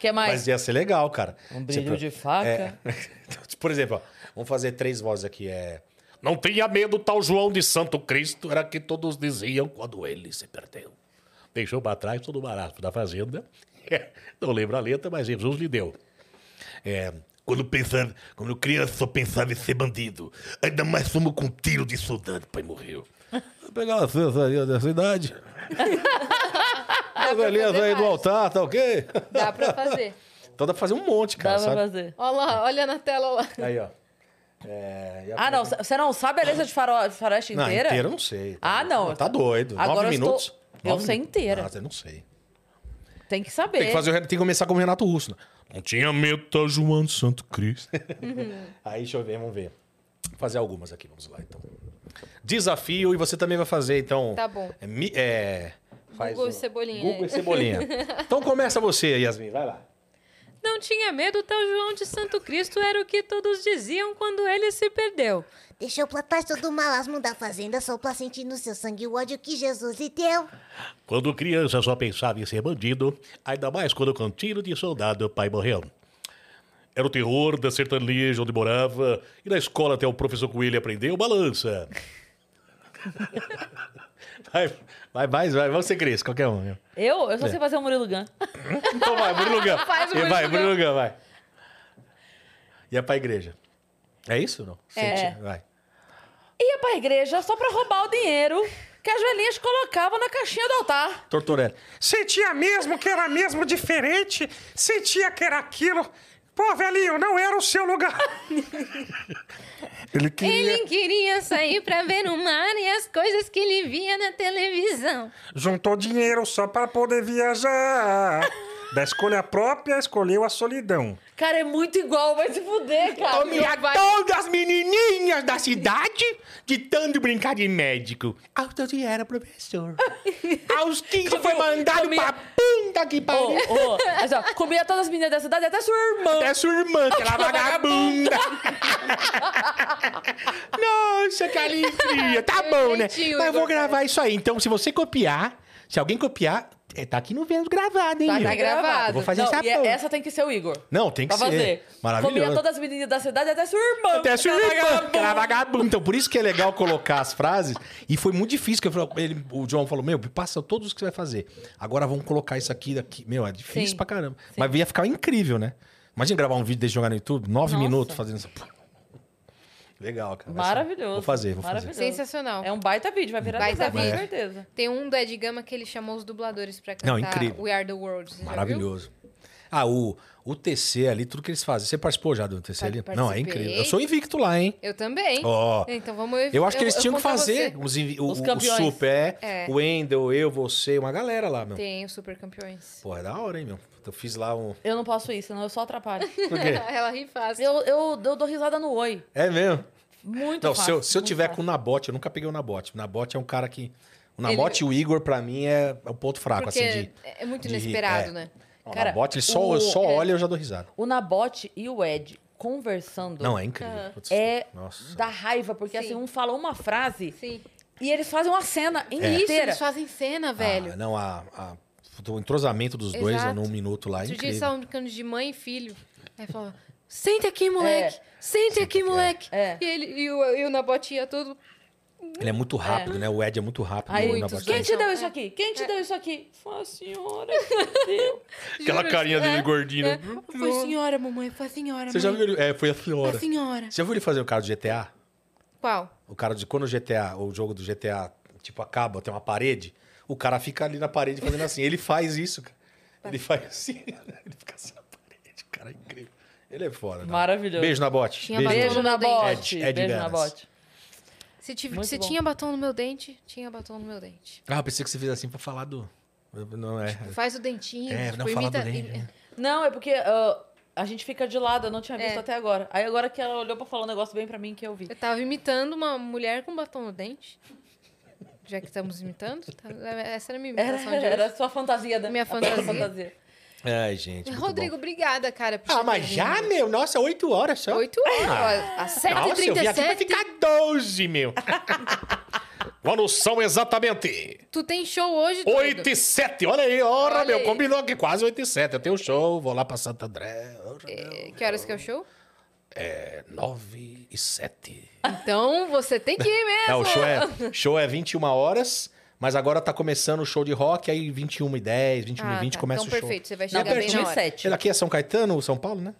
Speaker 1: Que é mais.
Speaker 3: Mas é, ia ser legal, cara. Um
Speaker 1: brilho
Speaker 3: [LAUGHS]
Speaker 1: de faca.
Speaker 3: Por exemplo, ó, vamos fazer três vozes aqui. É... Não tinha medo tal João de Santo Cristo, era que todos diziam quando ele se perdeu. Deixou pra trás todo o marasmo da fazenda. né? [LAUGHS] Não lembro a letra, mas Jesus lhe deu. É,
Speaker 8: Quando pensava, quando criança só pensava em ser bandido. Ainda mais sumo com um tiro de soldado, pai morreu.
Speaker 3: pegar a sensaria dessa idade. As velhinhas aí do altar, tá ok?
Speaker 2: Dá pra
Speaker 3: [LAUGHS]
Speaker 2: fazer.
Speaker 3: Então dá pra fazer um monte, cara.
Speaker 1: Dá pra
Speaker 3: sabe?
Speaker 1: fazer.
Speaker 2: Olha lá, olha na tela lá.
Speaker 3: Aí, ó. É, e a-
Speaker 1: Ah, não. c- Você não sabe a beleza de faro- faroeste
Speaker 3: Não,
Speaker 1: inteira?
Speaker 3: inteira eu não sei.
Speaker 1: Ah, não.
Speaker 3: Tá doido.
Speaker 1: Agora
Speaker 3: Nove
Speaker 1: eu estou-
Speaker 3: minutos?
Speaker 1: Eu
Speaker 3: Nove
Speaker 1: sei
Speaker 3: minutos?
Speaker 1: inteira.
Speaker 3: Ah, eu não sei.
Speaker 1: Tem que saber.
Speaker 3: Tem que, fazer, o Ren- tem que começar com o Renato Russo. né?
Speaker 11: Não tinha medo do tal João do Santo Cristo.
Speaker 3: Aí, deixa eu ver, vamos ver. Vou fazer algumas aqui, vamos lá, então. Desafio, e você também vai fazer, então.
Speaker 2: Tá bom.
Speaker 3: É, mi- é, faz
Speaker 2: Google
Speaker 3: um-
Speaker 2: e Cebolinha.
Speaker 3: Google e Cebolinha. então começa você, Yasmin, vai lá.
Speaker 2: Não tinha medo, tal João de Santo Cristo era o que todos diziam quando ele se perdeu.
Speaker 12: Deixou pra trás todo o malasmo da fazenda, sopra sentir no seu sangue o ódio que Jesus lhe deu.
Speaker 7: [LAUGHS] Quando criança só pensava em ser bandido, ainda mais quando com tiro de soldado pai morreu. Era o terror da sertaneja onde morava, e na escola até o professor Coelho aprendeu
Speaker 1: [LAUGHS]
Speaker 7: balança.
Speaker 3: Vai, vai, mais, vai, você, Cris, qualquer um. meu.
Speaker 1: Eu? Eu só
Speaker 3: É.
Speaker 1: sei fazer o Murilo Gun.
Speaker 3: Então vai, Bruno Gama.
Speaker 1: [LAUGHS] Faz o Murilo
Speaker 3: vai,
Speaker 1: Gun.
Speaker 3: Bruno Gama, vai. Ia pra igreja. É isso ou não?
Speaker 1: É.
Speaker 3: Senti- Vai.
Speaker 1: Ia pra igreja só pra roubar o dinheiro que as velhinhas colocavam na caixinha do altar.
Speaker 3: Tortorelli.
Speaker 16: Sentia mesmo que era mesmo diferente. Sentia que era aquilo. Pô, velhinho, não era o seu lugar.
Speaker 11: Ele queria.
Speaker 2: Ele queria sair pra ver o mar e as coisas que ele via na televisão.
Speaker 16: Juntou dinheiro só pra poder viajar. Da escolha própria, escolheu a solidão.
Speaker 1: Cara, é muito igual, vai se fuder, cara.
Speaker 16: Comia
Speaker 1: toda!
Speaker 8: As menininhas da cidade de tanto brincar de médico. Aos 12 era
Speaker 1: [LAUGHS]
Speaker 8: professor. Aos 15 foi mandado pra puta que pariu.
Speaker 1: Ô, ô, mas, ó, comia todas as meninas da cidade, até sua irmã. Até
Speaker 8: É sua irmã,
Speaker 1: [LAUGHS]
Speaker 8: que era vagabunda. [LAUGHS] Nossa, que alegria.
Speaker 1: [LAUGHS]
Speaker 8: Tá
Speaker 1: É,
Speaker 8: bom, né? Mas
Speaker 1: Perfeitinho,
Speaker 8: eu vou
Speaker 1: Igor.
Speaker 8: gravar isso aí. Então, se você copiar, se alguém copiar, é, tá aqui no Vênus gravado, hein?
Speaker 1: Tá,
Speaker 8: meu?
Speaker 1: tá gravado.
Speaker 8: Eu vou fazer
Speaker 1: Não,
Speaker 8: essa
Speaker 1: e é-
Speaker 8: porra.
Speaker 1: essa tem que ser o Igor.
Speaker 8: Não, tem que
Speaker 1: pra
Speaker 8: ser.
Speaker 1: fazer.
Speaker 3: Maravilhoso.
Speaker 1: Comia todas as meninas da cidade, até sua irmã. Tá
Speaker 3: Até a sua irmã, que era vagabundo. Então, por isso que é legal colocar as frases. E foi muito difícil. Que eu falei- ele, o John falou: Meu, passa todos os que você vai fazer. Agora vamos colocar isso aqui daqui. Meu, é difícil
Speaker 1: Sim.
Speaker 3: pra caramba. Mas ia ficar incrível, né? Imagina gravar um vídeo desde jogar no YouTube, nove minutos fazendo essa. Legal, cara. Vai ser-
Speaker 1: Maravilhoso.
Speaker 3: Vou fazer, vou fazer.
Speaker 1: Maravilhoso.
Speaker 2: Sensacional.
Speaker 1: É um baita vídeo, vai virar
Speaker 2: Baita
Speaker 1: com
Speaker 3: vídeo.
Speaker 1: certeza.
Speaker 2: Tem um do Ed Gama que ele chamou os dubladores pra cantar
Speaker 3: Não, incrível.
Speaker 2: We Are The World. Você já
Speaker 3: Maravilhoso. Ah, o, o TC ali, tudo que eles fazem. Você participou já do TC ali? Não, é
Speaker 2: Participei.
Speaker 3: incrível. Eu sou invicto lá, hein?
Speaker 2: viu? Eu também.
Speaker 3: Ó.
Speaker 2: Então vamos ev-
Speaker 3: Eu acho que eles
Speaker 2: eu
Speaker 3: tinham que
Speaker 2: contra
Speaker 3: fazer
Speaker 2: você.
Speaker 3: os, invi- o,
Speaker 2: Os
Speaker 3: o
Speaker 2: campeões.
Speaker 3: Super,
Speaker 2: É.
Speaker 3: o Wendel, eu, você, uma galera lá, meu.
Speaker 2: Tem os super campeões.
Speaker 3: Pô, é da hora, hein, meu? Eu fiz lá um.
Speaker 1: Eu não posso ir, senão eu só atrapalho. [LAUGHS]
Speaker 3: Por quê?
Speaker 2: [LAUGHS] Ela ri fácil.
Speaker 1: Eu, eu, eu dou risada no oi.
Speaker 3: É mesmo?
Speaker 1: Muito
Speaker 3: Não,
Speaker 1: fácil.
Speaker 3: se eu, se eu
Speaker 1: muito
Speaker 3: tiver
Speaker 1: fácil.
Speaker 3: com o Nabote, eu nunca peguei o Nabote. O Nabote é um cara que. O Nabote e o Igor, pra mim, é é o ponto fraco,
Speaker 2: Porque
Speaker 3: assim, de.
Speaker 2: é
Speaker 3: de
Speaker 2: muito
Speaker 3: rir.
Speaker 2: inesperado,
Speaker 3: É.
Speaker 2: né?
Speaker 3: O
Speaker 1: Cara,
Speaker 3: Nabote, ele só,
Speaker 1: o-
Speaker 3: só
Speaker 1: é.
Speaker 3: olha e eu já dou risada.
Speaker 1: O Nabote e o Ed conversando.
Speaker 3: Não, é incrível.
Speaker 1: Aham.
Speaker 3: Putz,
Speaker 1: É
Speaker 3: nossa.
Speaker 1: da raiva, porque assim, um fala uma frase e eles fazem uma cena
Speaker 2: Isso,
Speaker 3: É.
Speaker 1: inteira.
Speaker 2: eles fazem cena, velho.
Speaker 3: Ah, não, a, a o entrosamento dos dois
Speaker 2: Exato.
Speaker 3: num minuto lá é
Speaker 2: Outro dia eles
Speaker 3: incrível.
Speaker 2: estavam brincando de mãe e filho. Aí falava, senta aqui, moleque. Senta aqui, moleque. E, ele, e o, eu na botinha todo...
Speaker 3: Ele é muito rápido, né? O Ed é muito rápido.
Speaker 1: Aí,
Speaker 3: na
Speaker 1: muitos-
Speaker 3: batida.
Speaker 1: quem te deu isso aqui? Quem
Speaker 2: É.
Speaker 1: te deu isso aqui? Foi a
Speaker 2: [LAUGHS]
Speaker 1: senhora.
Speaker 7: Aquela carinha dele gordinho. né?
Speaker 2: Foi senhora, mamãe. Foi senhora,
Speaker 3: Você já
Speaker 2: mãe.
Speaker 3: viu ele... É, foi a senhora.
Speaker 2: A senhora.
Speaker 3: Você já viu ele fazer o cara do GTA?
Speaker 2: Qual?
Speaker 3: O cara de quando o GTA, o jogo do GTA, tipo, acaba, tem uma parede, o cara fica ali na parede fazendo assim. Ele faz isso, cara. Ele faz assim, [LAUGHS] ele fica assim na parede, cara, é incrível. Ele é foda. né?
Speaker 1: Maravilhoso.
Speaker 3: Beijo na bote.
Speaker 2: Tinha batom no meu dente.
Speaker 3: Ed, Ed Ganas.
Speaker 2: Se, tive-
Speaker 1: Muito
Speaker 2: se
Speaker 1: bom.
Speaker 2: tinha batom no meu dente, tinha batom no meu dente.
Speaker 3: Ah, eu pensei que você fez assim pra falar do... Não é...
Speaker 2: Faz o dentinho.
Speaker 3: É,
Speaker 2: tipo,
Speaker 3: não fala do
Speaker 2: imita-
Speaker 3: dente,
Speaker 2: im-
Speaker 3: né?
Speaker 1: Não, é porque ah, a gente fica de lado, eu não tinha visto
Speaker 2: É.
Speaker 1: até agora. Aí agora que ela olhou pra falar um negócio bem pra mim que eu vi.
Speaker 2: Eu tava imitando uma mulher com batom no dente. Já que estamos imitando. tá- Essa era a minha
Speaker 1: Era, [LAUGHS]
Speaker 2: imitação de hoje.
Speaker 1: era só a fantasia da
Speaker 2: É Minha
Speaker 1: apenas
Speaker 2: fantasia.
Speaker 3: Ai, É, gente, muito
Speaker 2: Rodrigo, obrigada, cara. por
Speaker 6: Ah,
Speaker 2: você tá
Speaker 6: mas
Speaker 2: ter
Speaker 6: já,
Speaker 2: vindo.
Speaker 6: meu? Nossa, 8 horas só.
Speaker 2: 8 horas, ó, às 7h37.
Speaker 7: Nossa, eu vim aqui pra ficar 12, meu. Quando são exatamente
Speaker 2: Tu tem show hoje, doido?
Speaker 7: 8 e 7. Olha aí, ora,
Speaker 2: Olha
Speaker 7: meu.
Speaker 2: aí.
Speaker 7: Combinou que quase 8 e 7. Eu tenho
Speaker 3: um
Speaker 7: show, vou lá pra Santo André.
Speaker 2: É, Que horas que é o show?
Speaker 7: É 9 e 7.
Speaker 2: Então, você tem que ir mesmo.
Speaker 3: Não, o show
Speaker 2: [LAUGHS]
Speaker 3: é, show é 21 horas, mas agora tá começando o show de rock, aí 21 e 10, 21
Speaker 2: Ah,
Speaker 3: e 20
Speaker 2: tá.
Speaker 3: começa
Speaker 2: Então,
Speaker 3: o show.
Speaker 2: perfeito, você vai chegar bem na hora.
Speaker 3: Ele aqui é São Caetano, São Paulo, né?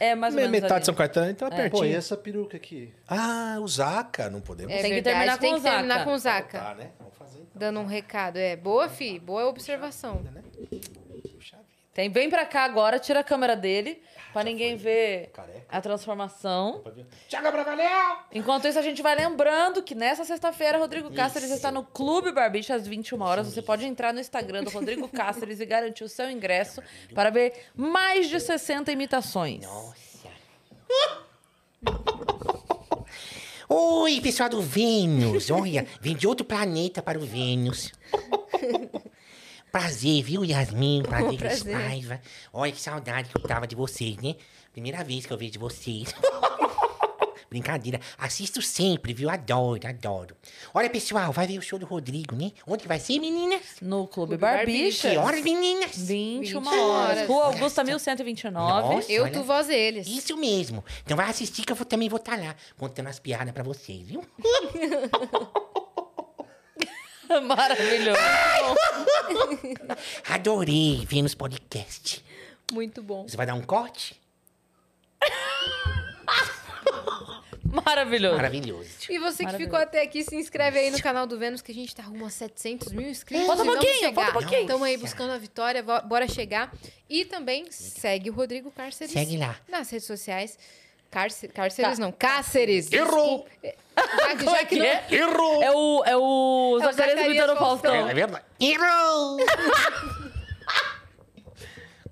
Speaker 1: É, mais ou
Speaker 3: Me-
Speaker 1: menos.
Speaker 3: Metade
Speaker 1: ali.
Speaker 3: de São Caetano, então é,
Speaker 1: É.
Speaker 3: pertinho.
Speaker 1: Pô, e
Speaker 6: essa peruca aqui?
Speaker 3: Ah, o Zaca, não podemos.
Speaker 2: É
Speaker 1: Tem que
Speaker 2: verdade,
Speaker 1: terminar com
Speaker 2: tem
Speaker 1: o
Speaker 2: que terminar
Speaker 1: Zaca.
Speaker 2: com o Zaca.
Speaker 3: Tá, né? Vamos fazer.
Speaker 2: Dando um recado. É, boa, fi. Boa observação.
Speaker 1: Tem, vem pra cá agora, tira a câmera dele, pra ninguém ver a transformação.
Speaker 17: Chega pra valer!
Speaker 1: Enquanto isso, a gente vai lembrando que nessa sexta-feira, Rodrigo Cáceres está no Clube Barbicha às 21 horas. Você pode entrar no Instagram do Rodrigo Cáceres e garantir o seu ingresso para ver mais de 60 imitações.
Speaker 8: [LAUGHS] Oi, pessoal do Vênus. Olha, vim de outro planeta para o Vênus. Prazer, viu, Yasmin? Prazer, Cris
Speaker 4: Prazer.
Speaker 8: Paiva. Olha que saudade que eu tava de vocês, né? Primeira vez que eu vejo vocês. [LAUGHS] Brincadeira. Assisto sempre, viu? Adoro, adoro. Olha, pessoal, vai ver o show do Rodrigo, né? Onde que vai ser, meninas?
Speaker 1: No Clube Barbicha.
Speaker 8: Que horas, meninas?
Speaker 1: 21 horas. Rua Augusta 1129.
Speaker 8: Nossa, Eu, olha. tu,
Speaker 2: voz eles.
Speaker 8: Isso mesmo. Então vai assistir que eu vou- também vou estar lá contando as piadas pra vocês, viu?
Speaker 1: [LAUGHS] Maravilhoso.
Speaker 8: Adorei vir nos podcast.
Speaker 2: Muito bom.
Speaker 8: Você vai dar um corte?
Speaker 1: Maravilhoso.
Speaker 8: Maravilhoso.
Speaker 2: E você que
Speaker 8: Maravilhoso.
Speaker 2: ficou até aqui, se inscreve aí no canal do Vênus, que a gente tá rumo a 700 mil inscritos.
Speaker 1: Falta
Speaker 2: e
Speaker 1: um pouquinho,
Speaker 2: vamos chegar.
Speaker 1: falta um pouquinho.
Speaker 2: Estamos aí buscando a vitória, vo- bora chegar. E também segue o Rodrigo Cárceres.
Speaker 8: Segue lá.
Speaker 2: Nas redes sociais. Cárce- Cárceres não, Cáceres.
Speaker 8: Errou.
Speaker 2: desculpa. Já, que-
Speaker 1: Como
Speaker 2: já
Speaker 1: é
Speaker 2: que
Speaker 1: que
Speaker 2: não-
Speaker 1: é? É o, é o
Speaker 2: É o
Speaker 1: Zacarias
Speaker 2: Zacarias
Speaker 1: imitando o
Speaker 2: Faustão.
Speaker 1: Faustão.
Speaker 8: É verdade. Errou!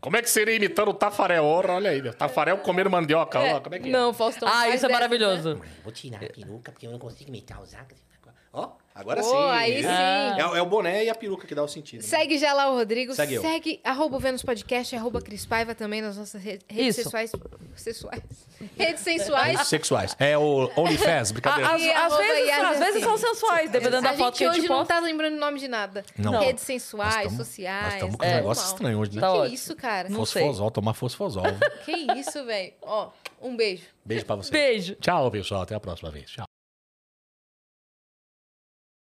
Speaker 7: Como é que seria imitando o Tafarel? Ora, olha aí, meu. Tafarel comendo mandioca. Ó, como é que é?
Speaker 2: Faustão.
Speaker 1: Ah,
Speaker 2: faz
Speaker 1: isso é
Speaker 2: dessa,
Speaker 1: maravilhoso.
Speaker 8: Mãe, vou tirar a peruca porque eu não consigo imitar o Zaca.
Speaker 3: Ó, agora
Speaker 2: Pô,
Speaker 3: sim.
Speaker 2: aí sim. é
Speaker 3: É, é o boné e a peruca que dá o sentido. né?
Speaker 2: Segue já lá o Rodrigo.
Speaker 3: Segue eu.
Speaker 2: arroba o Vênus Podcast, arroba Cris Paiva também nas nossas re- redes
Speaker 3: Isso.
Speaker 2: sexuais. Sexuais. Redes sensuais.
Speaker 3: Sexuais. É o
Speaker 2: [LAUGHS]
Speaker 3: OnlyFans, brincadeira.
Speaker 2: A-
Speaker 1: Às,
Speaker 2: E
Speaker 1: às
Speaker 2: arroba
Speaker 1: vezes,
Speaker 2: Yas
Speaker 1: às vezes são
Speaker 2: Yasmin.
Speaker 1: sensuais, dependendo da foto que Tá a gente
Speaker 2: hoje não
Speaker 1: posta.
Speaker 2: tá lembrando o nome de nada.
Speaker 3: Não.
Speaker 2: Redes sensuais,
Speaker 3: Nós
Speaker 2: sociais.
Speaker 3: estamos com um
Speaker 2: tá
Speaker 3: negócio
Speaker 2: normal.
Speaker 3: estranho hoje, né?
Speaker 2: que isso, cara?
Speaker 3: Fosfosol, tomar fosfosol.
Speaker 2: Que isso, velho. Ó, um beijo.
Speaker 3: Beijo pra vocês.
Speaker 1: Beijo.
Speaker 7: Tchau, pessoal. Até a próxima vez. Tchau.